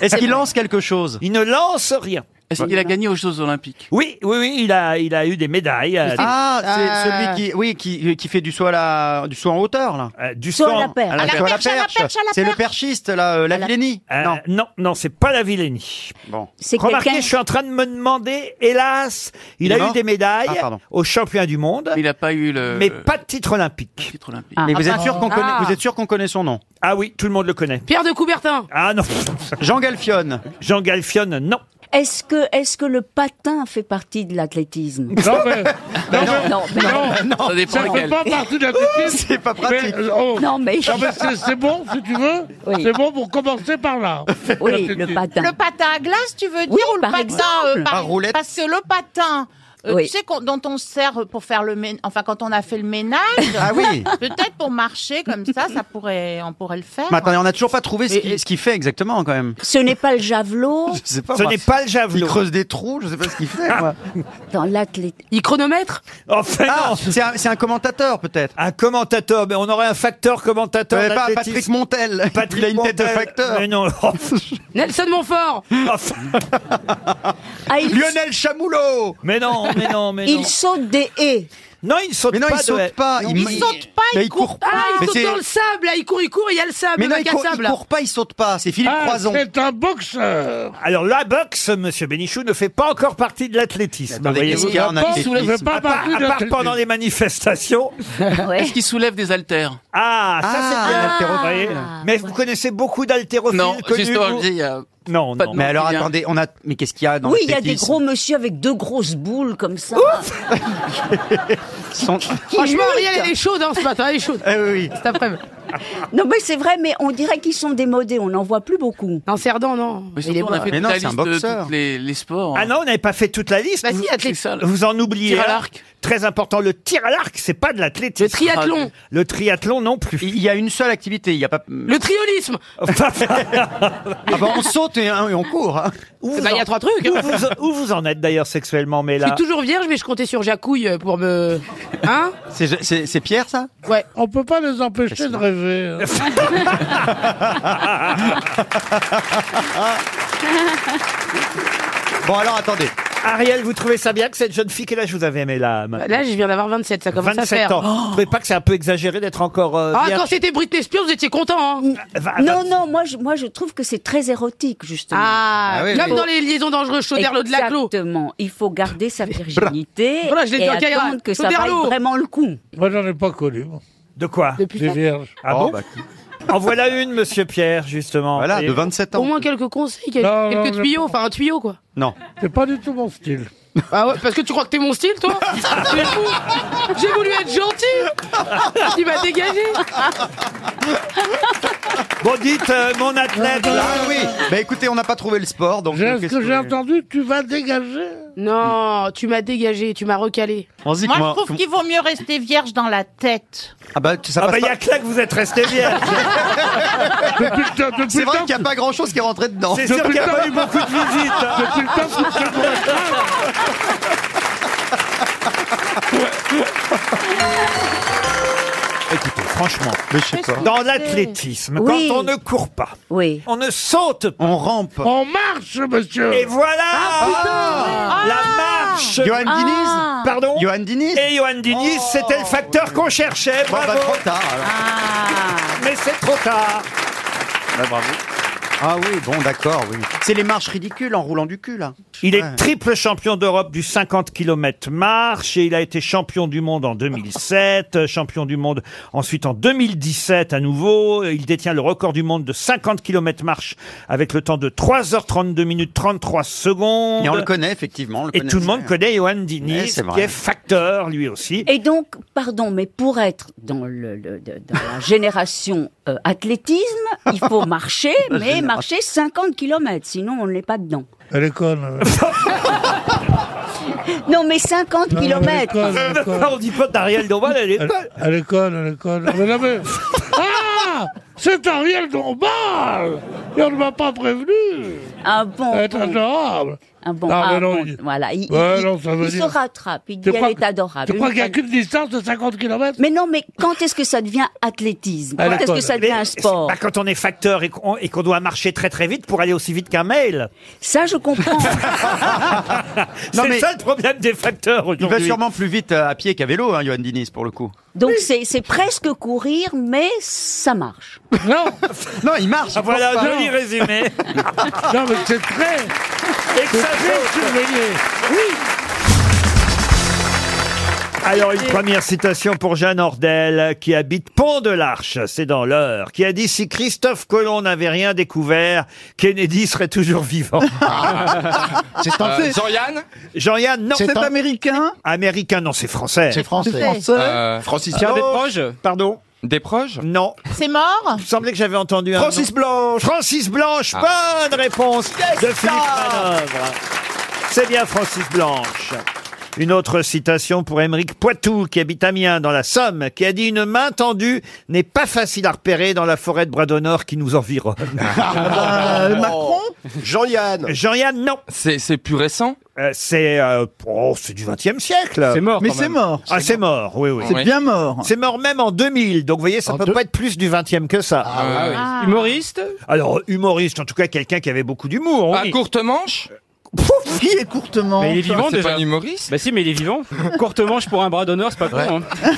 [SPEAKER 5] Est-ce qu'il lance quelque chose
[SPEAKER 1] Il ne lance rien.
[SPEAKER 5] Est-ce qu'il a gagné aux Jeux Olympiques
[SPEAKER 1] Oui, oui, oui, il a, il a eu des médailles. euh,
[SPEAKER 5] Ah, c'est
[SPEAKER 1] euh,
[SPEAKER 5] celui qui, oui, qui, qui fait du saut, à la, du saut en hauteur, là.
[SPEAKER 1] euh, du saut en-
[SPEAKER 5] À la perche, à la perche. C'est le perchiste, là, euh, la Vilénie.
[SPEAKER 1] Euh,
[SPEAKER 5] Non.
[SPEAKER 1] non, non, c'est pas la Villénie.
[SPEAKER 5] Bon.
[SPEAKER 10] C'est
[SPEAKER 1] Remarquez,
[SPEAKER 10] quelqu'un-
[SPEAKER 1] je suis en train de me demander, hélas, il,
[SPEAKER 5] Il est
[SPEAKER 1] a eu
[SPEAKER 5] mort
[SPEAKER 1] des médailles
[SPEAKER 5] Ah, pardon.
[SPEAKER 1] aux champions du monde. Il n'a pas eu
[SPEAKER 5] le-
[SPEAKER 1] Mais pas de titre olympique.
[SPEAKER 5] Mais vous êtes sûr qu'on connaît, vous êtes sûr qu'on connaît son nom
[SPEAKER 1] Ah oui, tout le monde le connaît.
[SPEAKER 10] Pierre de Coubertin.
[SPEAKER 1] Ah non.
[SPEAKER 5] Jean Galfionne.
[SPEAKER 1] Jean Galfionne, non.
[SPEAKER 10] Est-ce que, est-ce que le patin fait partie de l'athlétisme
[SPEAKER 36] Non, mais-
[SPEAKER 1] <laughs>
[SPEAKER 36] non, mais-
[SPEAKER 10] non, mais-
[SPEAKER 36] non,
[SPEAKER 10] Ça dépend
[SPEAKER 36] ne fait
[SPEAKER 10] lequel.
[SPEAKER 36] pas partie de la technique.
[SPEAKER 5] C'est pas
[SPEAKER 36] pratique.
[SPEAKER 10] Non, mais-
[SPEAKER 36] Ah bah, c'est- c'est bon, si tu veux. C'est bon pour commencer par là.
[SPEAKER 10] <laughs> Oui, le patin.
[SPEAKER 16] Le patin à glace, tu veux dire,
[SPEAKER 10] Oui,
[SPEAKER 16] ou le
[SPEAKER 10] par
[SPEAKER 16] patin euh,
[SPEAKER 10] exemple.
[SPEAKER 16] par-
[SPEAKER 10] À roulette.
[SPEAKER 16] Parce que le patin, euh,
[SPEAKER 10] Oui.
[SPEAKER 16] tu sais, qu'on- dont on sert pour faire le ménage, enfin, quand on a fait le ménage,
[SPEAKER 5] Ah oui.
[SPEAKER 16] <laughs> peut-être pour marcher comme ça, ça pourrait, on pourrait le faire.
[SPEAKER 5] Mais attendez, on n'a toujours pas trouvé ce qu'il ce qu'il fait exactement, quand même.
[SPEAKER 10] Ce n'est pas le javelot.
[SPEAKER 5] Je sais pas,
[SPEAKER 10] Ce
[SPEAKER 5] moi.
[SPEAKER 10] n'est pas le javelot.
[SPEAKER 5] Il creuse des trous, je sais pas ce qu'il fait, moi.
[SPEAKER 10] Dans l'athlète. Il chronomètre
[SPEAKER 1] Ah, Enfin, non.
[SPEAKER 5] Ah, C'est un, c'est un commentateur, peut-être.
[SPEAKER 1] Un commentateur, mais on aurait un facteur commentateur.
[SPEAKER 5] Mais pas
[SPEAKER 1] d'athlétisme.
[SPEAKER 5] Patrick Montel.
[SPEAKER 1] Patrick
[SPEAKER 5] Il a une tête de
[SPEAKER 1] Montel.
[SPEAKER 5] facteur.
[SPEAKER 1] Mais non. <laughs>
[SPEAKER 16] Nelson Montfort
[SPEAKER 5] Lionel Chamoulot.
[SPEAKER 1] Mais non, mais non, mais non.
[SPEAKER 10] Il saute des haies.
[SPEAKER 1] Non, il saute
[SPEAKER 5] Mais non,
[SPEAKER 1] pas.
[SPEAKER 5] il saute
[SPEAKER 1] de-
[SPEAKER 5] pas.
[SPEAKER 1] Non,
[SPEAKER 5] Il-
[SPEAKER 16] saute pas,
[SPEAKER 5] Mais
[SPEAKER 16] il,
[SPEAKER 5] il
[SPEAKER 16] court,
[SPEAKER 5] court
[SPEAKER 16] pas.
[SPEAKER 5] pas. Mais c'est-
[SPEAKER 16] sable, là, il court, il court, il y a le sable,
[SPEAKER 5] Mais non,
[SPEAKER 16] le
[SPEAKER 5] il
[SPEAKER 16] bac à
[SPEAKER 5] court, il
[SPEAKER 16] sable.
[SPEAKER 5] court pas, il saute pas. C'est Philippe
[SPEAKER 36] Ah,
[SPEAKER 5] Croison.
[SPEAKER 36] c'est un boxeur.
[SPEAKER 1] Alors la boxe, Monsieur Bénichou, ne fait pas encore partie de l'athlétisme.
[SPEAKER 5] Attendez,
[SPEAKER 1] voyez-vous.
[SPEAKER 5] est-ce qu'il y a un La boxe athlétisme ne fait pas
[SPEAKER 1] À part-
[SPEAKER 5] partie de
[SPEAKER 1] à part
[SPEAKER 5] l'athlétisme.
[SPEAKER 1] pendant les
[SPEAKER 10] <laughs>
[SPEAKER 1] manifestations.
[SPEAKER 10] Est-ce
[SPEAKER 18] qu'il soulève des haltères
[SPEAKER 1] Ah, ça
[SPEAKER 5] Ah,
[SPEAKER 1] c'est bien.
[SPEAKER 5] l'haltérophile.
[SPEAKER 1] Vous voyez Mais vous connaissez beaucoup d'haltérophiles
[SPEAKER 18] Non,
[SPEAKER 1] connus,
[SPEAKER 18] justement,
[SPEAKER 1] vous
[SPEAKER 18] je dis, il y a
[SPEAKER 1] Non,
[SPEAKER 18] euh, pas de nom
[SPEAKER 1] non.
[SPEAKER 5] Mais alors
[SPEAKER 18] qui vient.
[SPEAKER 5] attendez, on a. Mais qu'est-ce qu'il y a dans
[SPEAKER 10] oui, il y a des
[SPEAKER 5] l'athlétisme
[SPEAKER 10] gros monsieur avec deux grosses boules comme ça. Ah,
[SPEAKER 5] Son-
[SPEAKER 10] Franchement, Ariel, elle est
[SPEAKER 16] chaude ce matin, elle est chaude.
[SPEAKER 5] Eh oui.
[SPEAKER 16] Cet après-midi.
[SPEAKER 10] Non, mais c'est vrai, mais on dirait qu'ils sont démodés, on n'en voit plus beaucoup.
[SPEAKER 16] Non, Cerdan, non.
[SPEAKER 18] Mais surtout, on a fait
[SPEAKER 5] Mais
[SPEAKER 18] toute
[SPEAKER 5] non,
[SPEAKER 18] la
[SPEAKER 5] c'est un
[SPEAKER 18] liste de
[SPEAKER 5] boxeur.
[SPEAKER 18] tous les, les sports.
[SPEAKER 1] Ah non, on n'avait pas fait toute la liste.
[SPEAKER 18] Bah si,
[SPEAKER 1] vous,
[SPEAKER 18] athlète. C'est ça, là.
[SPEAKER 1] vous en oubliez.
[SPEAKER 18] Tir à
[SPEAKER 1] un.
[SPEAKER 18] l'arc.
[SPEAKER 1] Très important, le tir à l'arc, c'est pas de l'athlétisme. Le
[SPEAKER 18] triathlon.
[SPEAKER 1] Le triathlon non plus.
[SPEAKER 5] Il y a une seule activité, il y a pas.
[SPEAKER 18] Le
[SPEAKER 1] <laughs>
[SPEAKER 18] triolisme
[SPEAKER 5] Ah bah on saute et, hein, et on court. hein.
[SPEAKER 1] Où
[SPEAKER 18] bah,
[SPEAKER 1] vous
[SPEAKER 18] il y a
[SPEAKER 1] en-
[SPEAKER 18] trois trucs.
[SPEAKER 1] Où vous, où vous en êtes d'ailleurs sexuellement, mais
[SPEAKER 18] Je
[SPEAKER 1] là.
[SPEAKER 18] suis toujours vierge, mais je comptais sur Jacouille pour me. Hein
[SPEAKER 5] C'est- C'est c'est Pierre ça
[SPEAKER 18] Ouais.
[SPEAKER 36] On peut pas les empêcher de rêver. hein.
[SPEAKER 5] Bon alors attendez.
[SPEAKER 1] Ariel, vous trouvez ça bien que cette jeune fille, quel âge vous avez aimé là maintenant
[SPEAKER 18] Bah, Là, je viens d'avoir 27, ça commence à
[SPEAKER 1] 27
[SPEAKER 18] faire. Oh
[SPEAKER 1] ans.
[SPEAKER 10] Oh
[SPEAKER 1] Vous trouvez pas que c'est un peu exagéré d'être encore euh,
[SPEAKER 18] Ah,
[SPEAKER 1] vierge
[SPEAKER 18] quand c'était Britney Spears, vous étiez content, hein
[SPEAKER 10] Non, non, moi je, moi je trouve que c'est très érotique, justement.
[SPEAKER 18] Ah,
[SPEAKER 10] oui,
[SPEAKER 18] comme
[SPEAKER 10] oui.
[SPEAKER 18] dans les liaisons dangereuses, Chauderlo de la Clos.
[SPEAKER 10] Exactement, il faut garder sa virginité
[SPEAKER 18] Voilà, je l'ai dit
[SPEAKER 10] et
[SPEAKER 18] en Kaira.
[SPEAKER 10] attendre que ça vaille
[SPEAKER 18] Chauderlo.
[SPEAKER 10] vraiment le coup.
[SPEAKER 36] Moi, j'en ai pas connu. moi.
[SPEAKER 1] De quoi
[SPEAKER 18] Depuis
[SPEAKER 36] Des vierges. Oh, bah,
[SPEAKER 1] Ah bon <laughs> En voilà une, monsieur Pierre, justement.
[SPEAKER 5] Voilà,
[SPEAKER 1] Et-
[SPEAKER 5] de 27
[SPEAKER 18] Au
[SPEAKER 5] ans.
[SPEAKER 18] moins quelques conseils, quel-
[SPEAKER 36] Non, non,
[SPEAKER 18] quelques
[SPEAKER 36] je-
[SPEAKER 18] tuyaux, enfin un tuyau, quoi.
[SPEAKER 5] Non.
[SPEAKER 36] C'est pas du tout mon style.
[SPEAKER 18] Ah ouais, parce que tu crois que t'es mon style, toi T'es fou J'ai voulu être gentil Il m'a dégagé
[SPEAKER 1] Bon, dites, euh, mon athlète, là.
[SPEAKER 5] oui. Bah écoutez, on n'a pas trouvé le sport, donc. euh,
[SPEAKER 18] J'ai-
[SPEAKER 5] qu'est-ce
[SPEAKER 18] ce que j'ai
[SPEAKER 36] entendu, tu vas dégager
[SPEAKER 18] Non, tu m'as dégagé, tu m'as recalé.
[SPEAKER 5] Vas-y,
[SPEAKER 16] Moi,
[SPEAKER 5] moi,
[SPEAKER 16] je trouve
[SPEAKER 5] faut-
[SPEAKER 16] qu'il vaut mieux rester vierge dans la tête.
[SPEAKER 5] Ah bah, tu- ça passe
[SPEAKER 1] bah, y a que là que vous êtes resté
[SPEAKER 36] <laughs>
[SPEAKER 1] vierge.
[SPEAKER 5] C'est vrai qu'il n'y a pas grand chose qui est rentré dedans.
[SPEAKER 1] C'est sûr qu'il n'y a pas eu beaucoup de visites. hein.
[SPEAKER 7] <laughs>
[SPEAKER 1] Écoutez, franchement, dans l'athlétisme,
[SPEAKER 10] Oui.
[SPEAKER 1] quand on ne court pas, on ne saute pas,
[SPEAKER 5] on rampe,
[SPEAKER 36] On marche, monsieur
[SPEAKER 1] Et voilà La marche
[SPEAKER 5] Johan Ah. Diniz
[SPEAKER 1] Pardon
[SPEAKER 5] Johan Diniz Oh. bah,
[SPEAKER 1] Et Johan Diniz, c'était le facteur qu'on cherchait, bravo Ah.
[SPEAKER 5] trop tard, alors.
[SPEAKER 1] Mais c'est trop tard
[SPEAKER 5] Bah, bravo. Ah oui, bon, d'accord, oui. C'est les marches ridicules en roulant du cul, là.
[SPEAKER 1] Il est triple champion d'Europe du 50 km marche et il a été champion du monde en 2007, euh, champion du monde ensuite en 2017 à nouveau. Il détient le record du monde de 50 km marche avec le temps de 3h32 minutes 33 secondes.
[SPEAKER 5] Et on le connaît, effectivement. on le
[SPEAKER 1] Et
[SPEAKER 5] connaît.
[SPEAKER 1] tout le monde connaît Johan
[SPEAKER 5] Ouais,
[SPEAKER 1] Diniz,
[SPEAKER 5] c'est vrai.
[SPEAKER 1] qui est facteur lui aussi.
[SPEAKER 10] Et donc, pardon, mais pour être dans, le, le- de- dans la génération euh, athlétisme, il faut marcher,
[SPEAKER 36] La
[SPEAKER 10] mais
[SPEAKER 36] génération.
[SPEAKER 10] marcher 50 km, sinon on n'est pas dedans.
[SPEAKER 36] <laughs> Elle est conne. euh.
[SPEAKER 10] Non, mais 50
[SPEAKER 36] Non, elle est
[SPEAKER 10] km
[SPEAKER 36] conne,
[SPEAKER 1] <laughs>
[SPEAKER 36] elle est conne.
[SPEAKER 1] On dit pas d'Ariel Dombal, elle est
[SPEAKER 36] conne. Elle est conne, elle est conne. Mais non, mais- Ah C'est Ariel Dombal Et on ne m'a pas prévenu
[SPEAKER 10] Un Ah, bon.
[SPEAKER 36] Elle est
[SPEAKER 10] bon.
[SPEAKER 36] adorable
[SPEAKER 10] Un bon.
[SPEAKER 36] Ah, mais
[SPEAKER 10] ah,
[SPEAKER 36] non,
[SPEAKER 10] bon,
[SPEAKER 36] il-
[SPEAKER 10] Voilà, il,
[SPEAKER 36] Ouais,
[SPEAKER 10] il-
[SPEAKER 36] non, ça veut
[SPEAKER 10] il se
[SPEAKER 36] dire-
[SPEAKER 10] rattrape, il
[SPEAKER 36] Tu
[SPEAKER 10] dit elle
[SPEAKER 36] crois
[SPEAKER 10] est
[SPEAKER 36] que-
[SPEAKER 10] adorable.
[SPEAKER 36] tu crois
[SPEAKER 10] Une
[SPEAKER 36] qu'il y a
[SPEAKER 10] fois-
[SPEAKER 36] qu'une distance de 50 km
[SPEAKER 10] Mais non, mais quand est-ce que ça devient athlétisme
[SPEAKER 36] Ah,
[SPEAKER 10] Quand
[SPEAKER 1] Voilà.
[SPEAKER 10] est-ce que ça devient un
[SPEAKER 1] Mais
[SPEAKER 10] sport
[SPEAKER 1] c'est pas quand on est facteur et qu'on et qu'on doit marcher très très vite pour aller aussi vite qu'un mail.
[SPEAKER 10] Ça, je comprends.
[SPEAKER 1] <laughs> C'est
[SPEAKER 5] mais-
[SPEAKER 1] ça le problème des facteurs
[SPEAKER 5] Il
[SPEAKER 1] aujourd'hui.
[SPEAKER 5] va sûrement plus vite euh, à pied qu'à vélo, hein, Johan Diniz, pour le coup.
[SPEAKER 10] Donc c'est c'est presque courir, mais ça marche.
[SPEAKER 36] Non
[SPEAKER 5] Non, il marche. il court pas.
[SPEAKER 36] joli
[SPEAKER 1] Ah,
[SPEAKER 5] <laughs>
[SPEAKER 1] résumé.
[SPEAKER 36] Non, mais c'est très... C'est très surveillé Oui
[SPEAKER 1] Alors, une première citation pour Jeanne Ordel, qui habite Pont de l'Arche, c'est dans l'heure, qui a dit si Christophe Colomb n'avait rien découvert, Kennedy serait toujours vivant.
[SPEAKER 7] Ah.
[SPEAKER 1] <laughs>
[SPEAKER 7] C'est en fait.
[SPEAKER 1] Jean-Yann Jean-Yann, non.
[SPEAKER 7] C'est C'est en-
[SPEAKER 1] américain Américain, non, c'est français.
[SPEAKER 7] C'est français. C'est français. Euh, Francis Pierre
[SPEAKER 1] Pierre
[SPEAKER 7] Desproges
[SPEAKER 1] Pardon
[SPEAKER 7] Des proches
[SPEAKER 1] Non.
[SPEAKER 16] C'est mort
[SPEAKER 1] Il me semblait que j'avais entendu un
[SPEAKER 7] Francis
[SPEAKER 1] nom. Blanche Francis Blanche,
[SPEAKER 5] Ah.
[SPEAKER 1] bonne réponse de Philippe Manœuvre. C'est bien Francis Blanche. Une autre citation pour Émeric Poitou, qui habite Amiens, dans la Somme, qui a dit « Une main tendue n'est pas facile à repérer dans la forêt de bras d'honneur qui nous
[SPEAKER 7] <laughs>
[SPEAKER 1] environne.
[SPEAKER 7] Macron
[SPEAKER 1] Jean-Yann Jean-Yann, non
[SPEAKER 7] C'est c'est plus récent
[SPEAKER 1] Euh, C'est euh, oh, c'est du 20e siècle
[SPEAKER 7] C'est mort, Mais quand c'est même. mort.
[SPEAKER 1] Ah, c'est mort, oui, oui.
[SPEAKER 7] C'est Oui. bien
[SPEAKER 1] mort C'est mort même en 2000, donc vous voyez, ça peut pas être plus du 20e que ça.
[SPEAKER 7] Ah, Humoriste
[SPEAKER 1] Alors, humoriste, en tout cas, quelqu'un qui avait beaucoup d'humour.
[SPEAKER 7] À courte manche
[SPEAKER 9] Qui est courtement
[SPEAKER 7] Mais il est vivant,
[SPEAKER 9] C'est
[SPEAKER 7] déjà.
[SPEAKER 9] pas un
[SPEAKER 7] humoriste
[SPEAKER 9] Bah si, mais il est vivant. Courte manche pour un bras d'honneur, c'est pas con. hein.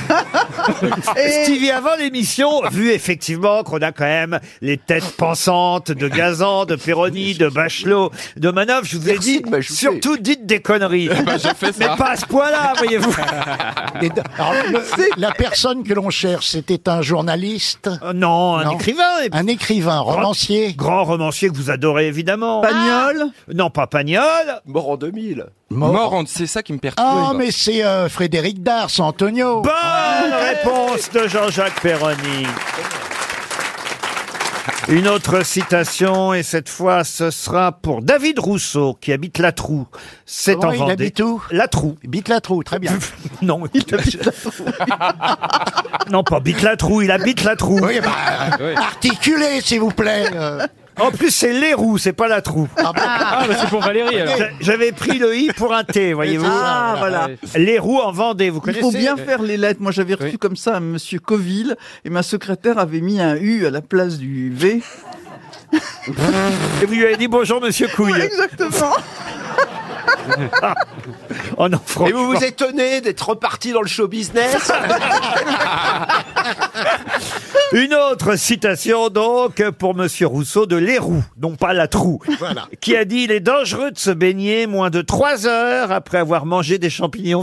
[SPEAKER 7] <laughs>
[SPEAKER 1] Stevie, avant l'émission, vu effectivement qu'on a quand même les têtes pensantes de Gazan, de Perroni, de Bachelot, de Manoff, je vous ai dit, surtout dites des conneries.
[SPEAKER 7] ben, je fais ça.
[SPEAKER 1] Mais pas à ce point-là, voyez-vous.
[SPEAKER 7] <laughs> Et
[SPEAKER 9] Alors, le- la personne que l'on cherche, c'était un journaliste
[SPEAKER 1] Euh, Non, un écrivain.
[SPEAKER 9] Un écrivain, romancier.
[SPEAKER 1] Grand romancier que vous adorez évidemment. Ah.
[SPEAKER 9] Pagnol
[SPEAKER 1] Non, pas Pagnol.
[SPEAKER 7] Mort en 2000.
[SPEAKER 9] Mort.
[SPEAKER 7] Mort, en... c'est ça qui me perturbe.
[SPEAKER 9] Ah, mais c'est euh, Frédéric Dars, Antonio.
[SPEAKER 1] Bonne Ah, réponse de Jean-Jacques Perroni. Une autre citation, et cette fois, ce sera pour David Rousseau, qui habite La Troue. C'est
[SPEAKER 9] Comment
[SPEAKER 1] en
[SPEAKER 9] il
[SPEAKER 1] Vendée.
[SPEAKER 9] habite où
[SPEAKER 1] La Troue.
[SPEAKER 9] Il Bite la trou, très bien.
[SPEAKER 1] <laughs> non, il habite la <laughs> non, pas habite La Troue, il habite La Troue.
[SPEAKER 9] Oui, bah, articulez, s'il vous plaît. euh.
[SPEAKER 1] En plus, c'est Les Roues, c'est pas La Troue.
[SPEAKER 9] Ah,
[SPEAKER 7] mais bah, c'est pour Valérie, alors.
[SPEAKER 1] J'a- J'avais pris le I pour un T, voyez-vous.
[SPEAKER 9] Ah, voilà.
[SPEAKER 1] Les Roues en Vendée, vous
[SPEAKER 20] Il
[SPEAKER 1] connaissez euh,
[SPEAKER 20] faut bien faire les lettres. Moi, j'avais reçu comme ça un monsieur Coville et ma secrétaire avait mis un U à la place du V.
[SPEAKER 1] Et vous lui avez dit bonjour, monsieur Couille.
[SPEAKER 20] Exactement.
[SPEAKER 1] Oh non, franchement.
[SPEAKER 29] étonnez d'être reparti dans le show
[SPEAKER 7] <laughs>
[SPEAKER 29] business
[SPEAKER 1] Une autre citation donc pour Monsieur Rousseau de Léroux, non pas la trou, qui a dit il est dangereux de se baigner moins de trois heures après avoir mangé des champignons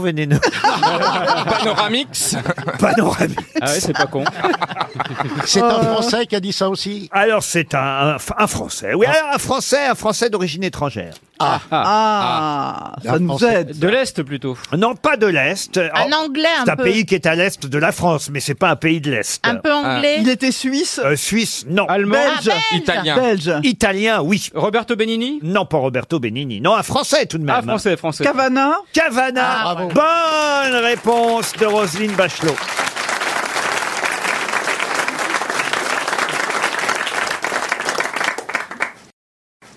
[SPEAKER 9] <laughs>
[SPEAKER 1] vénéneux.
[SPEAKER 7] Panoramix
[SPEAKER 1] Panoramix.
[SPEAKER 9] Ah ouais, c'est pas con. C'est un
[SPEAKER 1] Oh.
[SPEAKER 9] Français qui a dit ça aussi. Ah.
[SPEAKER 1] Alors c'est un, un, un Français, oui, alors, un Français, un Français d'origine étrangère.
[SPEAKER 38] Ah, ah, ça nous aide.
[SPEAKER 1] De l'Est plutôt. Non, pas de l'Est.
[SPEAKER 30] Un
[SPEAKER 1] Oh,
[SPEAKER 30] Anglais, un
[SPEAKER 1] C'est un
[SPEAKER 30] peu.
[SPEAKER 1] pays qui est à l'Est de la France, mais c'est pas un pays de l'Est.
[SPEAKER 30] Un peu
[SPEAKER 1] Ah.
[SPEAKER 30] anglais. Il
[SPEAKER 1] était suisse Suisse, Euh, non.
[SPEAKER 30] Allemand Ah, belge. Italien. Belge.
[SPEAKER 1] Italien, oui. Roberto Benini Non, pas Roberto Benini. Non, un Français tout de même. Ah,
[SPEAKER 39] Français, Français.
[SPEAKER 30] Ah,
[SPEAKER 1] Cavana Cavana Bonne réponse de Roselyne Bachelot.